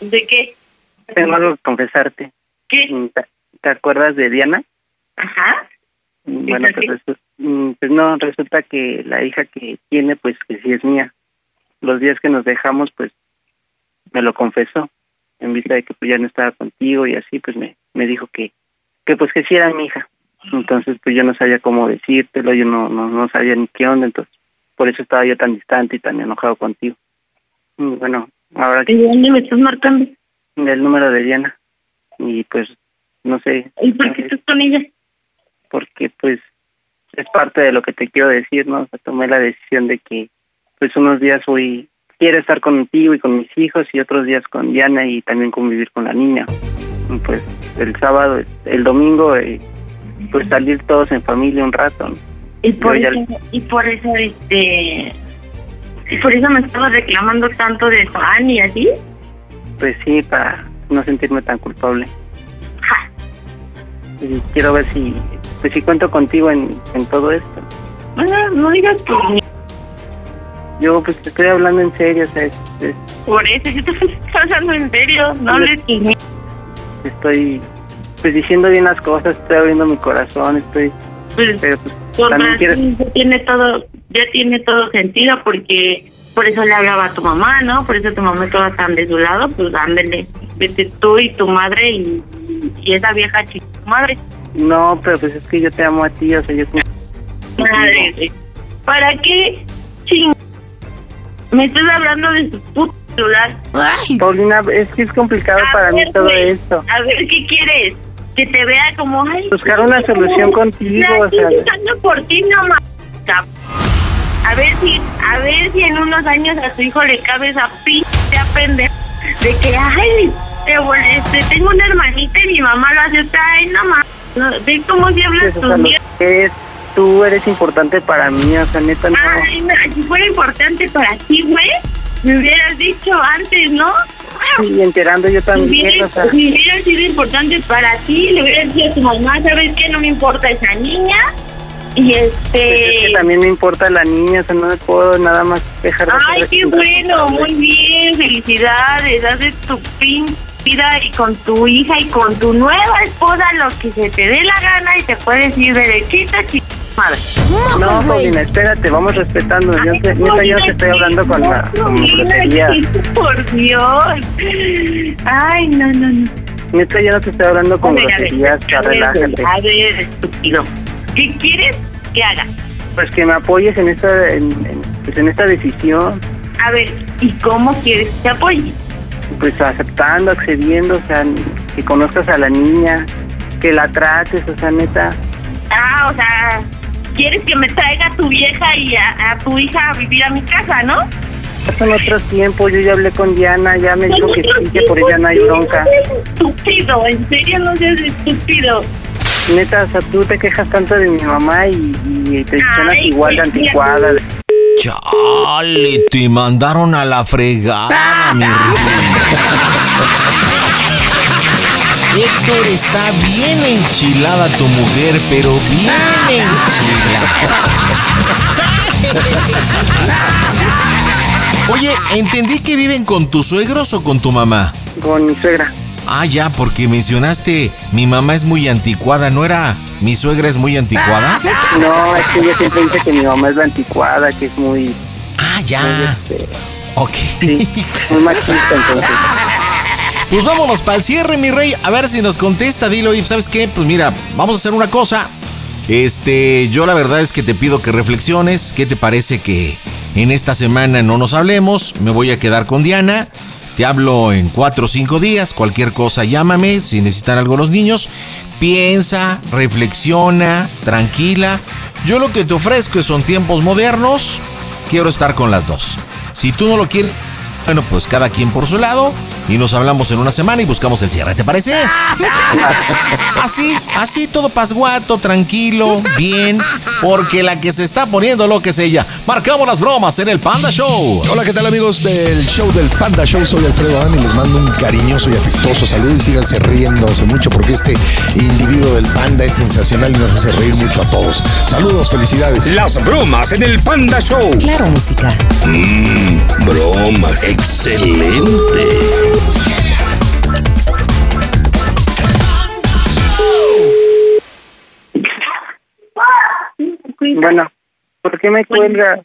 S9: ¿De qué?
S19: Tengo algo que confesarte. ¿Qué? ¿Te, te acuerdas de Diana?
S9: Ajá.
S19: Bueno, pues, resu- mm, pues no, resulta que la hija que tiene, pues que sí es mía. Los días que nos dejamos, pues me lo confesó. En vista de que pues, ya no estaba contigo y así, pues me, me dijo que, que pues que sí era mi hija. Entonces, pues yo no sabía cómo decírtelo, yo no, no, no sabía ni qué onda, entonces por eso estaba yo tan distante y tan enojado contigo. Y bueno, ahora que...
S9: ¿De dónde me estás marcando?
S19: El número de Diana. Y pues, no sé,
S9: ¿Y por qué estás con ella?
S19: porque pues es parte de lo que te quiero decir, ¿no? O sea, tomé la decisión de que pues unos días voy, quiero estar contigo y con mis hijos y otros días con Diana y también convivir con la niña. Y, pues el sábado, el domingo, eh, pues salir todos en familia un rato. ¿no?
S9: Y por
S19: Yo ya-
S9: eso, y por eso, este, y por eso me estaba reclamando tanto de Juan y así.
S19: Pues sí, para no sentirme tan culpable. Y quiero ver si, pues si cuento contigo en, en todo esto.
S9: Bueno, no digas por mí.
S19: Yo pues te estoy hablando en serio, o sea, es- es-
S9: Por eso, yo te estoy hablando en serio. No hables por mí.
S19: estoy pues diciendo bien las cosas, estoy abriendo mi corazón, estoy pero pues
S9: Por
S19: también
S9: más,
S19: quiero
S9: ya tiene todo, ya tiene todo sentido porque por eso le hablaba a tu mamá, ¿no? Por eso tu mamá estaba tan de su lado, pues ándele, vete tú y tu madre y, y esa vieja chica, madre,
S19: no, pero pues es que yo te amo a ti, o sea, yo te-
S9: madre, güey. ¿para qué ching? Me estás hablando de su puto celular.
S19: Paulina, es que es complicado para mí todo
S9: güey,
S19: esto.
S9: A ver, ¿qué quieres? Que te vea como, ay.
S19: Buscar una solución contigo,
S9: la
S19: o
S9: estoy
S19: sea.
S9: buscando por ti, no ma- cap- A ver si, a ver si en unos años a tu hijo le cabe esa pinche pendeja de que, ay, te, vol- este, tengo una hermanita y mi mamá lo acepta, ay, no más. No, ¿Ves cómo si hablas
S19: Pues, o sea,
S9: tus
S19: lo
S9: mierdas?
S19: que es, tú eres importante para mí, o sea, neta no.
S9: Ay, no, si fuera importante para ti, güey, me hubieras dicho antes, ¿no?
S19: Y enterando yo
S9: Si
S19: también, o
S9: hubiera,
S19: sea,
S9: si hubiera sido importante para ti, le hubieras dicho a tu mamá, ¿sabes qué? No me importa esa niña. Y
S19: pues, es
S9: este...
S19: que también me importa la niña, o sea, no me puedo nada más dejar de
S9: Ay,
S19: ser
S9: qué bueno, muy bien, felicidades. Haces tu pin vida y con tu hija y con tu nueva esposa lo que se te dé la gana y te puedes ir derechita, chi- madre. pues,
S19: No, Paulina, espérate, vamos respetando. Yo, te, neta, yo te estoy hablando con la con grosería.
S9: Por Dios. Ay, no, no, no.
S19: Neta, yo no te estoy hablando con
S9: A ver, a ver,
S19: groserías. ya,
S9: a ver,
S19: relájate.
S9: A ver, estúpido. ¿Qué quieres que haga?
S19: Pues que me apoyes en esta, en, en- pues en esta decisión,
S9: A ver, ¿y cómo quieres que te apoye?
S19: pues aceptando, accediendo, o sea, que conozcas a la niña, que la trates, o sea, neta.
S9: Ah, o sea, quieres que me traiga a tu vieja y a, a tu hija a vivir a mi casa, ¿no?
S19: Son otros tiempos, yo ya hablé con Diana, ya me dijo que sí, que por ella no hay bronca.
S9: Estúpido, en serio no seas estúpido.
S19: Neta, o sea, tú te quejas tanto de mi mamá y, y te suenas
S9: Ay,
S19: igual de
S9: qué
S19: anticuada.
S2: Chale, te mandaron a la fregada, mi rey. Héctor, está bien enchilada tu mujer, pero bien enchilada. Oye, entendí que viven con tus suegros o con tu mamá.
S19: Con mi suegra.
S2: Ah, ya, porque mencionaste mi mamá es muy anticuada, ¿no era? Mi suegra es muy anticuada.
S19: No, es que ella siempre dice que mi mamá es la anticuada, que es muy...
S2: Ah, ya. Ok.
S19: muy machista, entonces.
S2: Pues vámonos para el cierre, mi rey. A ver si nos contesta, dilo. Y sabes qué, pues mira, vamos a hacer una cosa. Este, yo la verdad es que te pido que reflexiones. ¿Qué te parece que en esta semana no nos hablemos? Me voy a quedar con Diana. Te hablo en cuatro o cinco días. Cualquier cosa, llámame. Si necesitan algo los niños, piensa, reflexiona, tranquila. Yo lo que te ofrezco son tiempos modernos. Quiero estar con las dos. Si tú no lo quieres, bueno, pues cada quien por su lado. y nos hablamos en una semana y buscamos el cierre, ¿te parece? Así, así todo pasguato, tranquilo, bien, porque la que se está poniendo lo que es ella. Marcamos las bromas en el Panda Show.
S20: Hola, ¿qué tal amigos del show del Panda Show? Soy Alfredo Adán y les mando un cariñoso y afectuoso saludo y síganse riéndose mucho porque este individuo del Panda es sensacional y nos hace reír mucho a todos. Saludos, felicidades.
S4: Las bromas en el Panda Show.
S8: Claro, música.
S4: Mmm, bromas, excelente.
S19: Bueno, ¿por qué me cuelga?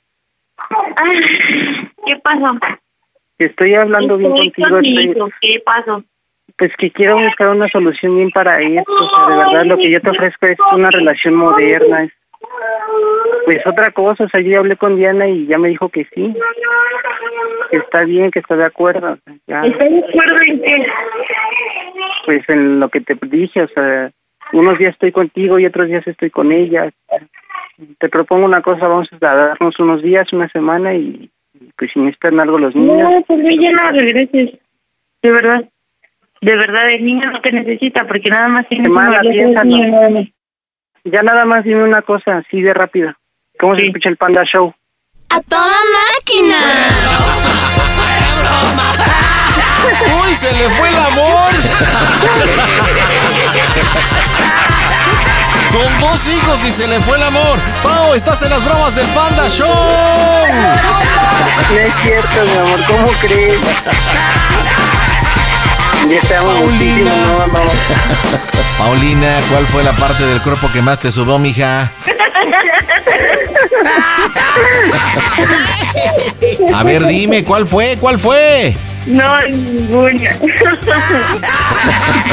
S9: ¿Qué pasó?
S19: Estoy hablando bien
S9: Estoy
S19: contigo. estoy-
S9: conmigo, ¿Qué pasó?
S19: pues que quiero buscar una solución bien para esto. O sea, de verdad, lo que yo te ofrezco es una relación moderna. es- pues otra cosa, o sea, yo ya hablé con Diana y ya me dijo que sí, que está bien, que está de acuerdo. o sea, ya,
S9: ¿Estás de acuerdo en qué?
S19: pues en lo que te dije, o sea, unos días estoy contigo y otros días estoy con ella. Te propongo una cosa, vamos a darnos unos días, una semana y pues si necesitan algo los niños.
S9: No, pues ve, ya no regreses. De verdad. De verdad, el niño no te necesita porque nada más tiene
S19: Hermana,
S9: que hablar
S19: piénsalo.
S9: con el niño, nada más.
S19: Ya nada más dime una cosa, así de rápido. ¿Cómo se escucha el Panda Show?
S4: A toda máquina.
S2: Uy, se le fue el amor. Con dos hijos y se le fue el amor. Pau, estás en las bromas del Panda Show.
S19: No es cierto, mi amor, ¿cómo crees? Ya estamos este muchísimo, no, no.
S2: Paulina, ¿cuál fue la parte del cuerpo que más te sudó, mija? A ver, dime, ¿cuál fue? ¿Cuál fue?
S9: No, ninguna.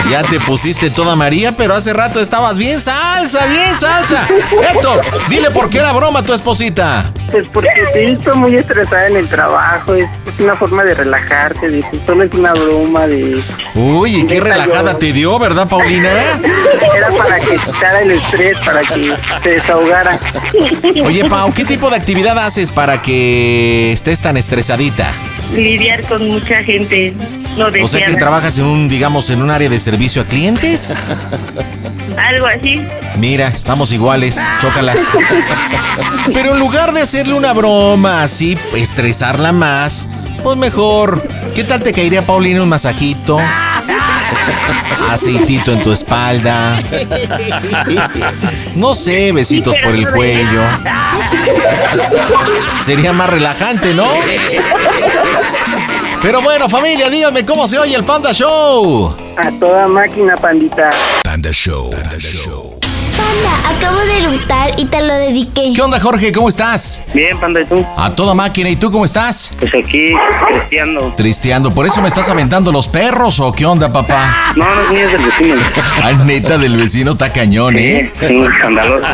S2: Ya te pusiste toda María, pero hace rato estabas bien salsa, bien salsa. Héctor, dile por qué era broma tu esposita.
S19: Pues porque te he visto muy estresada en el trabajo, es es una forma de relajarte, de que solo es una broma de...
S2: Uy, y qué relajada te dio, ¿verdad, Paulina?
S19: Era para que quitara el estrés, para que se desahogara.
S2: Oye, Pau, ¿qué tipo de actividad haces para que estés tan estresadita?
S9: Lidiar con mucha gente no deseada.
S2: O sea que trabajas en un, digamos, en un área de servicio a clientes.
S9: Algo así.
S2: Mira, estamos iguales, chócalas. Pero en lugar de hacerle una broma así, estresarla más, pues mejor. ¿Qué tal te caería, Paulina, un masajito? Aceitito en tu espalda. No sé, besitos por el cuello. Sería más relajante, ¿no? Pero bueno, familia, díganme cómo se oye el Panda Show.
S19: A toda máquina, pandita.
S2: Panda Show.
S21: Panda, acabo de eructar y te lo dediqué.
S2: ¿Qué onda, Jorge? ¿Cómo estás?
S19: Bien, Panda, ¿y tú?
S2: A toda máquina, ¿y tú cómo estás?
S19: Pues aquí, cristiano.
S2: Tristeando, ¿por eso me estás aventando los perros o qué onda, papá?
S19: No, no es mío, es del vecino.
S2: Ah, neta, del vecino está cañón, ¿eh?
S19: Sí, escandaloso.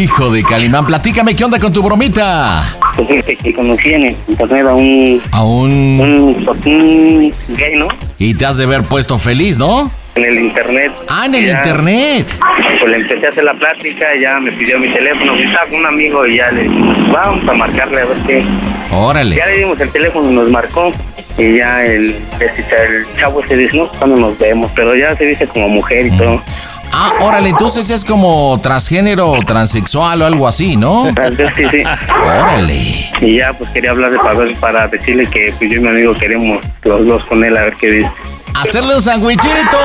S2: Hijo de Calimán, platícame, ¿qué onda con tu bromita?
S19: Pues fíjate que conocí en internet a un...
S2: A un...
S19: Un, un gay, ¿no?
S2: Y te has de ver puesto feliz, ¿no?
S19: En el internet.
S2: Ah, en el
S19: Ya,
S2: internet.
S19: Pues le empecé a hacer la plática, ya me pidió mi teléfono, que estaba con un amigo y ya le dijimos, vamos a marcarle a ver qué.
S2: Órale.
S19: Ya le dimos el teléfono, nos marcó y ya el, el chavo se dice, no, cuando nos vemos, pero ya se dice como mujer
S2: Mm.
S19: y todo.
S2: Ah, órale, entonces es como transgénero, transexual o algo así, ¿no?
S19: Entonces, sí, sí.
S2: Órale.
S19: Y ya pues quería hablarle para ver- para decirle que pues, yo y mi amigo queremos los dos con él a ver qué dice.
S2: ¡Hacerle un sandwichito!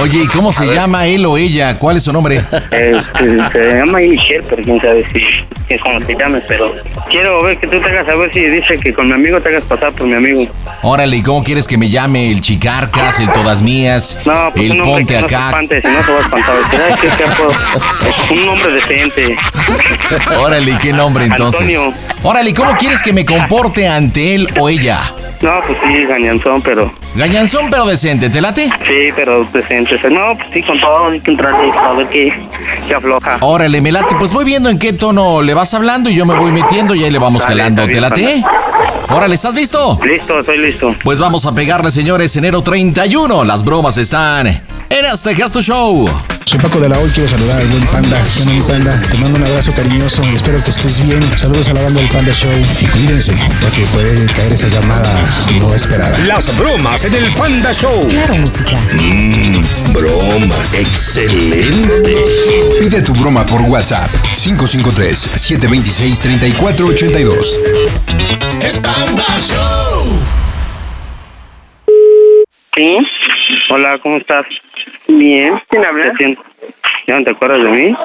S2: Oye, ¿y cómo se llama él o ella? ¿Cuál es su nombre?
S19: Este, se llama ahí Michelle, pero quién sabe si que como se llame, pero quiero ver que tú te hagas a ver si dice que con mi amigo te hagas pasar por mi amigo.
S2: Órale, ¿y cómo quieres que me llame? ¿El Chicarcas? ¿El Todas Mías?
S19: No, pues
S2: ¿El
S19: un hombre
S2: Ponte
S19: que no se
S2: Acá?
S19: espante, si no se va a espantar. Dice, "Ay, qué capo". Un hombre decente.
S2: Órale, ¿y ¿qué nombre entonces?
S19: Antonio.
S2: Órale, ¿y ¿cómo quieres que me comporte ante él o ella?
S19: No, pues sí, gañanzón, pero...
S2: Gañanzón pero decente, ¿te late?
S19: Sí, pero decente. Dice, No, pues sí, con todo hay que entrarle a ver qué, qué afloja.
S2: Órale, me late. Pues voy viendo en qué tono le vas hablando y yo me voy metiendo y ahí le vamos calando. ¿Te late? Órale, ¿estás listo?
S19: Listo, estoy listo.
S2: Pues vamos a pegarle, señores, enero 31. Las bromas están
S22: en Hasta Gasto Show.
S14: Soy Paco de la Hoy, quiero saludar al buen panda. ¿Qué onda, mi panda? Te mando un abrazo cariñoso, espero que estés bien. Saludos a la banda del Panda Show y cuídense, porque puede caer esa llamada no esperada.
S8: Las bromas en el Panda Show. Claro, música.
S1: Mmm, bromas. Excelente. Pide tu broma por WhatsApp. 553-726-3482.
S23: Sí. Hola, ¿cómo estás? Bien. ¿Quién habla? ¿Ya no te acuerdas de mí?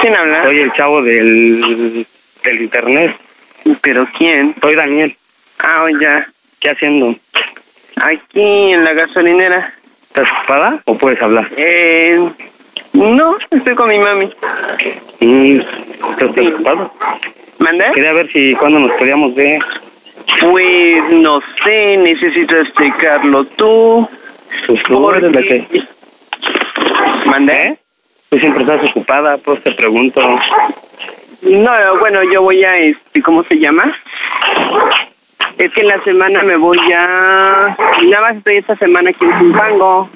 S19: ¿Quién habla?
S23: Soy el chavo del, del internet. ¿Pero quién? Soy Daniel. Ah, ya. ¿Qué haciendo?
S19: Aquí en la gasolinera.
S23: ¿Estás ocupada o puedes hablar?
S19: Eh, no, estoy con mi mami.
S23: Mm, ¿Estás ocupado?
S19: ¿Manda?
S23: Quería ver si cuándo nos podíamos ver.
S19: Pues no sé, necesito explicarlo tú.
S23: Pues tú
S19: Porque-
S23: eres la que...
S19: ¿Mandé?
S23: Tú siempre estás ocupada, pues te pregunto.
S19: No, bueno, yo voy a, este, ¿cómo se llama? Es que en la semana me voy a... Nada más estoy esta semana aquí en Zumpango.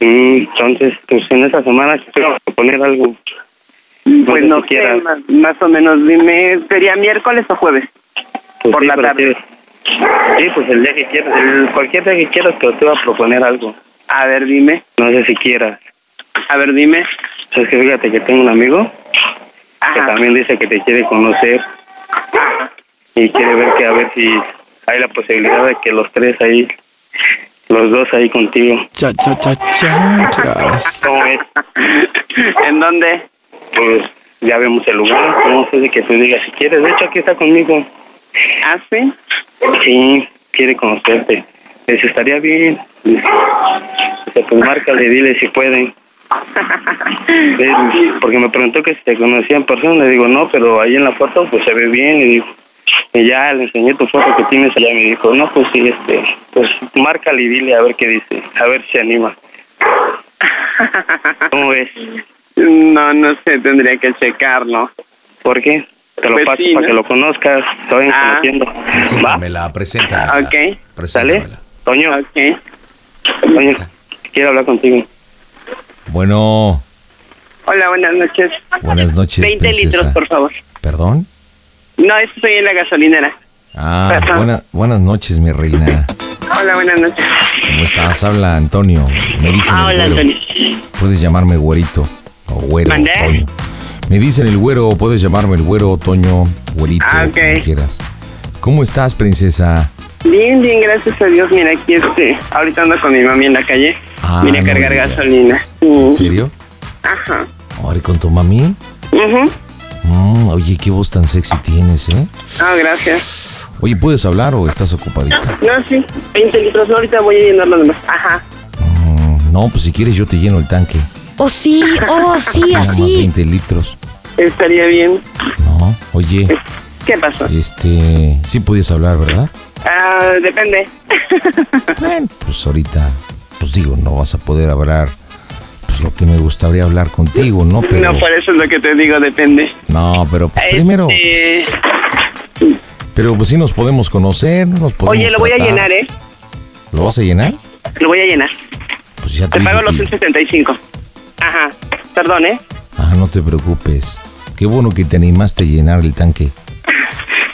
S23: Mm, entonces, pues en esta semana te quiero proponer algo.
S19: Pues
S23: sé
S19: no
S23: si
S19: sé,
S23: quieras.
S19: más, más o menos, dime, ¿sería miércoles o jueves?
S23: Pues
S19: por
S23: sí,
S19: la
S23: pero
S19: tarde.
S23: Sí, Sí, pues el día que quieras, el- cualquier día que quieras, pero te voy a proponer algo.
S19: A ver, dime,
S23: No sé si quieras.
S19: a ver, dime.
S23: Es que fíjate que tengo un amigo que también dice que te quiere conocer y quiere ver que a ver si hay la posibilidad de que los tres ahí, los dos ahí contigo.
S9: Cha, cha, cha, chanclas.
S23: ¿Cómo ves?
S19: ¿En dónde?
S23: Pues ya vemos el lugar, no sé de que tú digas si quieres. De hecho, aquí está conmigo.
S19: ¿Ah, sí?
S23: Sí, quiere conocerte. Les estaría bien. Dice, pues márcale, dile si pueden. Él, Porque me preguntó que si te conocía en persona. Le digo, no, pero ahí en la foto pues se ve bien. Y, digo, y ya le enseñé tu foto que tienes allá. Me dijo, no, pues sí, este, pues márcale y dile a ver qué dice. A ver si se anima. ¿Cómo ves?
S19: No, no sé, tendría que checarlo.
S23: ¿Por qué? Te lo
S19: Pues
S23: paso
S19: sí,
S23: para
S19: ¿no?
S23: que lo conozcas. Te vayan
S19: Ah.
S23: conociendo.
S22: Preséntamela, preséntamela.
S19: Ok.
S23: ¿Sale? Toño. Toño, quiero hablar contigo.
S22: Bueno,
S19: Hola, buenas noches.
S22: buenas noches,
S19: 20
S22: princesa.
S19: litros, por favor.
S22: ¿Perdón?
S19: No, estoy en la gasolinera.
S22: Ah,
S19: Perdón.
S22: buena- buenas noches, mi reina.
S19: Hola, buenas noches.
S22: ¿Cómo estás? Habla Antonio. Me dicen
S19: Ah,
S22: el
S19: hola,
S22: güero.
S19: Antonio.
S22: Puedes llamarme güerito o güero,
S19: ¿Mandé?
S22: Toño. Me dicen el güero, puedes llamarme el güero, Toño, güerito,
S19: Ah, ok.
S22: como quieras. ¿Cómo estás, princesa?
S19: Bien, bien, gracias a Dios. Mira, aquí este, ahorita ando con mi mami en la calle.
S22: Ah,
S19: Vine a
S22: no
S19: cargar
S22: digas.
S19: gasolina.
S22: ¿En serio?
S19: Ajá.
S22: ¿Ahora con tu mami?
S19: Ujú.
S22: Mm, oye, qué voz tan sexy tienes, ¿eh?
S19: Ah, gracias.
S22: Oye, ¿puedes hablar o estás ocupadita?
S19: No, sí, 20 litros. Ahorita voy a llenar los demás. Ajá.
S22: Mm, no, pues si quieres yo te lleno el tanque.
S19: Oh, sí, oh, sí,
S22: Nada más 20 litros.
S19: Estaría bien.
S22: No, oye,
S19: ¿Qué pasó?
S22: este... Sí podías hablar, ¿verdad?
S19: Ah, depende.
S22: Pues ahorita, pues digo, no vas a poder hablar... Pues lo que me gustaría hablar contigo, ¿no? Pero...
S19: No, por eso es lo que te digo, depende.
S22: No, pero pues primero...
S19: Eh,
S22: Pero pues sí nos podemos conocer, nos podemos
S19: mm. oye, lo voy a
S22: tratar.
S19: llenar, ¿eh?
S22: ¿Lo vas a llenar?
S19: Lo voy a llenar.
S22: Pues ya te,
S19: Te pago
S22: dije
S19: los
S22: que-
S19: 175. Ajá. Perdón, ¿eh?
S22: Ah, no te preocupes. Qué bueno que te animaste a llenar el tanque.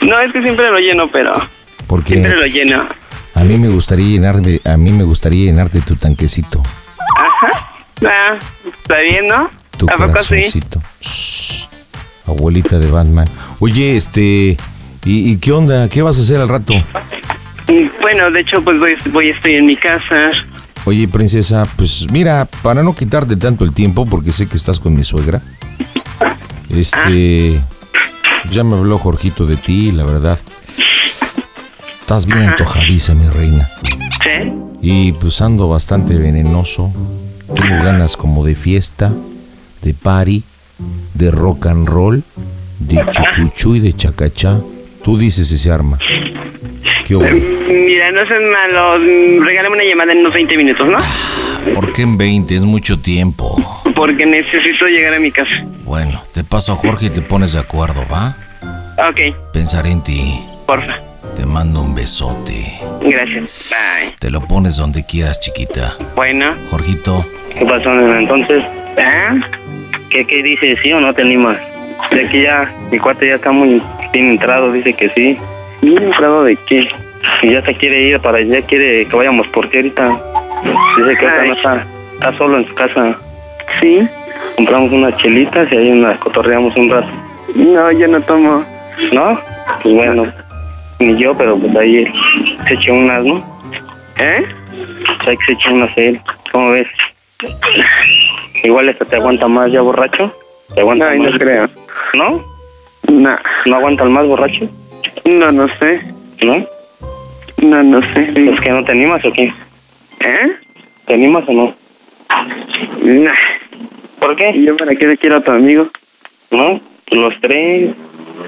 S19: No, es que siempre lo lleno, pero
S22: Porque
S19: siempre lo lleno.
S22: a mí me gustaría llenarme, a mí me gustaría llenarte tu tanquecito,
S19: Ajá. Ah, está bien, ¿no?
S22: tu
S19: ¿A poco sí?
S22: corazoncito. Shh, abuelita de Batman. Oye, este, ¿y, y qué onda? ¿Qué vas a hacer al rato?
S19: Mm, Bueno, de hecho, pues voy, voy estoy en mi casa.
S22: Oye, princesa, pues mira, para no quitarte tanto el tiempo, porque sé que estás con mi suegra. Este, ya me habló Jorgito de ti, la verdad. Estás bien antojadiza, mi reina. Y pues ando bastante venenoso. Tengo ganas como de fiesta, de party, de rock and roll, de chucuchú y de chacachá. Tú dices ese arma. ¿Qué hubo?
S19: Mm, Mira, no sean malos. mm, Regálame una llamada en unos 20 minutos, ¿no?
S22: ¿Por qué en 20? Es mucho tiempo.
S19: Porque necesito llegar a mi casa.
S22: Bueno, te paso a Jorge y te pones de acuerdo, ¿va?
S19: Ok,
S22: Pensaré en ti.
S19: porfa.
S22: Te mando un beso.
S2: besote.
S22: Gracias. Bye.
S2: Te lo pones donde quieras, chiquita.
S22: Bueno,
S2: Jorgito,
S23: ¿Qué pasó, nena? Entonces,
S22: ¿Ah?
S23: ¿qué, ¿qué dice? ¿Sí o no te animas? De que ya, mi cuate ya está muy bien entrado, dice que sí. ¿Bien entrado de qué? Y ya se quiere ir para allá, quiere que vayamos porque ahorita. Dice que ahorita no está, está solo en su casa.
S22: Sí.
S23: Compramos unas chelitas y ahí nos cotorreamos un rato.
S22: No, yo no tomo.
S23: ¿No? Pues bueno, ni yo, pero pues ahí se echa unas, ¿no?
S22: ¿Eh?
S23: O sea, que se echa unas él. ¿Cómo ves? Igual esta te aguanta más ya borracho. Te aguanta
S22: Ay, no
S23: más.
S22: creo.
S23: ¿No?
S22: No.
S23: ¿No aguanta el más borracho?
S22: No, no sé.
S23: ¿No?
S22: No, no sé.
S23: ¿Es que no te animas o qué?
S22: ¿Eh?
S23: ¿Te animas o no? ¿Eh?
S22: Nah.
S23: ¿Por qué?
S22: ¿Y yo para qué le quiero a tu amigo?
S23: ¿No? Los tres.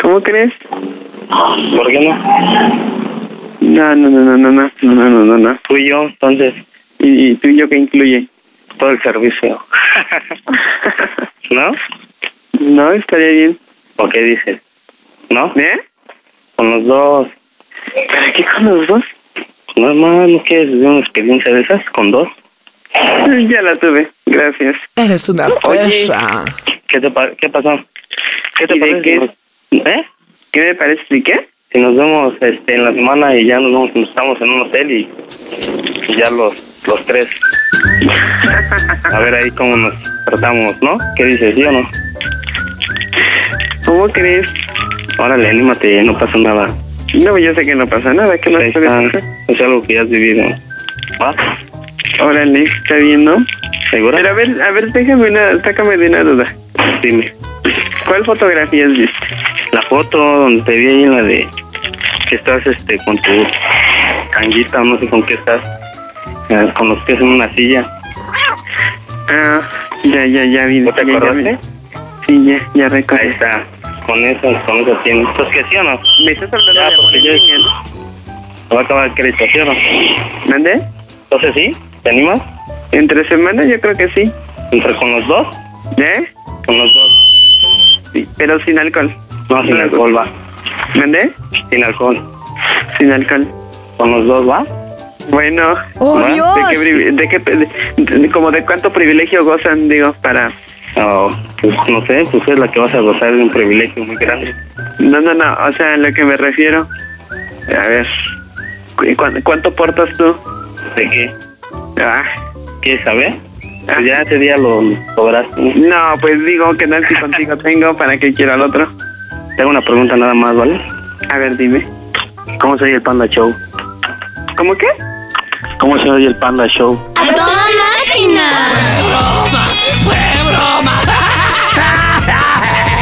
S22: ¿Cómo crees?
S23: ¿Por qué no?
S22: No, no, no, no, no, no, no, no, no, no, no.
S23: Tú y yo, entonces,
S22: ¿Y, y tú y yo qué incluye?
S23: todo el servicio. ¿No?
S22: No, estaría bien.
S23: ¿O qué dices? ¿No?
S22: ¿Eh?
S23: Con los dos.
S22: ¿Para qué con los dos?
S23: No, no, ¿no quieres vivir una experiencia de esas con dos?
S22: Ya la tuve, gracias.
S3: Eres una
S22: Oye.
S3: perra.
S23: ¿Qué, te pa- qué pasó? ¿Qué te
S22: ¿Y de
S23: parece?
S22: qué?
S23: si nos- ¿Eh?
S22: ¿Qué me parece? ¿De qué?
S23: Si nos vemos este, en la semana y ya nos, vamos, nos estamos en un hotel y, y ya los, los tres. A ver ahí cómo nos tratamos, ¿no? ¿Qué dices, sí o no?
S22: ¿Cómo crees?
S23: Órale, anímate, no pasa nada.
S22: No, yo sé que no pasa nada, que no
S23: Ahí
S22: se puede
S23: está,
S22: pasar.
S23: es algo que ya has vivido. ¿Va?
S22: Órale, está bien, ¿no?
S23: ¿Segura?
S22: Pero a ver, a ver, déjame una, sácame de una duda.
S23: Dime.
S22: ¿Cuál fotografía has visto?
S23: La foto donde te vi ahí en la de que estás este con tu canguita, no sé con qué estás, eh, con los pies en una silla.
S22: Ah, ya, ya, ya vi.
S23: ¿No te
S22: ya, ya
S23: acordaste?
S22: vi. Sí, ya, ya
S23: Ahí
S22: recordé.
S23: está. Con eso, con eso tienes. Pues que sí o no. pues
S22: Me estás hablando de amor en línea, ¿no?
S23: Te va a acabar el crédito, ¿sí o no?
S22: ¿Mandé?
S23: Entonces sí, ¿te animas?
S22: Entre semana yo creo que sí.
S23: ¿Entre con los dos?
S22: ¿Eh?
S23: Con los dos.
S22: Sí, pero sin alcohol.
S23: No, sin alcohol va.
S22: ¿Mandé?
S23: Sin alcohol.
S22: Sin alcohol.
S23: Con los dos va.
S22: Bueno.
S17: ¡Oh,
S22: ¿va?
S17: Dios!
S22: ¿De qué, privi- de qué pri- de- de- como de cuánto privilegio gozan, digo, para...
S23: No, pues no sé, pues es la que vas a gozar de un privilegio muy grande.
S22: No, no, no, o sea, a lo que me refiero... A ver... cu- cu- ¿Cuánto portas tú?
S23: ¿De qué?
S22: Ah,
S23: ¿Quieres saber? Pues ya ese día lo sabrás.
S22: no, pues digo que no si contigo tengo, ¿para qué quiero al otro?
S23: Tengo una pregunta nada más, ¿vale?
S22: A ver, dime.
S23: ¿Cómo se oye el Panda Show?
S22: ¿Cómo qué?
S23: ¿Cómo se oye el Panda Show?
S21: ¡A toda máquina!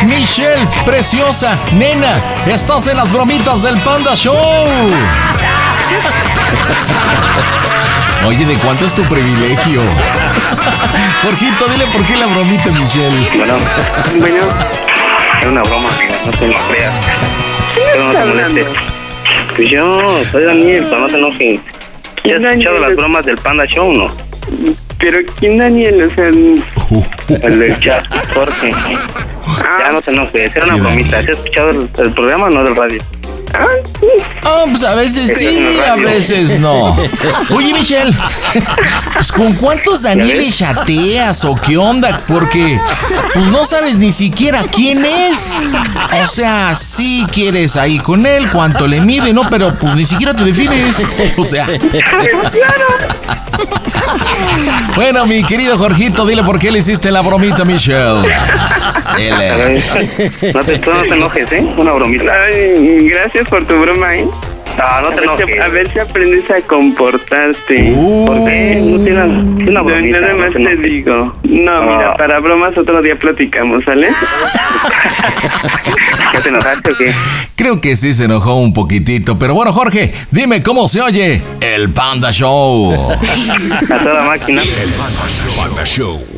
S2: Michelle, preciosa, nena, estás en las bromitas del Panda Show. Oye, ¿de cuánto es tu privilegio? Jorgito, dile por qué la bromita, Michelle.
S23: Bueno,
S22: Bueno,
S23: es una broma, no te lo creas. Pero no te molestes. Pues yo soy Daniel, pero no te enojes. ¿Ya has escuchado las bromas del Panda Show o no?
S22: pues- pero ¿quién Daniel? O sea, n-
S23: El del chat, Jorge. Ya no te enojes, era una bromita. ¿Has escuchado el, el programa o no del radio?
S2: Ah, pues a veces sí, a veces no. Oye, Michelle, pues, ¿con cuántos Danieles chateas o qué onda? Porque pues no sabes ni siquiera quién es. O sea, sí quieres ahí con él, cuánto le mide, ¿no? Pero pues ni siquiera te defines. O sea. Bueno, mi querido Jorgito, dile por qué le hiciste la bromita a Michelle. Eh. Dile.
S23: No te, tú no te enojes, ¿eh? Una bromita.
S22: ay, gracias por tu broma, ¿eh?
S23: No, no
S22: a,
S23: te
S22: ver si,
S23: enojes.
S22: a ver si aprendes a comportarte.
S19: Uh.
S23: Porque no tienes una
S22: No,
S23: bromita.
S22: nada
S23: no
S22: más
S23: te
S22: te
S23: enojes.
S22: digo. No, mira,
S23: Ah.
S22: para bromas otro día platicamos, ¿sale?
S23: ¿Ya te enojaste o qué?
S2: Creo que sí se enojó un poquitito, pero bueno, Jorge, dime cómo se oye el Panda Show.
S23: A toda máquina.
S4: Panda Show.